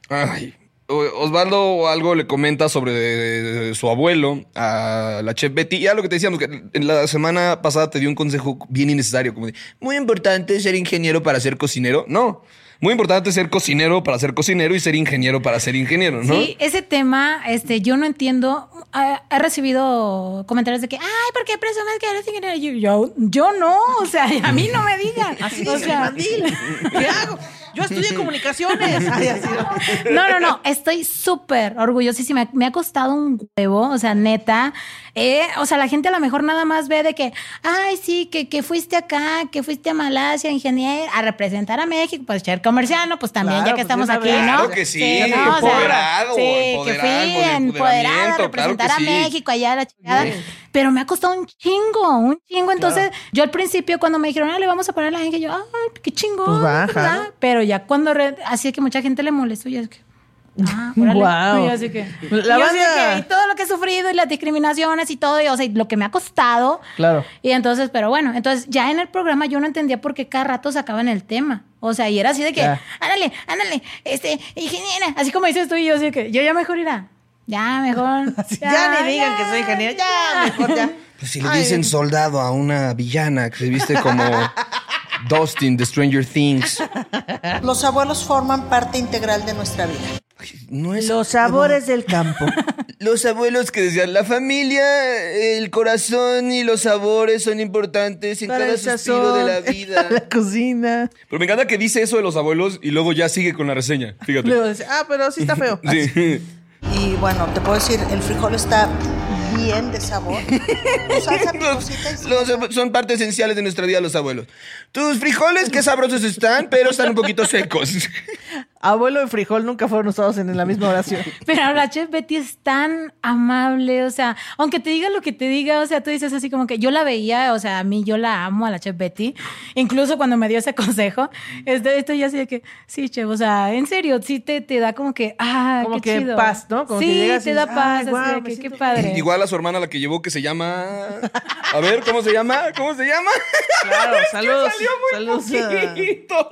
Speaker 2: Ay. O- Osvaldo algo le comenta sobre eh, su abuelo a la chef Betty. Ya lo que te decíamos, que en la semana pasada te dio un consejo bien innecesario, como de, muy importante ser ingeniero para ser cocinero. No, muy importante ser cocinero para ser cocinero y ser ingeniero para ser ingeniero, ¿no?
Speaker 10: Sí, ese tema, este, yo no entiendo. Ah, He recibido comentarios de que, ay, ¿por qué presumes que eres ingeniero? Yo, yo, yo no, o sea, [LAUGHS] a mí no me digan.
Speaker 3: Así dice
Speaker 10: o
Speaker 3: el
Speaker 10: [LAUGHS] sea,
Speaker 3: mandil. ¿Qué hago? Yo estudié comunicaciones. Ay, así, [LAUGHS]
Speaker 10: no, no, no, estoy súper orgullosísima. Me ha costado un huevo, o sea, neta. Eh, o sea, la gente a lo mejor nada más ve de que, ay, sí, que, que fuiste acá, que fuiste a Malasia, ingeniero, a representar a México, pues ser comerciano, pues también,
Speaker 3: Claro,
Speaker 10: ya que
Speaker 3: pues, de
Speaker 10: estamos
Speaker 3: una
Speaker 10: aquí,
Speaker 3: vez.
Speaker 10: ¿no?
Speaker 3: Claro que sí,
Speaker 10: o sea,
Speaker 3: empoderado,
Speaker 10: sí, que
Speaker 3: empoderado,
Speaker 10: fui empoderada a
Speaker 3: empoderamiento,
Speaker 10: representar
Speaker 3: claro que
Speaker 10: a
Speaker 3: sí.
Speaker 10: México allá, la chingada.
Speaker 3: Sí.
Speaker 10: Pero me ha costado un chingo, un chingo. Entonces,
Speaker 3: Claro.
Speaker 10: yo al principio, cuando me dijeron, ah, le vamos a poner la ingeniero, yo, ay, qué chingón.
Speaker 3: Pues baja,
Speaker 10: ¿verdad?
Speaker 3: ¿no?
Speaker 10: Pero ya cuando re- así es que mucha gente le molestó y es que ah, órale.
Speaker 3: Guau.
Speaker 10: Y yo así que
Speaker 3: La
Speaker 10: y yo así
Speaker 3: banda-
Speaker 10: que, y todo lo que he sufrido y las discriminaciones y todo y o sea, y lo que me ha costado
Speaker 3: Claro.
Speaker 10: y entonces, pero bueno, entonces ya en el programa yo no entendía por qué cada rato sacaban el tema. O sea, y era así de que,
Speaker 3: Ya.
Speaker 10: ándale, ándale, este, ingeniera, así como dices tú y yo así que yo ya mejor irá. Ya
Speaker 3: [LAUGHS]
Speaker 10: mejor.
Speaker 3: Ya, ni digan que soy ingeniero. Ya, mejor ya.
Speaker 2: Pues si le dicen soldado a una villana que se viste
Speaker 3: [LAUGHS]
Speaker 2: como Dustin de Stranger Things.
Speaker 5: Los abuelos forman parte integral de nuestra vida.
Speaker 3: Los sabores del campo.
Speaker 13: Los abuelos que decían, la familia, el corazón y los sabores son importantes en
Speaker 3: Para
Speaker 13: cada
Speaker 3: el
Speaker 13: suspiro de la
Speaker 3: sazón.
Speaker 13: vida.
Speaker 3: [LAUGHS] La cocina.
Speaker 2: Pero me encanta que dice eso de los abuelos y luego ya sigue con la reseña. Fíjate.
Speaker 3: [LAUGHS] Luego dice, ah, pero [LAUGHS] sí está feo.
Speaker 2: Sí.
Speaker 5: Y bueno, te puedo decir, el frijol está bien de sabor.
Speaker 2: [LAUGHS]
Speaker 5: Tu salsa picosita es-
Speaker 13: [LAUGHS] Los ab- son parte esenciales de nuestra vida los abuelos. Tus frijoles, qué sabrosos están, pero están un poquito secos.
Speaker 3: Abuelo y frijol nunca fueron usados en la misma oración.
Speaker 10: Pero la chef Betty es tan amable, o sea, aunque te diga lo que te diga, o sea, tú dices así como que yo la veía, o sea, a mí yo la amo a la chef Betty, incluso cuando me dio ese consejo, esto, esto ya así de que, sí, chef, o sea, en serio, sí te, te da como que, ah,
Speaker 3: Como
Speaker 10: qué
Speaker 3: que
Speaker 10: chido.
Speaker 3: paz, ¿no? Como
Speaker 10: sí,
Speaker 3: que llegas y
Speaker 10: te da
Speaker 3: dices,
Speaker 10: paz,
Speaker 3: "Ay,
Speaker 10: así
Speaker 3: guau,
Speaker 10: de
Speaker 3: me
Speaker 10: que, qué
Speaker 3: siento
Speaker 10: padre.
Speaker 2: Igual a su hermana la que llevó que se llama. A ver, ¿cómo se llama? ¿Cómo se llama?
Speaker 3: [LAUGHS] Claro,
Speaker 2: Es que
Speaker 3: saludos,
Speaker 2: salió muy
Speaker 3: saludos a-
Speaker 2: poquito.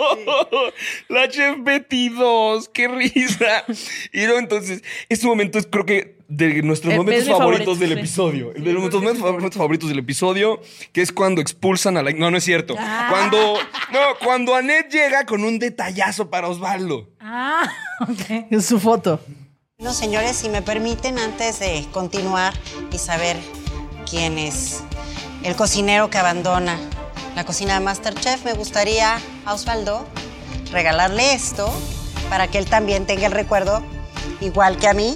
Speaker 2: La chef 22, qué risa. Y no, entonces, este momento es creo que de nuestros
Speaker 3: Eh,
Speaker 2: momentos
Speaker 3: es mi
Speaker 2: favoritos
Speaker 3: favorito,
Speaker 2: del
Speaker 3: sí.
Speaker 2: episodio. de los momentos favoritos, favoritos del episodio, que es cuando expulsan a la... No, no es cierto.
Speaker 10: Ah.
Speaker 2: Cuando... No, cuando Annette llega con un detallazo para Osvaldo.
Speaker 10: Ah, ok.
Speaker 3: En su foto.
Speaker 8: Bueno, señores, si me permiten, antes de continuar y saber quién es el cocinero que abandona la cocina de Masterchef, me gustaría a Osvaldo regalarle esto para que él también tenga el recuerdo, igual que a mí.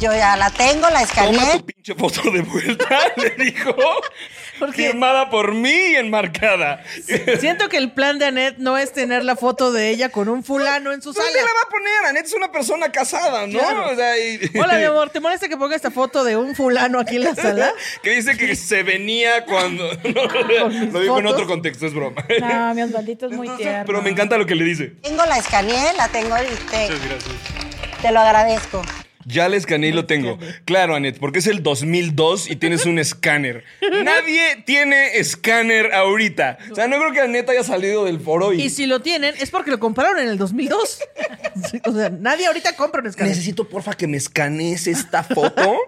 Speaker 8: Yo ya la tengo, la
Speaker 2: Toma
Speaker 8: escaneé.
Speaker 2: tu pinche foto de vuelta, [LAUGHS] le dijo. Firmada por mí y enmarcada.
Speaker 3: Siento que el plan de Annette no es tener la foto de ella con un fulano en su sala.
Speaker 2: ¿Dónde la va a poner? Annette es una persona casada, ¿no?
Speaker 3: Claro.
Speaker 2: O sea, y-
Speaker 3: [LAUGHS] Hola, mi amor, ¿te molesta que ponga esta foto de un fulano aquí en la sala?
Speaker 2: [LAUGHS] Que dice que se venía
Speaker 10: [LAUGHS]
Speaker 2: cuando. No, lo dijo en
Speaker 8: fotos.
Speaker 2: otro contexto, es broma.
Speaker 10: No, mi Osvaldito es muy tierno.
Speaker 2: Pero me encanta lo que le dice.
Speaker 8: Tengo la escaneé, la tengo y te,
Speaker 2: gracias.
Speaker 8: te lo agradezco.
Speaker 2: Ya la escaneé y lo tengo. Claro, Anet, porque es el 2002 y tienes un
Speaker 10: [LAUGHS]
Speaker 2: escáner. Nadie tiene escáner ahorita. O sea, no creo que Anet haya salido del foro y...
Speaker 3: Y si lo tienen, es porque lo compraron en el 2002. [LAUGHS] Sí, o sea, nadie ahorita compra un escáner.
Speaker 2: Necesito, porfa, que me escanees esta
Speaker 3: [LAUGHS]
Speaker 2: foto,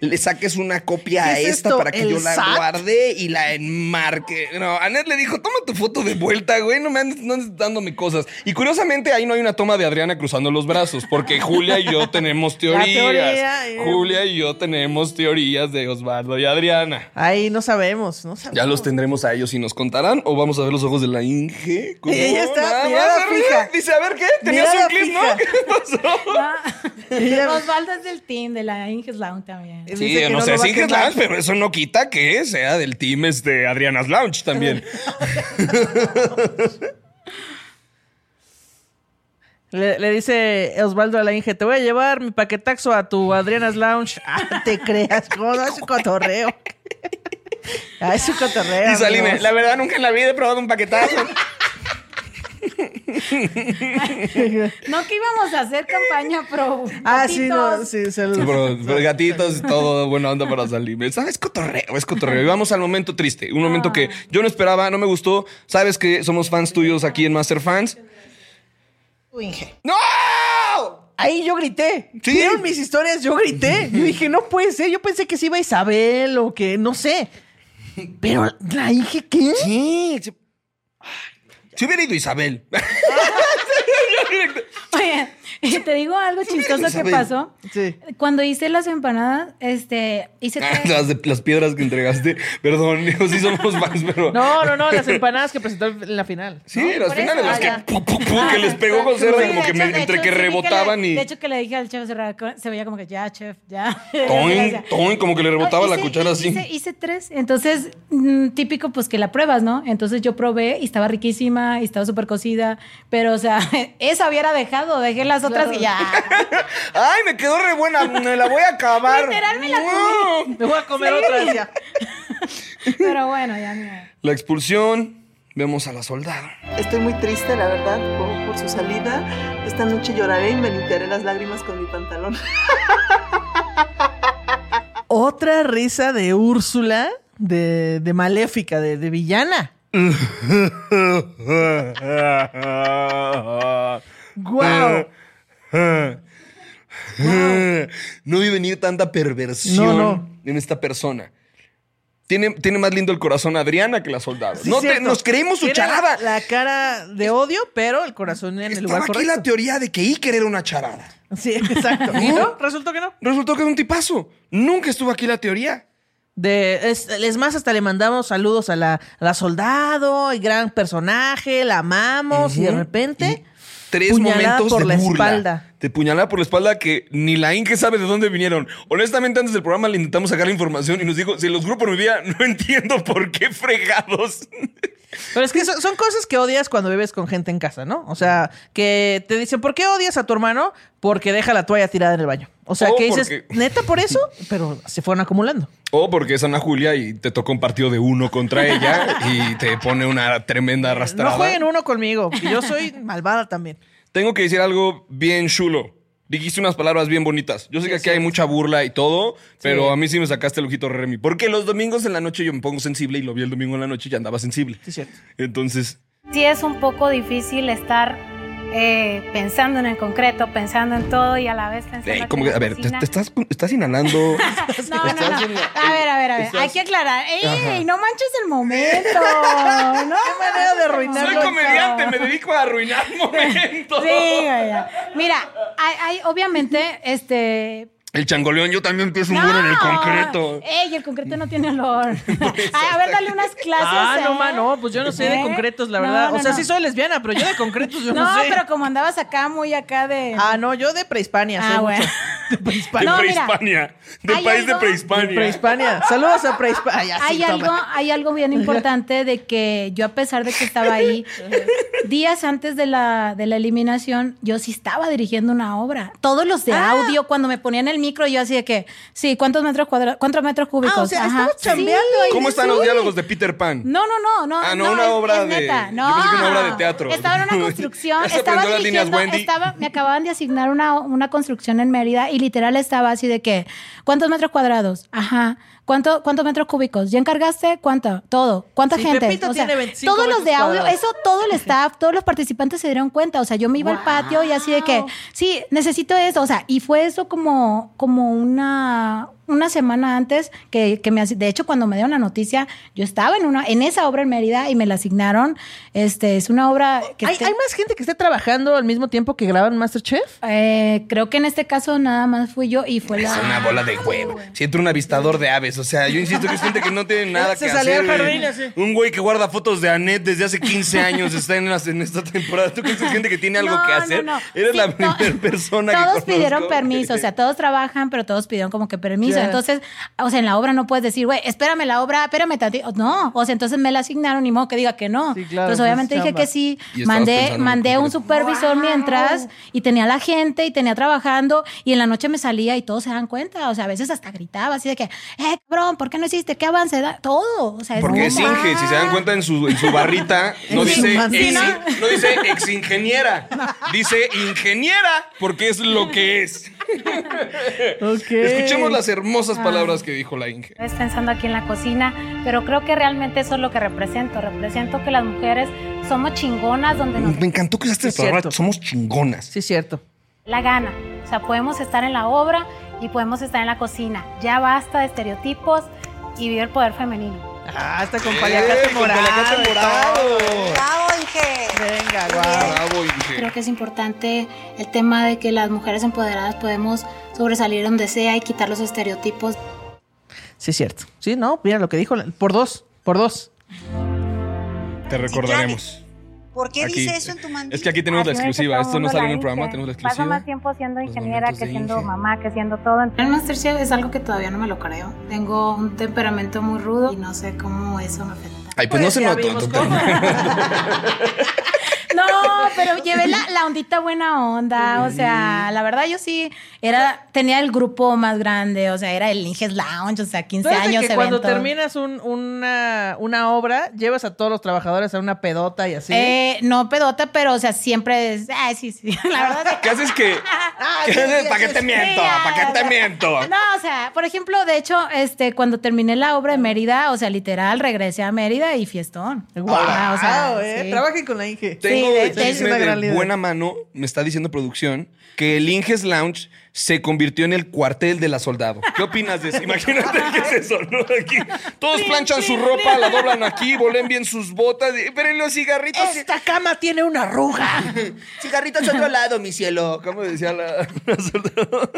Speaker 2: le saques una copia a
Speaker 3: ¿Qué es
Speaker 2: esta
Speaker 3: esto?
Speaker 2: para que
Speaker 3: ¿El
Speaker 2: yo la
Speaker 3: SAT?
Speaker 2: guarde y la enmarque. No, Anet le dijo, toma tu foto de vuelta, güey, no me andes, no andes dándome cosas. Y curiosamente, ahí no hay una toma de Adriana cruzando los brazos, porque Julia y
Speaker 3: [LAUGHS]
Speaker 2: yo tenemos
Speaker 3: La
Speaker 2: teorías.
Speaker 3: teoría, eh.
Speaker 2: Julia y yo tenemos teorías de Osvaldo y Adriana.
Speaker 3: Ahí no sabemos, no sabemos.
Speaker 2: Ya los tendremos a ellos y nos contarán, o vamos a ver los ojos de la Inge. ¿Cómo?
Speaker 3: Ella está
Speaker 2: Nada más,
Speaker 3: mirada
Speaker 2: ¿verdad?
Speaker 3: fija.
Speaker 2: Dice, a ver qué, tenías
Speaker 10: Mirada
Speaker 2: un clip, ¿no?
Speaker 10: fija.
Speaker 2: [LAUGHS] ¿Qué pasó?
Speaker 3: [LAUGHS]
Speaker 10: Osvaldo es del team de la Inges Lounge también.
Speaker 2: Sí, no, sé, sí que es Lounge, pero eso no quita que sea del team este Adriana's Lounge también.
Speaker 3: Le, le dice Osvaldo a la Inge, te voy a llevar mi paquetaxo a tu Adriana's Lounge. [LAUGHS] Ah, te creas, ¿cómo no? Es un cotorreo. Ah, es un cotorreo.
Speaker 2: y Saline,
Speaker 3: amigos.
Speaker 2: la verdad nunca en la vida he probado un paquetazo.
Speaker 10: No que íbamos a hacer campaña pro.
Speaker 3: [LAUGHS] Ah, sí, no,
Speaker 10: gatitos.
Speaker 3: sí, saludos.
Speaker 2: pero, pero gatitos y todo, buena onda para Salime. Ah, Es cotorreo, es cotorreo. Y vamos al momento triste, un momento que yo no esperaba, no me gustó. Sabes que somos fans tuyos aquí en Master Fans.
Speaker 5: Tú, Inge.
Speaker 2: ¡No!
Speaker 3: Ahí yo grité. Vieron mis historias, yo
Speaker 2: [LAUGHS]
Speaker 3: grité. Yo dije, no puede ser. Yo pensé que se iba Isabel o que no sé. Pero la Inge, ¿qué?
Speaker 2: Sí. Si hubiera ido Isabel.
Speaker 10: Oye, y te digo algo chistoso que
Speaker 2: Isabel.
Speaker 10: pasó.
Speaker 3: Sí.
Speaker 10: Cuando hice las empanadas, este, hice
Speaker 2: [LAUGHS]
Speaker 10: tres.
Speaker 2: las, de- las piedras que entregaste. Perdón, digo, sí somos fans, pero.
Speaker 3: No, no, no, las empanadas que presentó en la final.
Speaker 2: Sí,
Speaker 3: ¿no?
Speaker 2: las
Speaker 10: Por
Speaker 2: finales,
Speaker 10: eso,
Speaker 2: las que,
Speaker 10: ah, ya.
Speaker 2: pu, pu, pu, que les pegó con Cerda,
Speaker 10: Sí,
Speaker 2: como
Speaker 10: de
Speaker 2: que me-
Speaker 10: hecho- de
Speaker 2: entre
Speaker 10: hecho,
Speaker 2: que
Speaker 10: sí vi le-
Speaker 2: rebotaban y.
Speaker 10: De hecho, que le dije al chef Serrada, co- se veía como que ya, chef, ya. [LAUGHS]
Speaker 2: Toin, toin, como que le rebotaba la
Speaker 10: Hice-
Speaker 2: cuchara así.
Speaker 10: Hice, hice tres. Entonces, mm, típico, pues que la pruebas, ¿no? Entonces yo probé y estaba riquísima y estaba súper cocida. Pero, o sea, [LAUGHS] esa hubiera dejado. Dejé las otras y ya.
Speaker 2: Ay, me quedó re buena, me la voy a acabar.
Speaker 10: [LAUGHS] Literal, me la
Speaker 2: No.
Speaker 10: comí.
Speaker 3: Me voy a comer
Speaker 10: Sí.
Speaker 3: otras ya.
Speaker 10: [LAUGHS] [LAUGHS] Pero bueno, ya ni modo.
Speaker 2: La expulsión, vemos a la soldada.
Speaker 16: Estoy muy triste, la verdad, por, por su salida. Esta noche lloraré y me limpiaré las lágrimas con mi pantalón.
Speaker 3: Otra risa de Úrsula, de, de maléfica, de, de villana.
Speaker 2: ¡Guau! No vi venir tanta perversión
Speaker 3: No, no.
Speaker 2: en esta persona. Tiene, tiene más lindo el corazón Adriana que la soldada.
Speaker 3: Sí,
Speaker 2: no te-
Speaker 3: cierto.
Speaker 2: nos creímos su
Speaker 3: Tiene
Speaker 2: charada.
Speaker 3: La cara de odio, pero el corazón en el
Speaker 2: Estaba
Speaker 3: lugar
Speaker 2: aquí
Speaker 3: correcto.
Speaker 2: la teoría de que Iker era una charada.
Speaker 3: Sí, [LAUGHS] exacto. ¿Y no? Resultó que no.
Speaker 2: Resultó que era un tipazo. Nunca estuvo aquí la teoría.
Speaker 3: De, es, es más, hasta le mandamos saludos a la, a la soldado, y gran personaje, la amamos, y de
Speaker 2: Ujú.
Speaker 3: repente.
Speaker 2: Tres
Speaker 3: puñalada
Speaker 2: momentos
Speaker 3: por
Speaker 2: de
Speaker 3: la
Speaker 2: burla.
Speaker 3: espalda.
Speaker 2: De puñalada por la espalda que ni la Inge sabe de dónde vinieron. Honestamente, antes del programa le intentamos sacar la información y nos dijo, se los juro por mi vida, [LAUGHS] no entiendo por qué fregados.
Speaker 3: Pero es que son, son cosas que odias cuando vives con gente en casa, ¿no? O sea, que te dicen, ¿por qué odias a tu hermano? Porque deja la toalla tirada en el baño. O sea,
Speaker 2: O
Speaker 3: que dices,
Speaker 2: porque-
Speaker 3: neta por eso, pero se fueron acumulando.
Speaker 2: O porque es Ana Julia y te tocó un partido de uno contra ella y te pone una tremenda
Speaker 3: No
Speaker 2: arrastrada.
Speaker 3: jueguen uno conmigo, que yo [LAUGHS] soy malvada también.
Speaker 2: Tengo que decir algo bien chulo. Dijiste unas palabras bien bonitas. Yo sé que aquí hay mucha burla y todo, pero a mí sí me sacaste el ojito Remy. Porque los domingos en la noche yo me pongo sensible y lo vi el domingo en la noche y ya andaba sensible. Entonces,
Speaker 10: sí es un poco difícil estar eh, pensando en el concreto, pensando en todo y a la vez pensando.
Speaker 2: ey,
Speaker 10: que
Speaker 2: como que,
Speaker 10: la
Speaker 2: a ver, te,
Speaker 10: cocina-
Speaker 2: te estás, estás
Speaker 10: [LAUGHS]
Speaker 2: inhalando.
Speaker 3: [LAUGHS]
Speaker 10: No, no, no. A ver, a ver, a ver. Hay que aclarar. ¡Ey!
Speaker 2: Ajá.
Speaker 10: No manches
Speaker 3: [LAUGHS]
Speaker 10: el momento. No,
Speaker 3: Qué manera de arruinarlo
Speaker 10: Soy
Speaker 2: comediante, me dedico a arruinar momentos.
Speaker 10: Sí, vaya. Mira, hay, hay, obviamente, este.
Speaker 2: El changoleón, yo también pienso un duro en el concreto.
Speaker 10: Ey, el concreto no
Speaker 3: [LAUGHS]
Speaker 10: tiene olor. Ay, a ver, dale unas clases.
Speaker 3: Ah, no,
Speaker 10: ¿eh?
Speaker 3: ma, no, pues yo no sé de
Speaker 10: ¿Eh?
Speaker 3: concretos, la
Speaker 10: No,
Speaker 3: verdad.
Speaker 10: no,
Speaker 3: o sea,
Speaker 10: no.
Speaker 3: sí soy lesbiana, pero yo de concretos yo [LAUGHS] no,
Speaker 10: No,
Speaker 3: sé.
Speaker 10: pero como andabas acá, muy acá de.
Speaker 3: Ah, no, yo de prehispania.
Speaker 10: Ah,
Speaker 3: sé
Speaker 10: bueno.
Speaker 3: mucho. [LAUGHS] De
Speaker 2: De
Speaker 3: prehispania.
Speaker 2: prehispania. Del
Speaker 10: Hay
Speaker 2: país de
Speaker 10: algo-
Speaker 2: prehispania.
Speaker 3: Prehispania. Saludos a prehispania.
Speaker 10: hay algo, hay algo bien importante de que yo, a pesar de que estaba ahí, días antes de la, de la eliminación, yo sí estaba dirigiendo una obra. Todos los
Speaker 3: Ah.
Speaker 10: de audio, cuando me ponían el micro, yo así de que, sí, ¿cuántos metros cuadrados? ¿Cuántos metros cúbicos?
Speaker 3: Ah, o sea, estabas
Speaker 10: Sí.
Speaker 3: chambeando ahí.
Speaker 2: ¿Cómo están los
Speaker 10: Sí.
Speaker 2: diálogos de Peter Pan?
Speaker 10: No, no, no, no.
Speaker 2: Ah, no, una obra de- yo
Speaker 10: No,
Speaker 2: pensé que una obra de teatro.
Speaker 10: [LAUGHS] Estaba en una
Speaker 2: [LAUGHS] Ya
Speaker 10: construcción.
Speaker 2: se
Speaker 10: estaba
Speaker 2: aprendió las líneas
Speaker 10: dirigiendo-
Speaker 2: Wendy.
Speaker 10: estaba- me acababan de asignar una, una construcción en Mérida y literal estaba así de que, ¿cuántos metros cuadrados? Ajá. ¿Cuánto, ¿Cuántos metros cúbicos? ¿Ya encargaste? ¿Cuánto? Todo. ¿Cuánta
Speaker 3: Sí,
Speaker 10: gente?
Speaker 3: Pepito
Speaker 10: O sea,
Speaker 3: tiene 25
Speaker 10: todos los de
Speaker 3: metros
Speaker 10: audio,
Speaker 3: cuadrados.
Speaker 10: eso todo el staff, todos los participantes se dieron cuenta. O sea, yo me iba al patio y así de que, sí, necesito eso. O sea, y fue eso como, como una, una semana antes que, que me asi- de hecho, cuando me dieron la noticia, yo estaba en una, en esa obra en Mérida y me la asignaron. Este, es una obra que
Speaker 3: ¿Hay,
Speaker 10: esté-
Speaker 3: hay más gente que esté trabajando al mismo tiempo que graban Masterchef?
Speaker 10: eh, creo que en este caso nada más fui yo y fue
Speaker 2: Es
Speaker 10: la.
Speaker 2: una bola de huevo. Siento un avistador de aves. O sea, yo insisto que es gente que no tiene nada
Speaker 10: [LAUGHS] Se
Speaker 2: que
Speaker 10: salió
Speaker 2: hacer.
Speaker 10: al jardín,
Speaker 2: güey.
Speaker 10: así.
Speaker 2: Un güey que guarda fotos de Annette desde hace 15 años está en, las- en esta temporada. ¿Tú crees que es gente que tiene algo
Speaker 10: No,
Speaker 2: que
Speaker 10: no,
Speaker 2: hacer?
Speaker 10: no.
Speaker 2: Eres
Speaker 10: Sí,
Speaker 2: la
Speaker 10: to-
Speaker 2: primera [LAUGHS] persona que
Speaker 10: Todos pidieron
Speaker 2: conozco.
Speaker 10: permiso, o sea, todos trabajan, pero todos pidieron como que permiso.
Speaker 2: Ya.
Speaker 10: Entonces, o sea, en la obra no puedes decir, güey, espérame la obra, espérame tantito. No, o sea, entonces me la asignaron, ni modo que diga que
Speaker 3: claro,
Speaker 10: no. entonces,
Speaker 3: pues,
Speaker 10: obviamente dije
Speaker 3: chamba.
Speaker 10: que sí,
Speaker 3: Y estabas
Speaker 10: mandé,
Speaker 3: pensando en
Speaker 10: mandé un supervisor mientras y tenía la gente y tenía trabajando y en la noche me salía y todos se dan cuenta, o sea, a veces hasta gritaba así de que, eh, cabrón, ¿por qué no hiciste? ¿Qué avance? da? Todo, o sea, es
Speaker 2: Porque es
Speaker 10: como-
Speaker 2: Inge, si se dan cuenta en su, en su barrita, no
Speaker 10: En su
Speaker 2: dice,
Speaker 10: manzana.
Speaker 2: ex, no dice exingeniera, dice ingeniera, porque es lo que es. Escuchemos las hermosas
Speaker 10: Ah.
Speaker 2: palabras que dijo la Inge.
Speaker 18: Estoy pensando aquí en la cocina, pero creo que realmente eso es lo que represento. Represento que las mujeres somos chingonas donde nos
Speaker 2: Me encantó que usaste
Speaker 18: Sí,
Speaker 2: la palabra,
Speaker 18: cierto.
Speaker 2: somos chingonas.
Speaker 3: Sí, cierto.
Speaker 18: la gana. O sea, podemos estar en la obra y podemos estar en la cocina. Ya basta de estereotipos y vive el poder femenino.
Speaker 3: Ah, está con
Speaker 18: Eh,
Speaker 3: paliacate
Speaker 18: con
Speaker 3: morado.
Speaker 18: paliacate
Speaker 3: y
Speaker 18: morado.
Speaker 3: todo.
Speaker 10: Venga,
Speaker 2: Bravo,
Speaker 18: Creo
Speaker 2: Inge.
Speaker 18: que es importante el tema de que las mujeres empoderadas podemos sobresalir donde sea y quitar los estereotipos.
Speaker 3: Sí, cierto. Sí, no, mira lo que dijo. la- Por dos, por dos.
Speaker 2: Te recordaremos.
Speaker 5: ¿Por qué
Speaker 2: Aquí.
Speaker 5: dice eso en tu mandíbula?
Speaker 2: Es que aquí
Speaker 18: Ah,
Speaker 2: tenemos la exclusiva. Esto no salió en el programa, tenemos la
Speaker 18: Pasa
Speaker 2: exclusiva.
Speaker 18: más tiempo siendo ingeniera
Speaker 2: momentos
Speaker 18: que
Speaker 2: de
Speaker 18: siendo
Speaker 2: Inge.
Speaker 18: mamá, que siendo todo.
Speaker 4: El Masterchef es algo que todavía no me lo creo. Tengo un temperamento muy rudo y no sé cómo eso me afecta.
Speaker 2: Ay, pues no se notó. doctor.
Speaker 10: No, pero llevé la, la ondita buena onda. O sea, la verdad yo sí era, tenía el grupo más grande, o sea, era el Inges Lounge, o sea, 15
Speaker 3: ¿No es de
Speaker 10: años
Speaker 3: que
Speaker 10: se
Speaker 3: cuando terminas un- una, una obra, llevas a todos los trabajadores a una pedota y así.
Speaker 10: Eh, no pedota, pero o sea, siempre es, ay, sí, sí, [LAUGHS] la verdad.
Speaker 2: ¿Qué haces
Speaker 3: [LAUGHS]
Speaker 2: que?
Speaker 3: Ah,
Speaker 10: sí, sí,
Speaker 2: ¿Para [LAUGHS] qué
Speaker 10: sí,
Speaker 2: te [LAUGHS]
Speaker 10: sí.
Speaker 2: miento? ¿Para qué te miento?
Speaker 10: No, o sea, por ejemplo, de hecho, este, cuando terminé la obra de Mérida, o sea, literal, regresé a Mérida y fiestón.
Speaker 3: Ahora,
Speaker 10: Ah, o sea,
Speaker 3: wow, eh,
Speaker 10: sí.
Speaker 3: Trabajen con la Inge.
Speaker 2: Tengo
Speaker 10: Sí, de-
Speaker 2: un chisme
Speaker 10: de-
Speaker 3: es una
Speaker 2: de
Speaker 3: gran líder.
Speaker 2: buena mano, me está diciendo producción, que el Inges Lounge se convirtió en el cuartel de la soldado. ¿Qué opinas de eso? Imagínate qué es eso, ¿no? Aquí todos planchan su ropa, la doblan aquí, volen bien sus botas. y- Pero en los cigarritos...
Speaker 3: Esta [LAUGHS] cama tiene una arruga.
Speaker 13: Cigarritos a otro lado, mi cielo.
Speaker 2: ¿Cómo decía la, la soldado?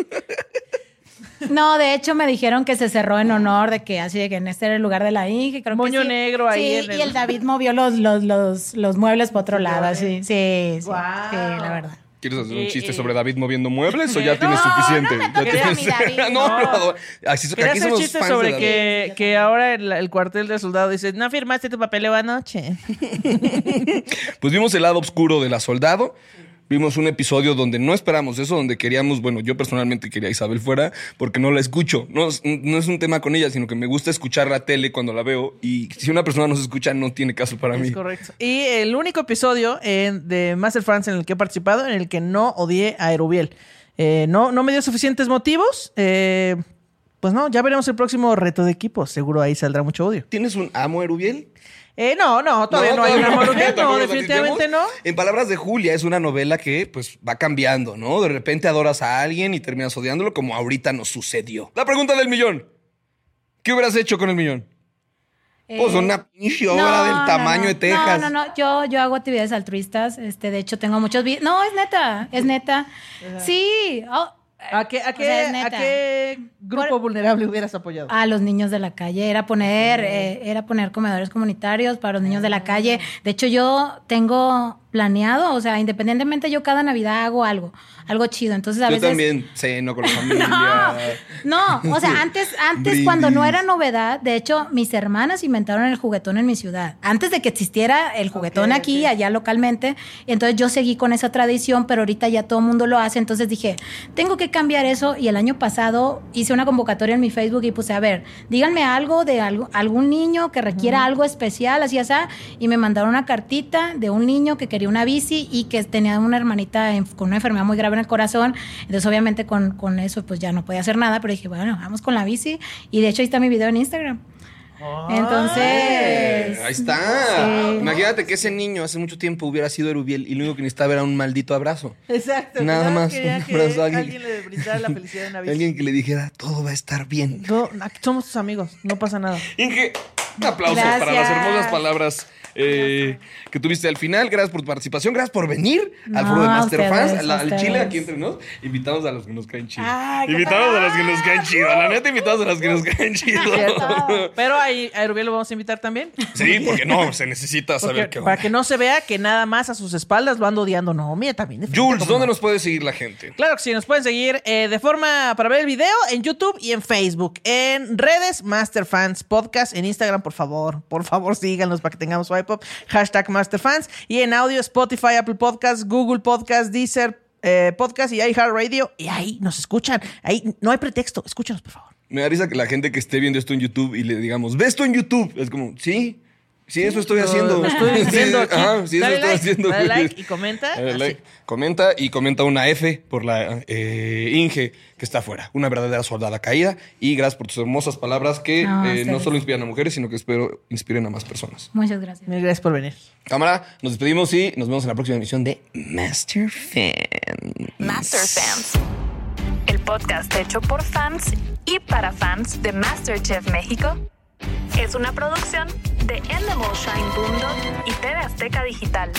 Speaker 10: No, de hecho me dijeron que se cerró en honor de que así de que en este era el lugar de la Inge. Creo
Speaker 3: Moño
Speaker 10: que sí.
Speaker 3: negro ahí
Speaker 10: Sí,
Speaker 3: en el-
Speaker 10: y el David movió los, los, los, los muebles para otro lado, así. Sí, sí, sí, la verdad.
Speaker 2: ¿Quieres hacer
Speaker 3: Eh,
Speaker 2: un chiste
Speaker 3: eh.
Speaker 2: sobre David moviendo muebles o ya
Speaker 3: No,
Speaker 2: tienes
Speaker 3: no me
Speaker 2: suficiente? Ya
Speaker 3: toques a mi
Speaker 2: tienes- [LAUGHS]
Speaker 3: David,
Speaker 2: no,
Speaker 3: no.
Speaker 2: no, Así,
Speaker 3: Quería
Speaker 2: aquí
Speaker 3: hacer
Speaker 2: somos
Speaker 3: chistes
Speaker 2: fans de
Speaker 3: sobre
Speaker 2: David.
Speaker 3: que, que ahora el, el cuartel de soldado dice, no firmaste tu papeleo anoche.
Speaker 2: Pues vimos el lado oscuro de la soldado. Vimos un episodio donde no esperamos eso, donde queríamos, bueno, yo personalmente quería a Isabel fuera porque no la escucho. No, es- no es un tema con ella, sino que me gusta escuchar la tele cuando la veo y si una persona no se escucha no tiene caso para mí.
Speaker 3: Es correcto. Y el único episodio en- de Master France en el que he participado en el que no odié a Erubiel. Eh, no, no me dio suficientes motivos. eh, pues no, ya veremos el próximo reto de equipo. Seguro ahí saldrá mucho odio.
Speaker 2: ¿Tienes un amo Erubiel?
Speaker 3: Eh, no, no, todavía no, hay un amo Erubiel. No, definitivamente no.
Speaker 2: En palabras de Julia, es una novela que pues va cambiando, ¿no? De repente adoras a alguien y terminas odiándolo como ahorita nos sucedió. La pregunta del millón. ¿Qué hubieras hecho con el millón? Pues
Speaker 10: Eh,
Speaker 2: una pinche obra
Speaker 10: no,
Speaker 2: del
Speaker 10: no,
Speaker 2: tamaño
Speaker 10: no.
Speaker 2: de Texas.
Speaker 10: No, no, no. Yo, yo hago actividades altruistas. Este, de hecho, tengo muchos vi- No, es neta, es neta. Sí. oh,
Speaker 3: ¿A qué, a
Speaker 10: o
Speaker 3: qué-
Speaker 10: sea, es
Speaker 3: a
Speaker 10: neta. Ah.
Speaker 3: qué grupo vulnerable hubieras apoyado?
Speaker 10: a los niños de la calle. Era poner, eh, era poner comedores comunitarios para los niños de la calle. De hecho, yo tengo planeado, o sea, independientemente, yo cada Navidad hago algo, algo chido. Entonces, pues, a
Speaker 2: Yo
Speaker 10: veces.
Speaker 2: también ceno
Speaker 10: [LAUGHS]
Speaker 2: con la familia.
Speaker 10: No, o
Speaker 2: [LAUGHS]
Speaker 10: sea, antes, antes
Speaker 2: Brindis.
Speaker 10: cuando no era novedad, de hecho, mis hermanas inventaron el juguetón en mi ciudad. Antes de que existiera el juguetón aquí y allá localmente, entonces yo seguí con esa tradición, pero ahorita ya todo el mundo lo hace, entonces dije, tengo que cambiar eso y el año pasado hice una convocatoria en mi Facebook y puse, a ver, díganme algo de algo- algún niño que requiera algo especial, así así, y me mandaron una cartita de un niño que quería adquirió una bici y que tenía una hermanita en- con una enfermedad muy grave en el corazón. Entonces, obviamente, con, con eso, pues ya no podía hacer nada, pero dije, bueno, vamos con la bici. Y de hecho, ahí está mi video en Instagram.
Speaker 9: Ah.
Speaker 10: Entonces.
Speaker 2: Eh, Ahí está.
Speaker 10: pues, Sí.
Speaker 2: Imagínate que ese niño hace mucho tiempo hubiera sido Erubiel y lo único que necesitaba era un maldito abrazo.
Speaker 3: Exacto.
Speaker 2: Nada
Speaker 3: ¿verdad?
Speaker 2: más,
Speaker 3: Quería
Speaker 2: un
Speaker 3: que
Speaker 2: abrazo a
Speaker 3: alguien.
Speaker 2: alguien.
Speaker 3: le brindara la felicidad de una vez.
Speaker 2: Alguien que le dijera, todo va a estar bien.
Speaker 3: No, aquí somos tus amigos, no pasa nada.
Speaker 2: Inge, un aplauso para las
Speaker 3: Gracias.
Speaker 2: hermosas palabras eh, que tuviste al final. Gracias por tu participación, gracias por venir al
Speaker 3: No,
Speaker 2: foro de Master
Speaker 3: ustedes,
Speaker 2: Fans, al- al
Speaker 3: ustedes.
Speaker 2: Chile aquí entre nos. Invitamos a los que nos caen chido.
Speaker 3: Ay, qué
Speaker 2: invitamos a los que nos caen chido. La neta, invitamos a los que nos
Speaker 10: [LAUGHS]
Speaker 2: caen chido.
Speaker 3: Pero ahí a Erubiel lo vamos a invitar también.
Speaker 2: sí, porque no, se necesita saber
Speaker 3: Porque-
Speaker 2: qué
Speaker 3: para
Speaker 2: onda.
Speaker 3: que no se vea que nada más a sus espaldas lo ando odiando. No, mira, también. de frente,
Speaker 2: Jules,
Speaker 3: ¿cómo
Speaker 2: ¿dónde
Speaker 3: no?
Speaker 2: nos puede seguir la gente?
Speaker 3: Claro que sí, nos pueden seguir eh, de forma para ver el video en YouTube y en Facebook. En redes, Masterfans Podcast. En Instagram, por favor, por favor, síganos para que tengamos swipe up. Hashtag Masterfans. Y en audio, Spotify, Apple Podcast, Google Podcast, Deezer eh, Podcast y iHeartRadio. Y ahí nos escuchan. Ahí no hay pretexto. Escúchanos, por favor.
Speaker 2: Me da risa que la gente que esté viendo esto en YouTube y le digamos, ve esto en YouTube. Es como, sí, sí, eso estoy
Speaker 3: Lo-
Speaker 2: haciendo.
Speaker 3: lo estoy
Speaker 2: [LAUGHS] Sí,
Speaker 3: diciendo aquí.
Speaker 2: ajá, sí, eso
Speaker 3: Dale
Speaker 2: estoy
Speaker 3: like,
Speaker 2: haciendo.
Speaker 3: dale
Speaker 2: [LAUGHS]
Speaker 3: like y comenta.
Speaker 2: Dale
Speaker 3: Así.
Speaker 2: like. Comenta y comenta una F por la eh, Inge que está afuera. Una verdadera soldada caída. Y gracias por tus hermosas palabras que
Speaker 10: No,
Speaker 2: eh, no
Speaker 10: ustedes.
Speaker 2: solo inspiran a mujeres, sino que espero inspiren a más personas.
Speaker 10: Muchas gracias.
Speaker 3: Mil gracias por venir.
Speaker 2: Cámara, nos despedimos y nos vemos en la próxima emisión de Master Fan.
Speaker 12: Master Fans, el podcast hecho por fans y para fans de MasterChef México, es una producción de Endemol Shine Mundo y TV Azteca Digital.